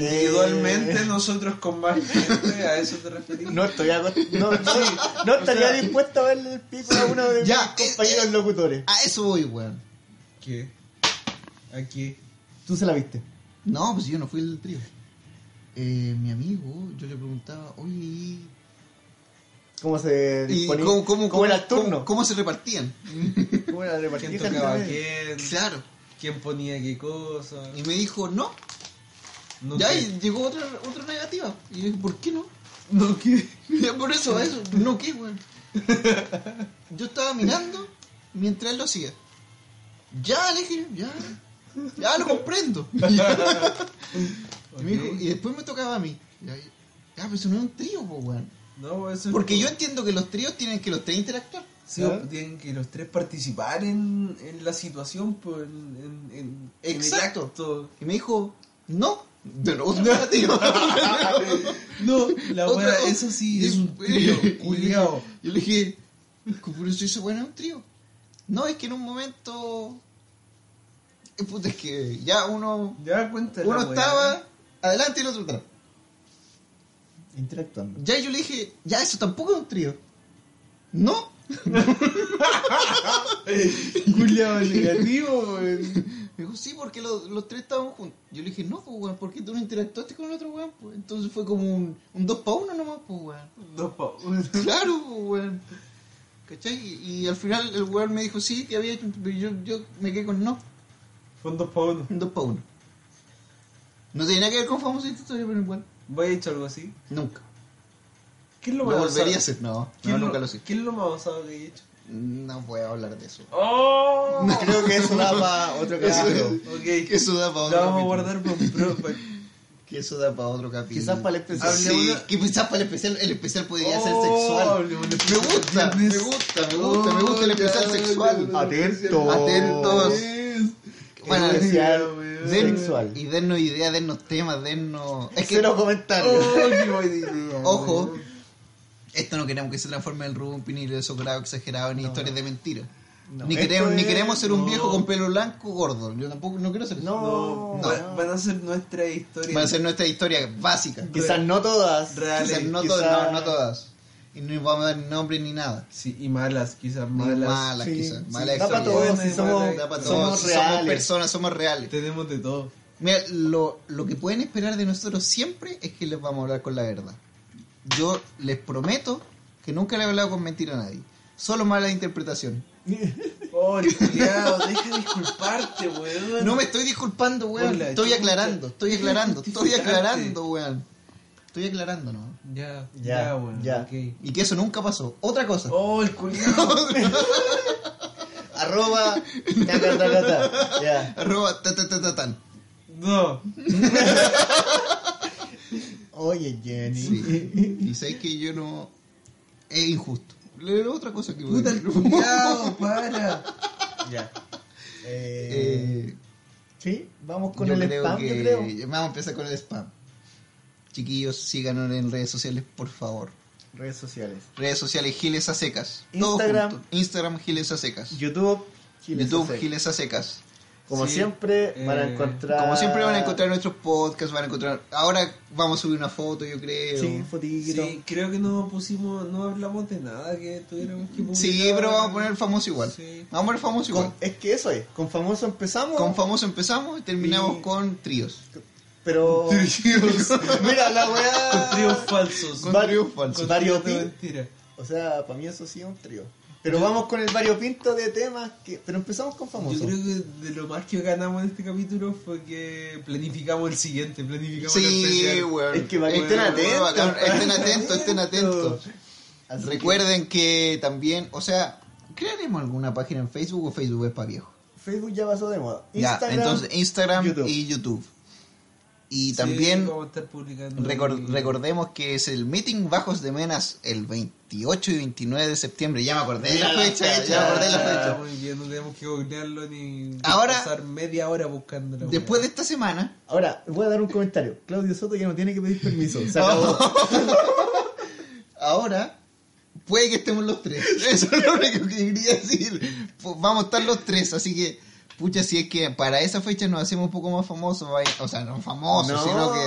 [SPEAKER 1] Individualmente, nosotros con más gente, a eso te referís.
[SPEAKER 3] Eh, No estoy acost- no, no, no estaría dispuesto a verle el pico a uno de
[SPEAKER 2] Ya,
[SPEAKER 3] mis
[SPEAKER 2] eh,
[SPEAKER 3] compañeros
[SPEAKER 2] eh.
[SPEAKER 3] locutores.
[SPEAKER 2] A eso voy, weón.
[SPEAKER 1] ¿Qué? ¿A qué?
[SPEAKER 3] Tú se la viste.
[SPEAKER 2] No, pues yo no fui el trío. Eh, mi amigo, yo le preguntaba, oye, ¿y
[SPEAKER 3] ¿Cómo se
[SPEAKER 2] y
[SPEAKER 3] disponía?
[SPEAKER 2] cómo, cómo, cómo-
[SPEAKER 3] era el turno?
[SPEAKER 2] cómo- cómo se repartían?
[SPEAKER 3] ¿Cómo era la
[SPEAKER 1] ¿Quién
[SPEAKER 3] repartija?
[SPEAKER 1] tocaba
[SPEAKER 3] entre-
[SPEAKER 1] quién?
[SPEAKER 2] Claro.
[SPEAKER 1] ¿Quién ponía qué cosa?
[SPEAKER 2] Y me dijo, no.
[SPEAKER 1] No
[SPEAKER 2] Ya,
[SPEAKER 1] sé.
[SPEAKER 2] y llegó otra, otra negativa. Y yo dije, ¿por qué no?
[SPEAKER 1] No, ¿qué?
[SPEAKER 2] Ya, Por eso, eso. No, ¿qué, weón? Yo estaba mirando mientras él lo hacía. Ya, le dije, ya. Ya lo comprendo. Y, me dijo,
[SPEAKER 1] Ok.
[SPEAKER 2] y después me tocaba a mí. Ya, y- ya, pero eso no es un trío, po, weón.
[SPEAKER 1] No, eso es
[SPEAKER 2] Porque
[SPEAKER 1] como-
[SPEAKER 2] yo entiendo que los tríos tienen que los tres interactuar.
[SPEAKER 1] Sí,
[SPEAKER 3] ¿Ah?
[SPEAKER 1] tienen que los tres participar en, en la situación, pues, en, en, en- en el
[SPEAKER 2] Exacto.
[SPEAKER 1] acto.
[SPEAKER 2] Y me dijo, no, de nuevo otro negativo.
[SPEAKER 1] No, la
[SPEAKER 2] Otra-
[SPEAKER 1] wea, eso sí, es un trío, culiao.
[SPEAKER 2] Yo le dije, ¿cómo por eso esa buena es un trío? No, es que en un momento eh, puta, es que ya uno,
[SPEAKER 1] Ya cuenta
[SPEAKER 2] uno estaba adelante y el otro atrás.
[SPEAKER 3] Interactuando.
[SPEAKER 2] Ya yo le dije, ya eso tampoco es un trío. No,
[SPEAKER 3] Culiado negativo, weón.
[SPEAKER 2] Me dijo, sí, porque los, los tres estábamos juntos. Yo le dije, no, pues, weón, ¿por qué tú no interactuaste con el otro weón? Pues? Entonces fue como un, un dos pa' uno nomás, pues, weón.
[SPEAKER 1] Dos pa-
[SPEAKER 2] Claro, pues, weón. ¿Cachai? Y, y al final el weón me dijo, sí, que había hecho, un- pero yo, yo me quedé con no,
[SPEAKER 1] Fue un dos pa' uno.
[SPEAKER 2] un dos pa' uno. No tiene nada que ver con famosa esta historia, pero igual,
[SPEAKER 1] ¿Voy a hecho algo así?
[SPEAKER 2] nunca.
[SPEAKER 1] ¿Qué es
[SPEAKER 2] Lo
[SPEAKER 1] lo más
[SPEAKER 2] volvería a
[SPEAKER 1] osado?
[SPEAKER 2] hacer, no,
[SPEAKER 1] ¿Qué
[SPEAKER 2] no,
[SPEAKER 1] es lo-
[SPEAKER 2] nunca lo hice.
[SPEAKER 1] ¿Qué es lo más osado que he hecho?
[SPEAKER 2] No voy a hablar de eso.
[SPEAKER 1] ¡Oh!
[SPEAKER 3] Creo que eso da para otro capítulo.
[SPEAKER 1] ok.
[SPEAKER 2] Que eso da para otro
[SPEAKER 1] La vamos
[SPEAKER 2] capítulo.
[SPEAKER 1] a guardar para un pro- para-
[SPEAKER 2] Que eso da para otro capítulo.
[SPEAKER 3] Quizás para el especial.
[SPEAKER 2] Sí,
[SPEAKER 1] Hablemos-
[SPEAKER 2] que quizás para el especial, el especial podría ser
[SPEAKER 1] Oh,
[SPEAKER 2] sexual.
[SPEAKER 1] hablemos de-
[SPEAKER 2] Me gusta, me
[SPEAKER 1] Viernes.
[SPEAKER 2] gusta, me gusta, me gusta el
[SPEAKER 1] Oh,
[SPEAKER 2] especial
[SPEAKER 1] ya,
[SPEAKER 2] sexual.
[SPEAKER 1] ya,
[SPEAKER 3] Atentos.
[SPEAKER 2] Atentos. Bueno,
[SPEAKER 3] Especial
[SPEAKER 2] Den-
[SPEAKER 3] sexual.
[SPEAKER 2] Y dennos ideas, dennos temas, dennos. Es que, Oh.
[SPEAKER 3] Cero
[SPEAKER 1] Oh,
[SPEAKER 3] comentarios.
[SPEAKER 2] ojo, esto no queremos que se transforme en Rubén Pinillo de Socrado exagerado ni historias de mentiras.
[SPEAKER 3] No,
[SPEAKER 2] ni,
[SPEAKER 3] esto
[SPEAKER 2] queremos, ni
[SPEAKER 3] es-
[SPEAKER 2] queremos ser un
[SPEAKER 1] no.
[SPEAKER 2] viejo con pelo blanco gordo. Yo tampoco no quiero ser eso.
[SPEAKER 3] No,
[SPEAKER 1] Va- Van a ser nuestra historia.
[SPEAKER 2] Van a ser nuestra historia básica.
[SPEAKER 3] Quizás no todas.
[SPEAKER 1] reales.
[SPEAKER 2] Quizás no,
[SPEAKER 3] quizás-
[SPEAKER 2] todas, no, no todas. Y no vamos a dar nombre ni nada.
[SPEAKER 1] Sí, y malas, quizás
[SPEAKER 2] Ni
[SPEAKER 1] malas.
[SPEAKER 2] malas,
[SPEAKER 3] Sí,
[SPEAKER 2] quizás.
[SPEAKER 3] sí,
[SPEAKER 2] Malas
[SPEAKER 3] da para
[SPEAKER 2] historias.
[SPEAKER 3] todos, si
[SPEAKER 1] Buenas,
[SPEAKER 3] somos,
[SPEAKER 1] malas.
[SPEAKER 2] Da para todos.
[SPEAKER 3] somos
[SPEAKER 2] Si
[SPEAKER 3] reales.
[SPEAKER 2] Somos personas, somos reales.
[SPEAKER 1] Tenemos de todo.
[SPEAKER 2] Mira, lo, lo que pueden esperar de nosotros siempre es que les vamos a hablar con la verdad. Yo les prometo que nunca le he hablado con mentira a nadie. Solo mala interpretación.
[SPEAKER 1] Oh, el culiao, deja de disculparte, weón.
[SPEAKER 2] No me estoy disculpando, weón.
[SPEAKER 1] Hola,
[SPEAKER 2] Estoy
[SPEAKER 1] chucha.
[SPEAKER 2] aclarando, estoy aclarando, estoy
[SPEAKER 1] justificarte.
[SPEAKER 2] aclarando, weón. Estoy aclarando, ¿no?
[SPEAKER 1] Ya,
[SPEAKER 3] Ya,
[SPEAKER 1] ya, weón.
[SPEAKER 3] ya.
[SPEAKER 1] ok.
[SPEAKER 2] Y que eso nunca pasó. Otra cosa.
[SPEAKER 1] Oh, el culiao.
[SPEAKER 3] Arroba. ta, ta, ta, ta, ta. Ya.
[SPEAKER 2] Arroba ta, ta, ta, ta, tan.
[SPEAKER 1] No.
[SPEAKER 3] Oye, Jenny.
[SPEAKER 2] Sí. Y sabéis que yo no. Es injusto. Le- Otra cosa que
[SPEAKER 1] Puta, el culiao, para.
[SPEAKER 3] Ya. Eh,
[SPEAKER 2] Eh,
[SPEAKER 3] sí, vamos con
[SPEAKER 2] Yo
[SPEAKER 3] el
[SPEAKER 2] creo
[SPEAKER 3] spam,
[SPEAKER 2] que-
[SPEAKER 3] yo creo.
[SPEAKER 2] Vamos a empezar con el spam. Chiquillos, síganos en redes sociales, por favor.
[SPEAKER 3] Redes sociales.
[SPEAKER 2] Redes sociales Giles a secas.
[SPEAKER 3] Instagram.
[SPEAKER 2] Instagram Giles a secas.
[SPEAKER 3] YouTube. Giles
[SPEAKER 2] YouTube
[SPEAKER 3] Aceves.
[SPEAKER 2] Giles a secas.
[SPEAKER 3] Como
[SPEAKER 1] Sí,
[SPEAKER 3] siempre
[SPEAKER 1] eh,
[SPEAKER 3] van a encontrar.
[SPEAKER 2] Como siempre van a encontrar nuestros podcasts, van a encontrar... Ahora vamos a subir una foto, yo creo.
[SPEAKER 3] Sí,
[SPEAKER 2] Sí,
[SPEAKER 3] fotito.
[SPEAKER 1] Sí, creo que no pusimos, no hablamos de nada que tuviéramos que publicar.
[SPEAKER 2] pero vamos a poner famoso igual.
[SPEAKER 1] Sí.
[SPEAKER 2] Vamos a poner famoso
[SPEAKER 3] Con-
[SPEAKER 2] igual.
[SPEAKER 3] es que eso es. Con famoso empezamos.
[SPEAKER 2] Con famoso empezamos y terminamos
[SPEAKER 3] Y-
[SPEAKER 2] con tríos.
[SPEAKER 1] Oh,
[SPEAKER 3] pero. Mira la
[SPEAKER 1] Con tríos
[SPEAKER 3] weá.
[SPEAKER 1] falsos.
[SPEAKER 2] Con
[SPEAKER 3] Va-
[SPEAKER 2] tríos
[SPEAKER 1] Con
[SPEAKER 2] falsos.
[SPEAKER 3] Varios
[SPEAKER 1] tríos de
[SPEAKER 3] pi-
[SPEAKER 1] mentira.
[SPEAKER 3] O sea, para mí eso sí es un trío. Pero vamos con el variopinto de temas que. Pero empezamos con famoso.
[SPEAKER 1] Yo creo que de lo más que ganamos en este capítulo fue que planificamos el siguiente, planificamos el
[SPEAKER 2] Sí,
[SPEAKER 1] especial.
[SPEAKER 2] weón.
[SPEAKER 3] Es que va-
[SPEAKER 2] Estén
[SPEAKER 3] weón,
[SPEAKER 2] atentos,
[SPEAKER 3] bacán.
[SPEAKER 2] estén atentos, estén atentos.
[SPEAKER 3] Así que
[SPEAKER 2] Recuerden que también, o sea, crearemos alguna página en Facebook o Facebook es para viejo.
[SPEAKER 3] Facebook ya pasó de moda.
[SPEAKER 2] Ya,
[SPEAKER 3] Instagram.
[SPEAKER 2] entonces Instagram
[SPEAKER 3] YouTube.
[SPEAKER 2] y YouTube. Y
[SPEAKER 1] Sí,
[SPEAKER 2] también
[SPEAKER 1] vamos a estar publicando
[SPEAKER 2] recor-
[SPEAKER 1] el-
[SPEAKER 2] recordemos que es el meeting Bajos de Menas el 28 y 29 de septiembre. Ya me acordé de la
[SPEAKER 3] Mira la
[SPEAKER 2] fecha,
[SPEAKER 3] fecha.
[SPEAKER 2] ya me acordé de la
[SPEAKER 1] Ah,
[SPEAKER 2] fecha.
[SPEAKER 1] Muy bien, no tenemos que googlearlo ni
[SPEAKER 2] Ahora-
[SPEAKER 1] pasar media hora buscándolo.
[SPEAKER 2] Después de esta semana,
[SPEAKER 3] Ahora, voy a dar un comentario. Claudio Soto ya no tiene que pedir permiso. Se acabó.
[SPEAKER 2] ahora puede que estemos los tres. Eso es lo único que quería decir. Pues Vamos a estar los tres, así que pucha, si es que para esa fecha nos hacemos un poco más famosos, vaya- o sea, no famosos,
[SPEAKER 3] No.
[SPEAKER 2] sino que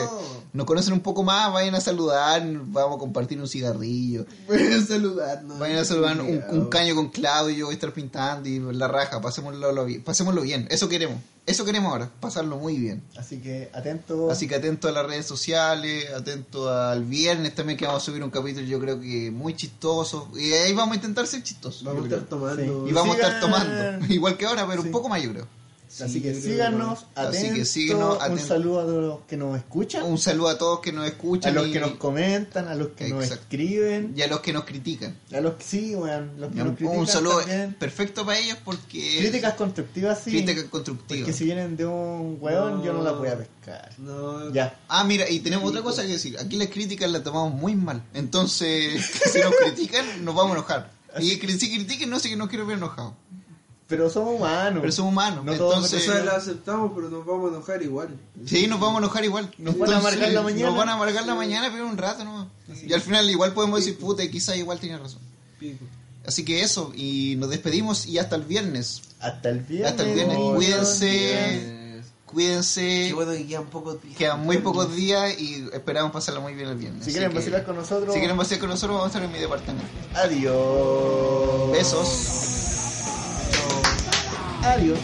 [SPEAKER 2] nos conocen un poco más, vayan a saludar, vamos a compartir un cigarrillo.
[SPEAKER 1] Vayan a saludarnos.
[SPEAKER 2] Vayan a saludar un, un caño con Claudio, yo voy a estar pintando y la raja, pasémoslo, lo bien, pasémoslo bien, eso queremos, eso queremos ahora, pasarlo muy bien.
[SPEAKER 3] Así que atento.
[SPEAKER 2] Así que atento a las redes sociales, atento al viernes también que vamos a subir un capítulo yo creo que muy chistoso, y ahí vamos a intentar ser chistosos.
[SPEAKER 1] Vamos a
[SPEAKER 2] yo
[SPEAKER 1] estar
[SPEAKER 2] creo.
[SPEAKER 1] tomando.
[SPEAKER 2] y vamos a estar
[SPEAKER 3] Sigan.
[SPEAKER 2] tomando, igual que ahora, pero
[SPEAKER 3] Sí.
[SPEAKER 2] un poco más yo creo.
[SPEAKER 3] Así que
[SPEAKER 1] yo creo que
[SPEAKER 3] síganos, atentos.
[SPEAKER 2] Así que síguenos,
[SPEAKER 3] Un
[SPEAKER 2] atentos.
[SPEAKER 3] saludo a los que nos escuchan,
[SPEAKER 2] Un saludo a todos que nos
[SPEAKER 3] a
[SPEAKER 2] escuchan
[SPEAKER 3] los
[SPEAKER 2] y,
[SPEAKER 3] que nos comentan, a los que nos
[SPEAKER 2] Exacto.
[SPEAKER 3] escriben,
[SPEAKER 2] y a los que nos critican.
[SPEAKER 3] a los que sí, weón, los que nos
[SPEAKER 2] Un,
[SPEAKER 3] critican.
[SPEAKER 2] saludo
[SPEAKER 3] también.
[SPEAKER 2] perfecto para ellos porque...
[SPEAKER 3] Críticas constructivas, sí.
[SPEAKER 2] críticas constructivas.
[SPEAKER 3] Porque si vienen de un weón, yo no la voy a pescar.
[SPEAKER 1] No,
[SPEAKER 3] Ya.
[SPEAKER 2] Ah, mira, y tenemos otra
[SPEAKER 3] pues.
[SPEAKER 2] cosa que decir. Aquí las críticas las tomamos muy mal. Entonces, si nos critican, nos vamos a enojar. Y que si critiquen, no sé que no quiero ver enojado.
[SPEAKER 3] Pero somos humanos.
[SPEAKER 2] Pero somos humanos.
[SPEAKER 3] No todos
[SPEAKER 1] o
[SPEAKER 2] entonces,
[SPEAKER 1] sea, la aceptamos, pero nos vamos a enojar igual.
[SPEAKER 2] sí, nos vamos a enojar igual.
[SPEAKER 3] Nos van a
[SPEAKER 2] Entonces,
[SPEAKER 3] amargar la mañana.
[SPEAKER 2] Nos van a amargar la mañana, pero un rato nomás. Y al final, igual podemos decir, puta, quizás igual tenía razón.
[SPEAKER 1] Pico.
[SPEAKER 2] Así que eso, y nos despedimos y hasta el viernes.
[SPEAKER 3] Hasta el viernes.
[SPEAKER 2] Hasta el viernes.
[SPEAKER 3] weón.
[SPEAKER 2] Cuídense.
[SPEAKER 1] Eh,
[SPEAKER 2] Cuídense.
[SPEAKER 1] Qué bueno que quedan pocos días.
[SPEAKER 2] Quedan muy pocos días y esperamos pasarla muy bien el viernes.
[SPEAKER 3] Si
[SPEAKER 2] Así
[SPEAKER 3] quieren
[SPEAKER 2] que-
[SPEAKER 3] vacilar con nosotros,
[SPEAKER 2] Si quieren vacilar con nosotros, vamos a estar en mi departamento.
[SPEAKER 3] adiós.
[SPEAKER 2] Besos.
[SPEAKER 3] Adiós.